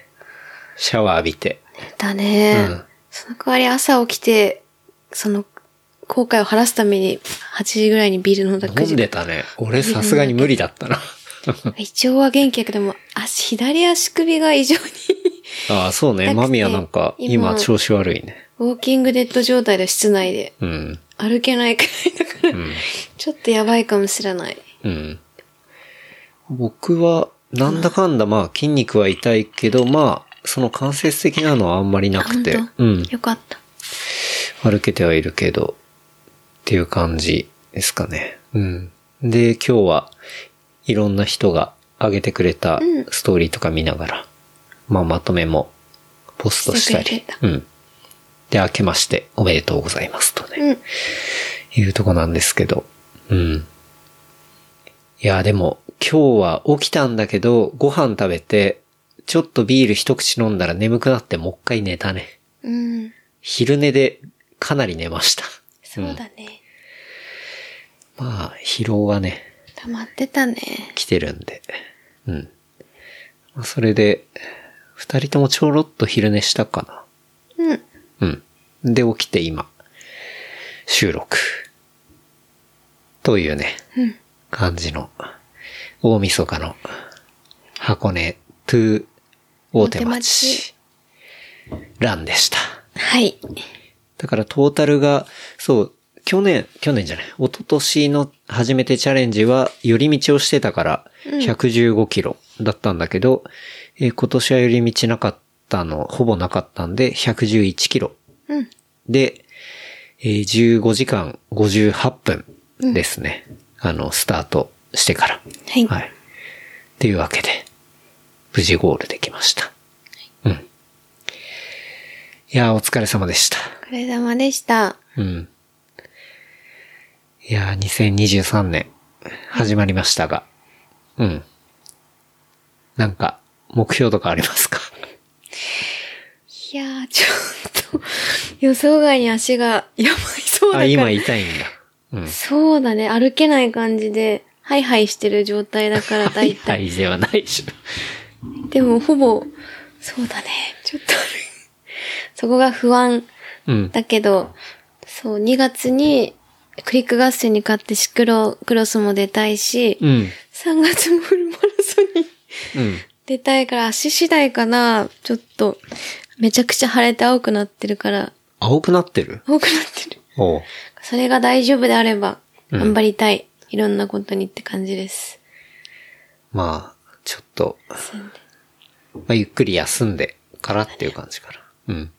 シャワー浴びて。
だね、
うん
その代わり朝起きて、その、後悔を晴らすために、8時ぐらいにビール飲んだ9
飲ん
時
でたね。俺さすがに無理だったな。
胃腸は元気やけども、足、左足首が異常に、
ああ、そうね。
痛くて
マミはなんか、今
今
調子悪いね。
ウォーキングデッド状態で室内で。
うん。
歩けないくらいだから、ちょっとやばいかもしれない。
うん。僕は、なんだかんだ、まあ、筋肉は痛いけど、まあ、その関節的なのはあんまりなくて、
本当
うん。
よかった。
歩けてはいるけど、っていう感じですかね。うん。で、今日はいろんな人が上げてくれた
うん
ストーリーとか見ながら、まあまとめもポストした
して
り
くれて、
うん。で、明けましておめでとうございますとね、
うん。
いうとこなんですけど、うん。いや、でも今日は起きたんだけど、ご飯食べて、ちょっとビール一口飲んだら眠くなってもう一回寝たね。
うん。
昼寝でかなり寝ました。
そうだね。
まあ、疲労がね、
溜まってたね。
来てるんで。うん。まあそれで、二人ともちょろっと昼寝したか
うん。
な。うん。で、起きて今、収録。というね、
うん。
感じの、大晦日の、箱根、トゥ大手町、ランでした。
はい。
だからトータルが、そう、去年、去年じゃない、一昨年の初めてチャレンジは、寄り道をしてたから、115キロだったんだけど、えー今年は寄り道なかったの、ほぼなかったんで、111キロ。
うん。
で、えー15時間58分ですね。あの、スタートしてから。
はい。
はい。っていうわけで、無事ゴールできました。うん。いやー、お疲れ様でした。
お疲れ様でした。
うん。いやー、2023年、始まりましたが。うん。なんか、目標とかありますか
いやー、ちょっと、予想外に足がやばいそうだか
あ、
ら。
今痛いんだ。うん。
そうだね。歩けない感じで、ハイハイしてる状態だから大体。
痛いではないし。
でも、ほぼ、そうだね。ちょっと歩い、そこが不安
うん。
だけど、そう、2月に、クリック合戦に勝ってシクロクロスも出たいし、
うん。
3月もフルマラソンに
うん。
出たいから足次第かな。ちょっと、めちゃくちゃ腫れて青くなってるから、
青くなってる
青くなってる。
おう
それが大丈夫であれば、
うん
頑張りたい。いろんなことにって感じです。
まあ、ちょっと、まあ、ゆっくり休んでからっていう感じかな。うん。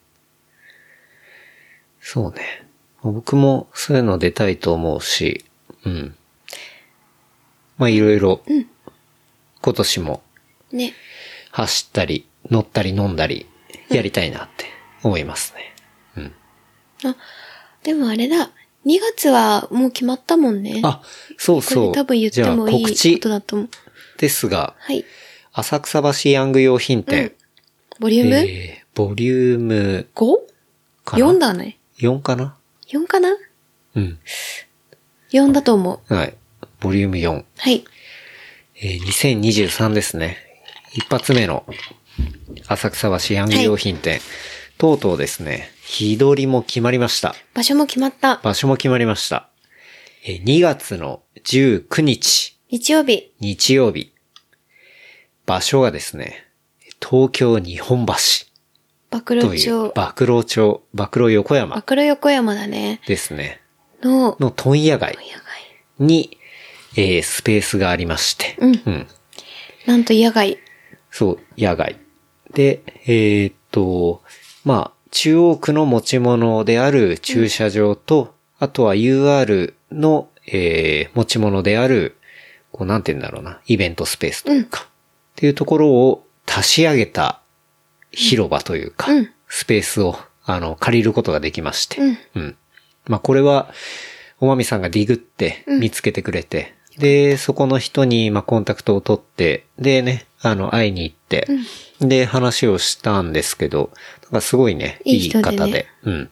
そうね。僕もそういうの出たいと思うし、うん。まあいろいろ、今年も
ね。
走ったり、乗ったり飲んだり、やりたいなって思いますね。
でもあれだ。2月はもう決まったもんね。
あ、そう
これ
そう。
多分言ってもい
じ
い
ゃあ
こ
告
と
知
だと思う。
ですが、
はい。
浅草橋ヤング用品店、
ボリューム、
えーボリューム
5?4
かな
だね。
4かな
4かな
うん。
?4 だと思う。
はい。ボリューム4。
はい。
えー2023ですね。一発目の浅草橋ヤング用品店。とうとうですね、日取りも決まりました。
場所も決まった。
場所も決まりました。えー2月の19日、
日曜日。
日曜日。場所がですね、東京日本橋
暴
と
露
いう、
町。
爆露町、爆露横山
暴露横山だね。
ですね、
の、
の問屋街
野外。
に、えースペースがありまして、
うん
うん、
なんと野外。
そう、野外。で、えーっと、まあ、中央区の持ち物である駐車場と、あとは UR の、えー持ち物である、こう、なんて言うんだろうな、イベントスペースというか、っていうところを足し上げた広場というか、
うん
スペースを、あの、借りることができまして、
うん。
うん。まあ、これは、おまみさんがディグって、
うん
見つけてくれて、で、そこの人に、まあ、コンタクトを取って、でね、あの、会いに行って、で、話をしたんですけど、なんかすごいね、
い
い
い
い
人でね
方で、うん。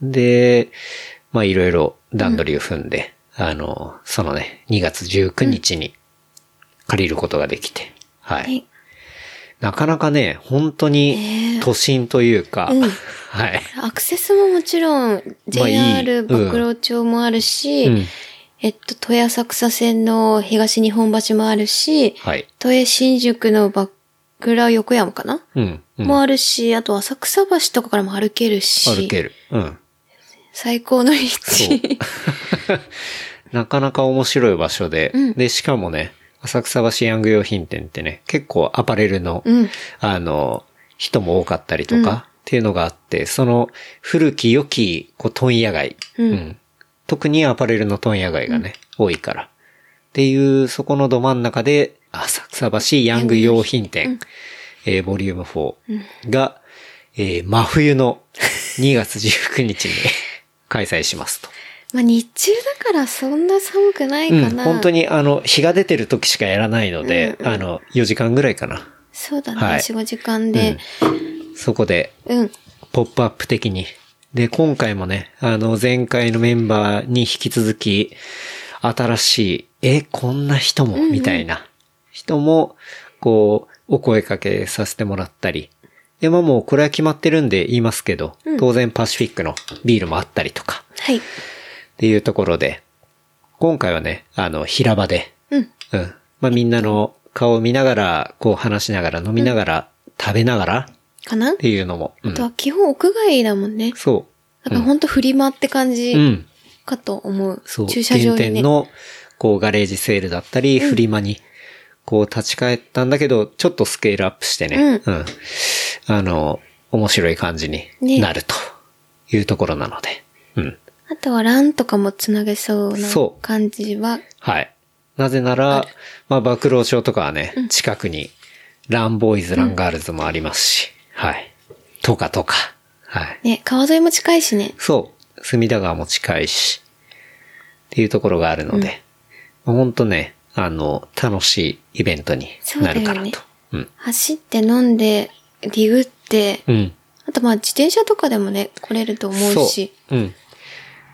で、まあ、いろいろ段取りを踏んで、あの、そのね、2月19日に借りることができて、はい。
はい。
なかなかね、本当
ね
に都心というか、
うん
はい。
アクセスももちろん、
う
JR
ん
暴露町もあるし、
うん
えっと、都営浅草線の東日本橋もあるし、
はい。
都営新宿のバックラ横山かな、
うん。うん
もあるし、あと浅草橋とかからも歩けるし。
歩ける。うん。
最高の立地。
なかなか面白い場所で、
うん
で、しかもね、浅草橋ヤング用品店ってね、結構アパレルの、
うん
あの、人も多かったりとか、
うん
っていうのがあって、その古き良き、こう、問屋街、
うん
特にアパレルの問屋街がね、多いから。っていう、そこのど真ん中で、浅草橋ヤング用品店、えーボリューム4が、えー真冬の2月19日に 開催しますと。
まあ日中だからそんな寒くないか
うん、
な。
本当。にあの、日が出てる時しかやらないので、あの、4時間ぐらいかな。
そうだね。
はい
4、5時間で。
そこで、
うん。
ポップアップ的に。で、今回もね、あの、前回のメンバーに引き続き、新しい、え、こんな人も、みたいな人も、こう、お声かけさせてもらったり。で、まあもう、これは決まってるんで言いますけど、当然パシフィックのビールもあったりとか、
はい。
っていうところで、今回はね、あの、平場で、
うん。
うん。まあみんなの顔を見ながら、こう話しながら、飲みながら、食べながら
かな
っていうのも。う
あとは
ん、
基本屋外だもんね。
そ
だから本当フリマって感
う。
じ
うん。
かと思う。
そう。
駐車場
原
にね。
点の、こうガレージセールだったり、フリマに、こう立ち返ったんだけど、ちょっとスケールアップしてね。うん。あの、面白い感じに
ね
なるというところなので。うん。
あとはランとかもつなげそうな
そう
感じは。
はい。なぜなら、まあ、暴露町とかはね、近くに、ランボーイズ、ランガールズもありますし、はい。とかとか、はい。
ね、川沿いも近いしね。
そう、隅田川も近いし、っていうところがあるので、ほんとね、あの、楽しいイベントになるかなと。
そう走って飲んで、ディグって、
ん。うん。
あとまあ自転車とかでもね、来れると思うし。
そう。うん。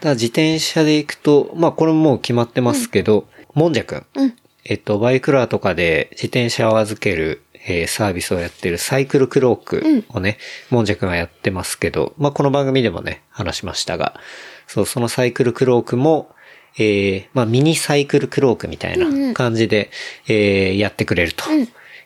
ただ自転車で行くと、まあこれももう決まってますけど、もんじゃくん。
うん
えっと、バイクラーとかで自転車を預ける、えーサービスをやってるサイクルクロークをね、もんじゃくんはやってますけど、まあこの番組でもね、話しましたが、そう、そのサイクルクロークも、えーまあミニサイクルクロークみたいな感じで、えーやってくれると。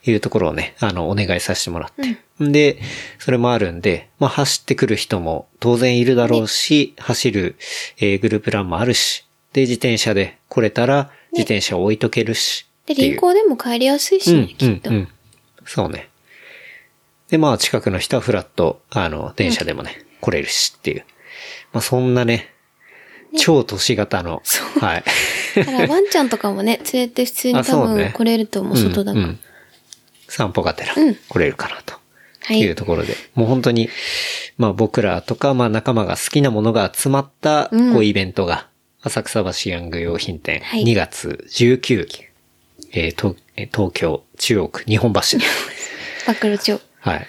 いうところをね、あの、お願いさせてもらって。で、それもあるんで、まあ、走ってくる人も当然いるだろうし、走る、えーグループランもあるし、で、自転車で来れたら、自転車を置いとけるし、
で、
っていう
輪行でも帰りやすいしね、きっと。
うんうんうん。そうね。で、まあ、近くの人はフラット、あの、電車でもね、来れるしっていう。まあ、そんなね、超都市型の、 はい。
だからワンちゃんとかもね、連れて普通に
あ
多
そうね
分来れると思う、外だから。
うんうん散歩がてら
うん
来れるかなと。。
はいいう
ところで。もう本当に、まあ僕らとか、まあ仲間が好きなものが集まった、
うん
こうイベントが、浅草橋ヤング用品店、
はい
2月19、えー東えー東京、中央区、日本橋に、
バックル町。
はい、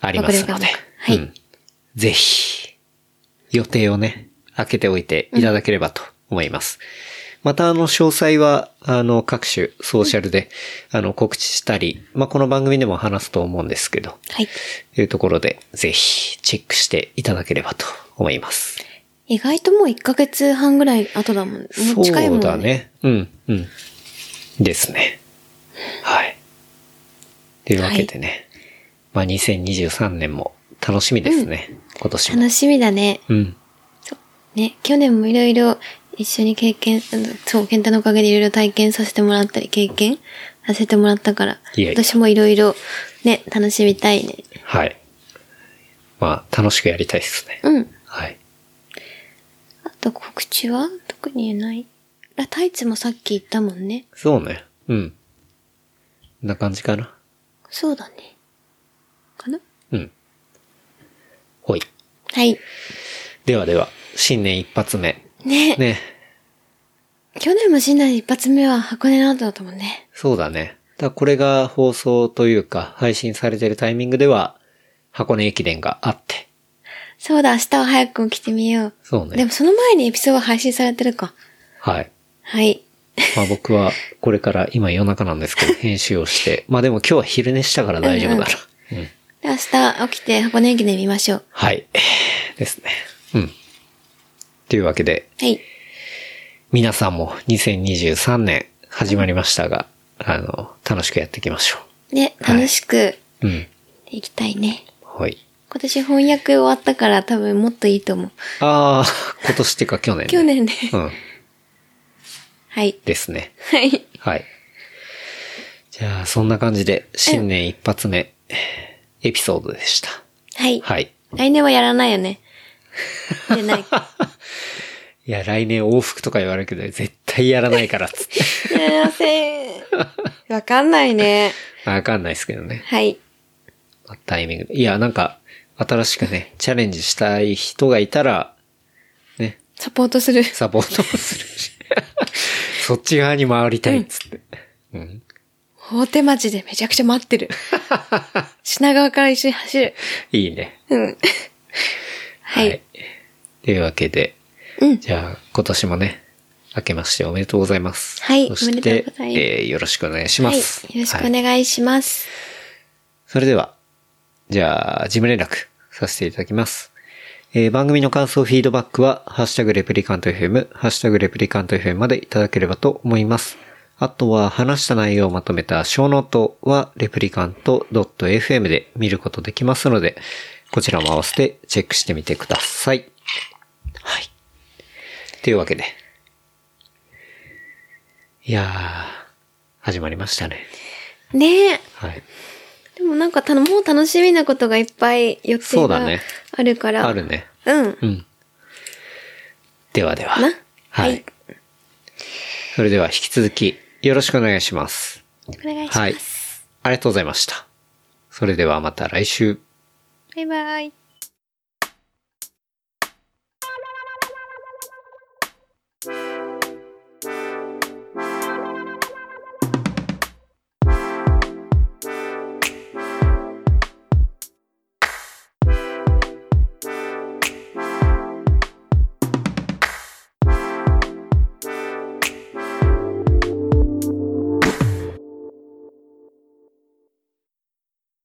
ありますの
わか
で
るかな、はい
うんぜひ、予定をね、開けておいていただければと思います。また、あの、詳細は、あの、各種ソーシャルで、あの、告知したり、まあ、この番組でも話すと思うんですけど、
はい。
というところで、ぜひ、チェックしていただければと思います。
意外ともう1ヶ月半ぐらい後だもん。もう近いもん、
そうだ。ね。うん、うん。ですね。はい。というわけでね、まあ、2023年も楽しみですね。今年も。
楽しみだね。
うん。
ね、去年もいろいろ一緒に経験、うんそう、健太のおかげでいろいろ体験させてもらったり、経験させてもらったから、
いやいや
私もいろいろね、楽しみたいね。
はい。まあ、楽しくやりたいですね。
うん。
はい。
あと告知は特に言えないラタイツもさっき言ったもんね。
そうね。うん。こんな感じかな。
そうだね。かな
うん。ほい。
はい。
ではでは、新年一発目。
ね
ね。
去年も新年一発目は箱根の後だったもんね。
そうだね。だからこれが放送というか、配信されてるタイミングでは、箱根駅伝があって。
そうだ、明日は早く起きてみよう。
そう
で
ね
も。その前にエピソード配信されてるか。
はい。
はい。
まあ僕は、これから、今夜中なんですけ ど、編集をして。まあでも今日は昼寝したから大丈夫だな。うん。
で明日起きて箱根駅伝見ましょう。
はい。ですね。うん。というわけで、
はい。
皆さんも2023年始まりましたが、あの、楽しくやっていきましょ
ね、
はい
楽しく
う。うん。
いきたいね。
はい。
今年翻訳終わったから多分もっといいと思う。
ああ、今年っていうか去年、ね。
去 年ね。
うん。
はい。
ですね。
はい。
はい。じゃあ、そんな感じで、新年一発目、エピソードでした。
はい。
はい。
来年はやらないよ ね。でない。
いや、来年往復とか言われるけど、絶対やらないから、つって。
いやせーわかんないね。
わかんないですけどね。
はい。
まあタイミングで。いや、なんか、新しくね、チャレンジしたい人がいたら、ね、
サポートする。
サポートもする し、そっち側に回りたいっつって。うん。
大手町でめちゃくちゃ 待ってる。品川から一緒に走る。
いいね。
うん。はい。
というわけで、
うん
じゃあ、今年もね、明けましておめでとうございます。
はい
そし
おめ
て
でとうご、ざいます
えーよろしくお願いしま
はい。よ
す。
ろしくお
はい
願いします。
それでは、じゃあ、事務連絡させていただきます。えー番組の感想、フィードバックは、ハッシュタグレプリカント FM、ハッシュタグレプリカント FM までいただければと思います。あとは、話した内容をまとめた小ノートは、レプリカント .fm で見ることできますので、こちらも合わせてチェックしてみてください。はい。というわけで。いやー、始まりましたね。
ねえ。
はい。
でもなんかたの、もう楽しみなことがいっぱい予
そ
定
うだ
が
ね
あるから。
あるね。
うん。
うん。ではでは。
な
はい。
はい
それでは引き続きよろしくお願いします。
お願いします。
はい。ありがとうございました。それではまた来週。
バイバイ。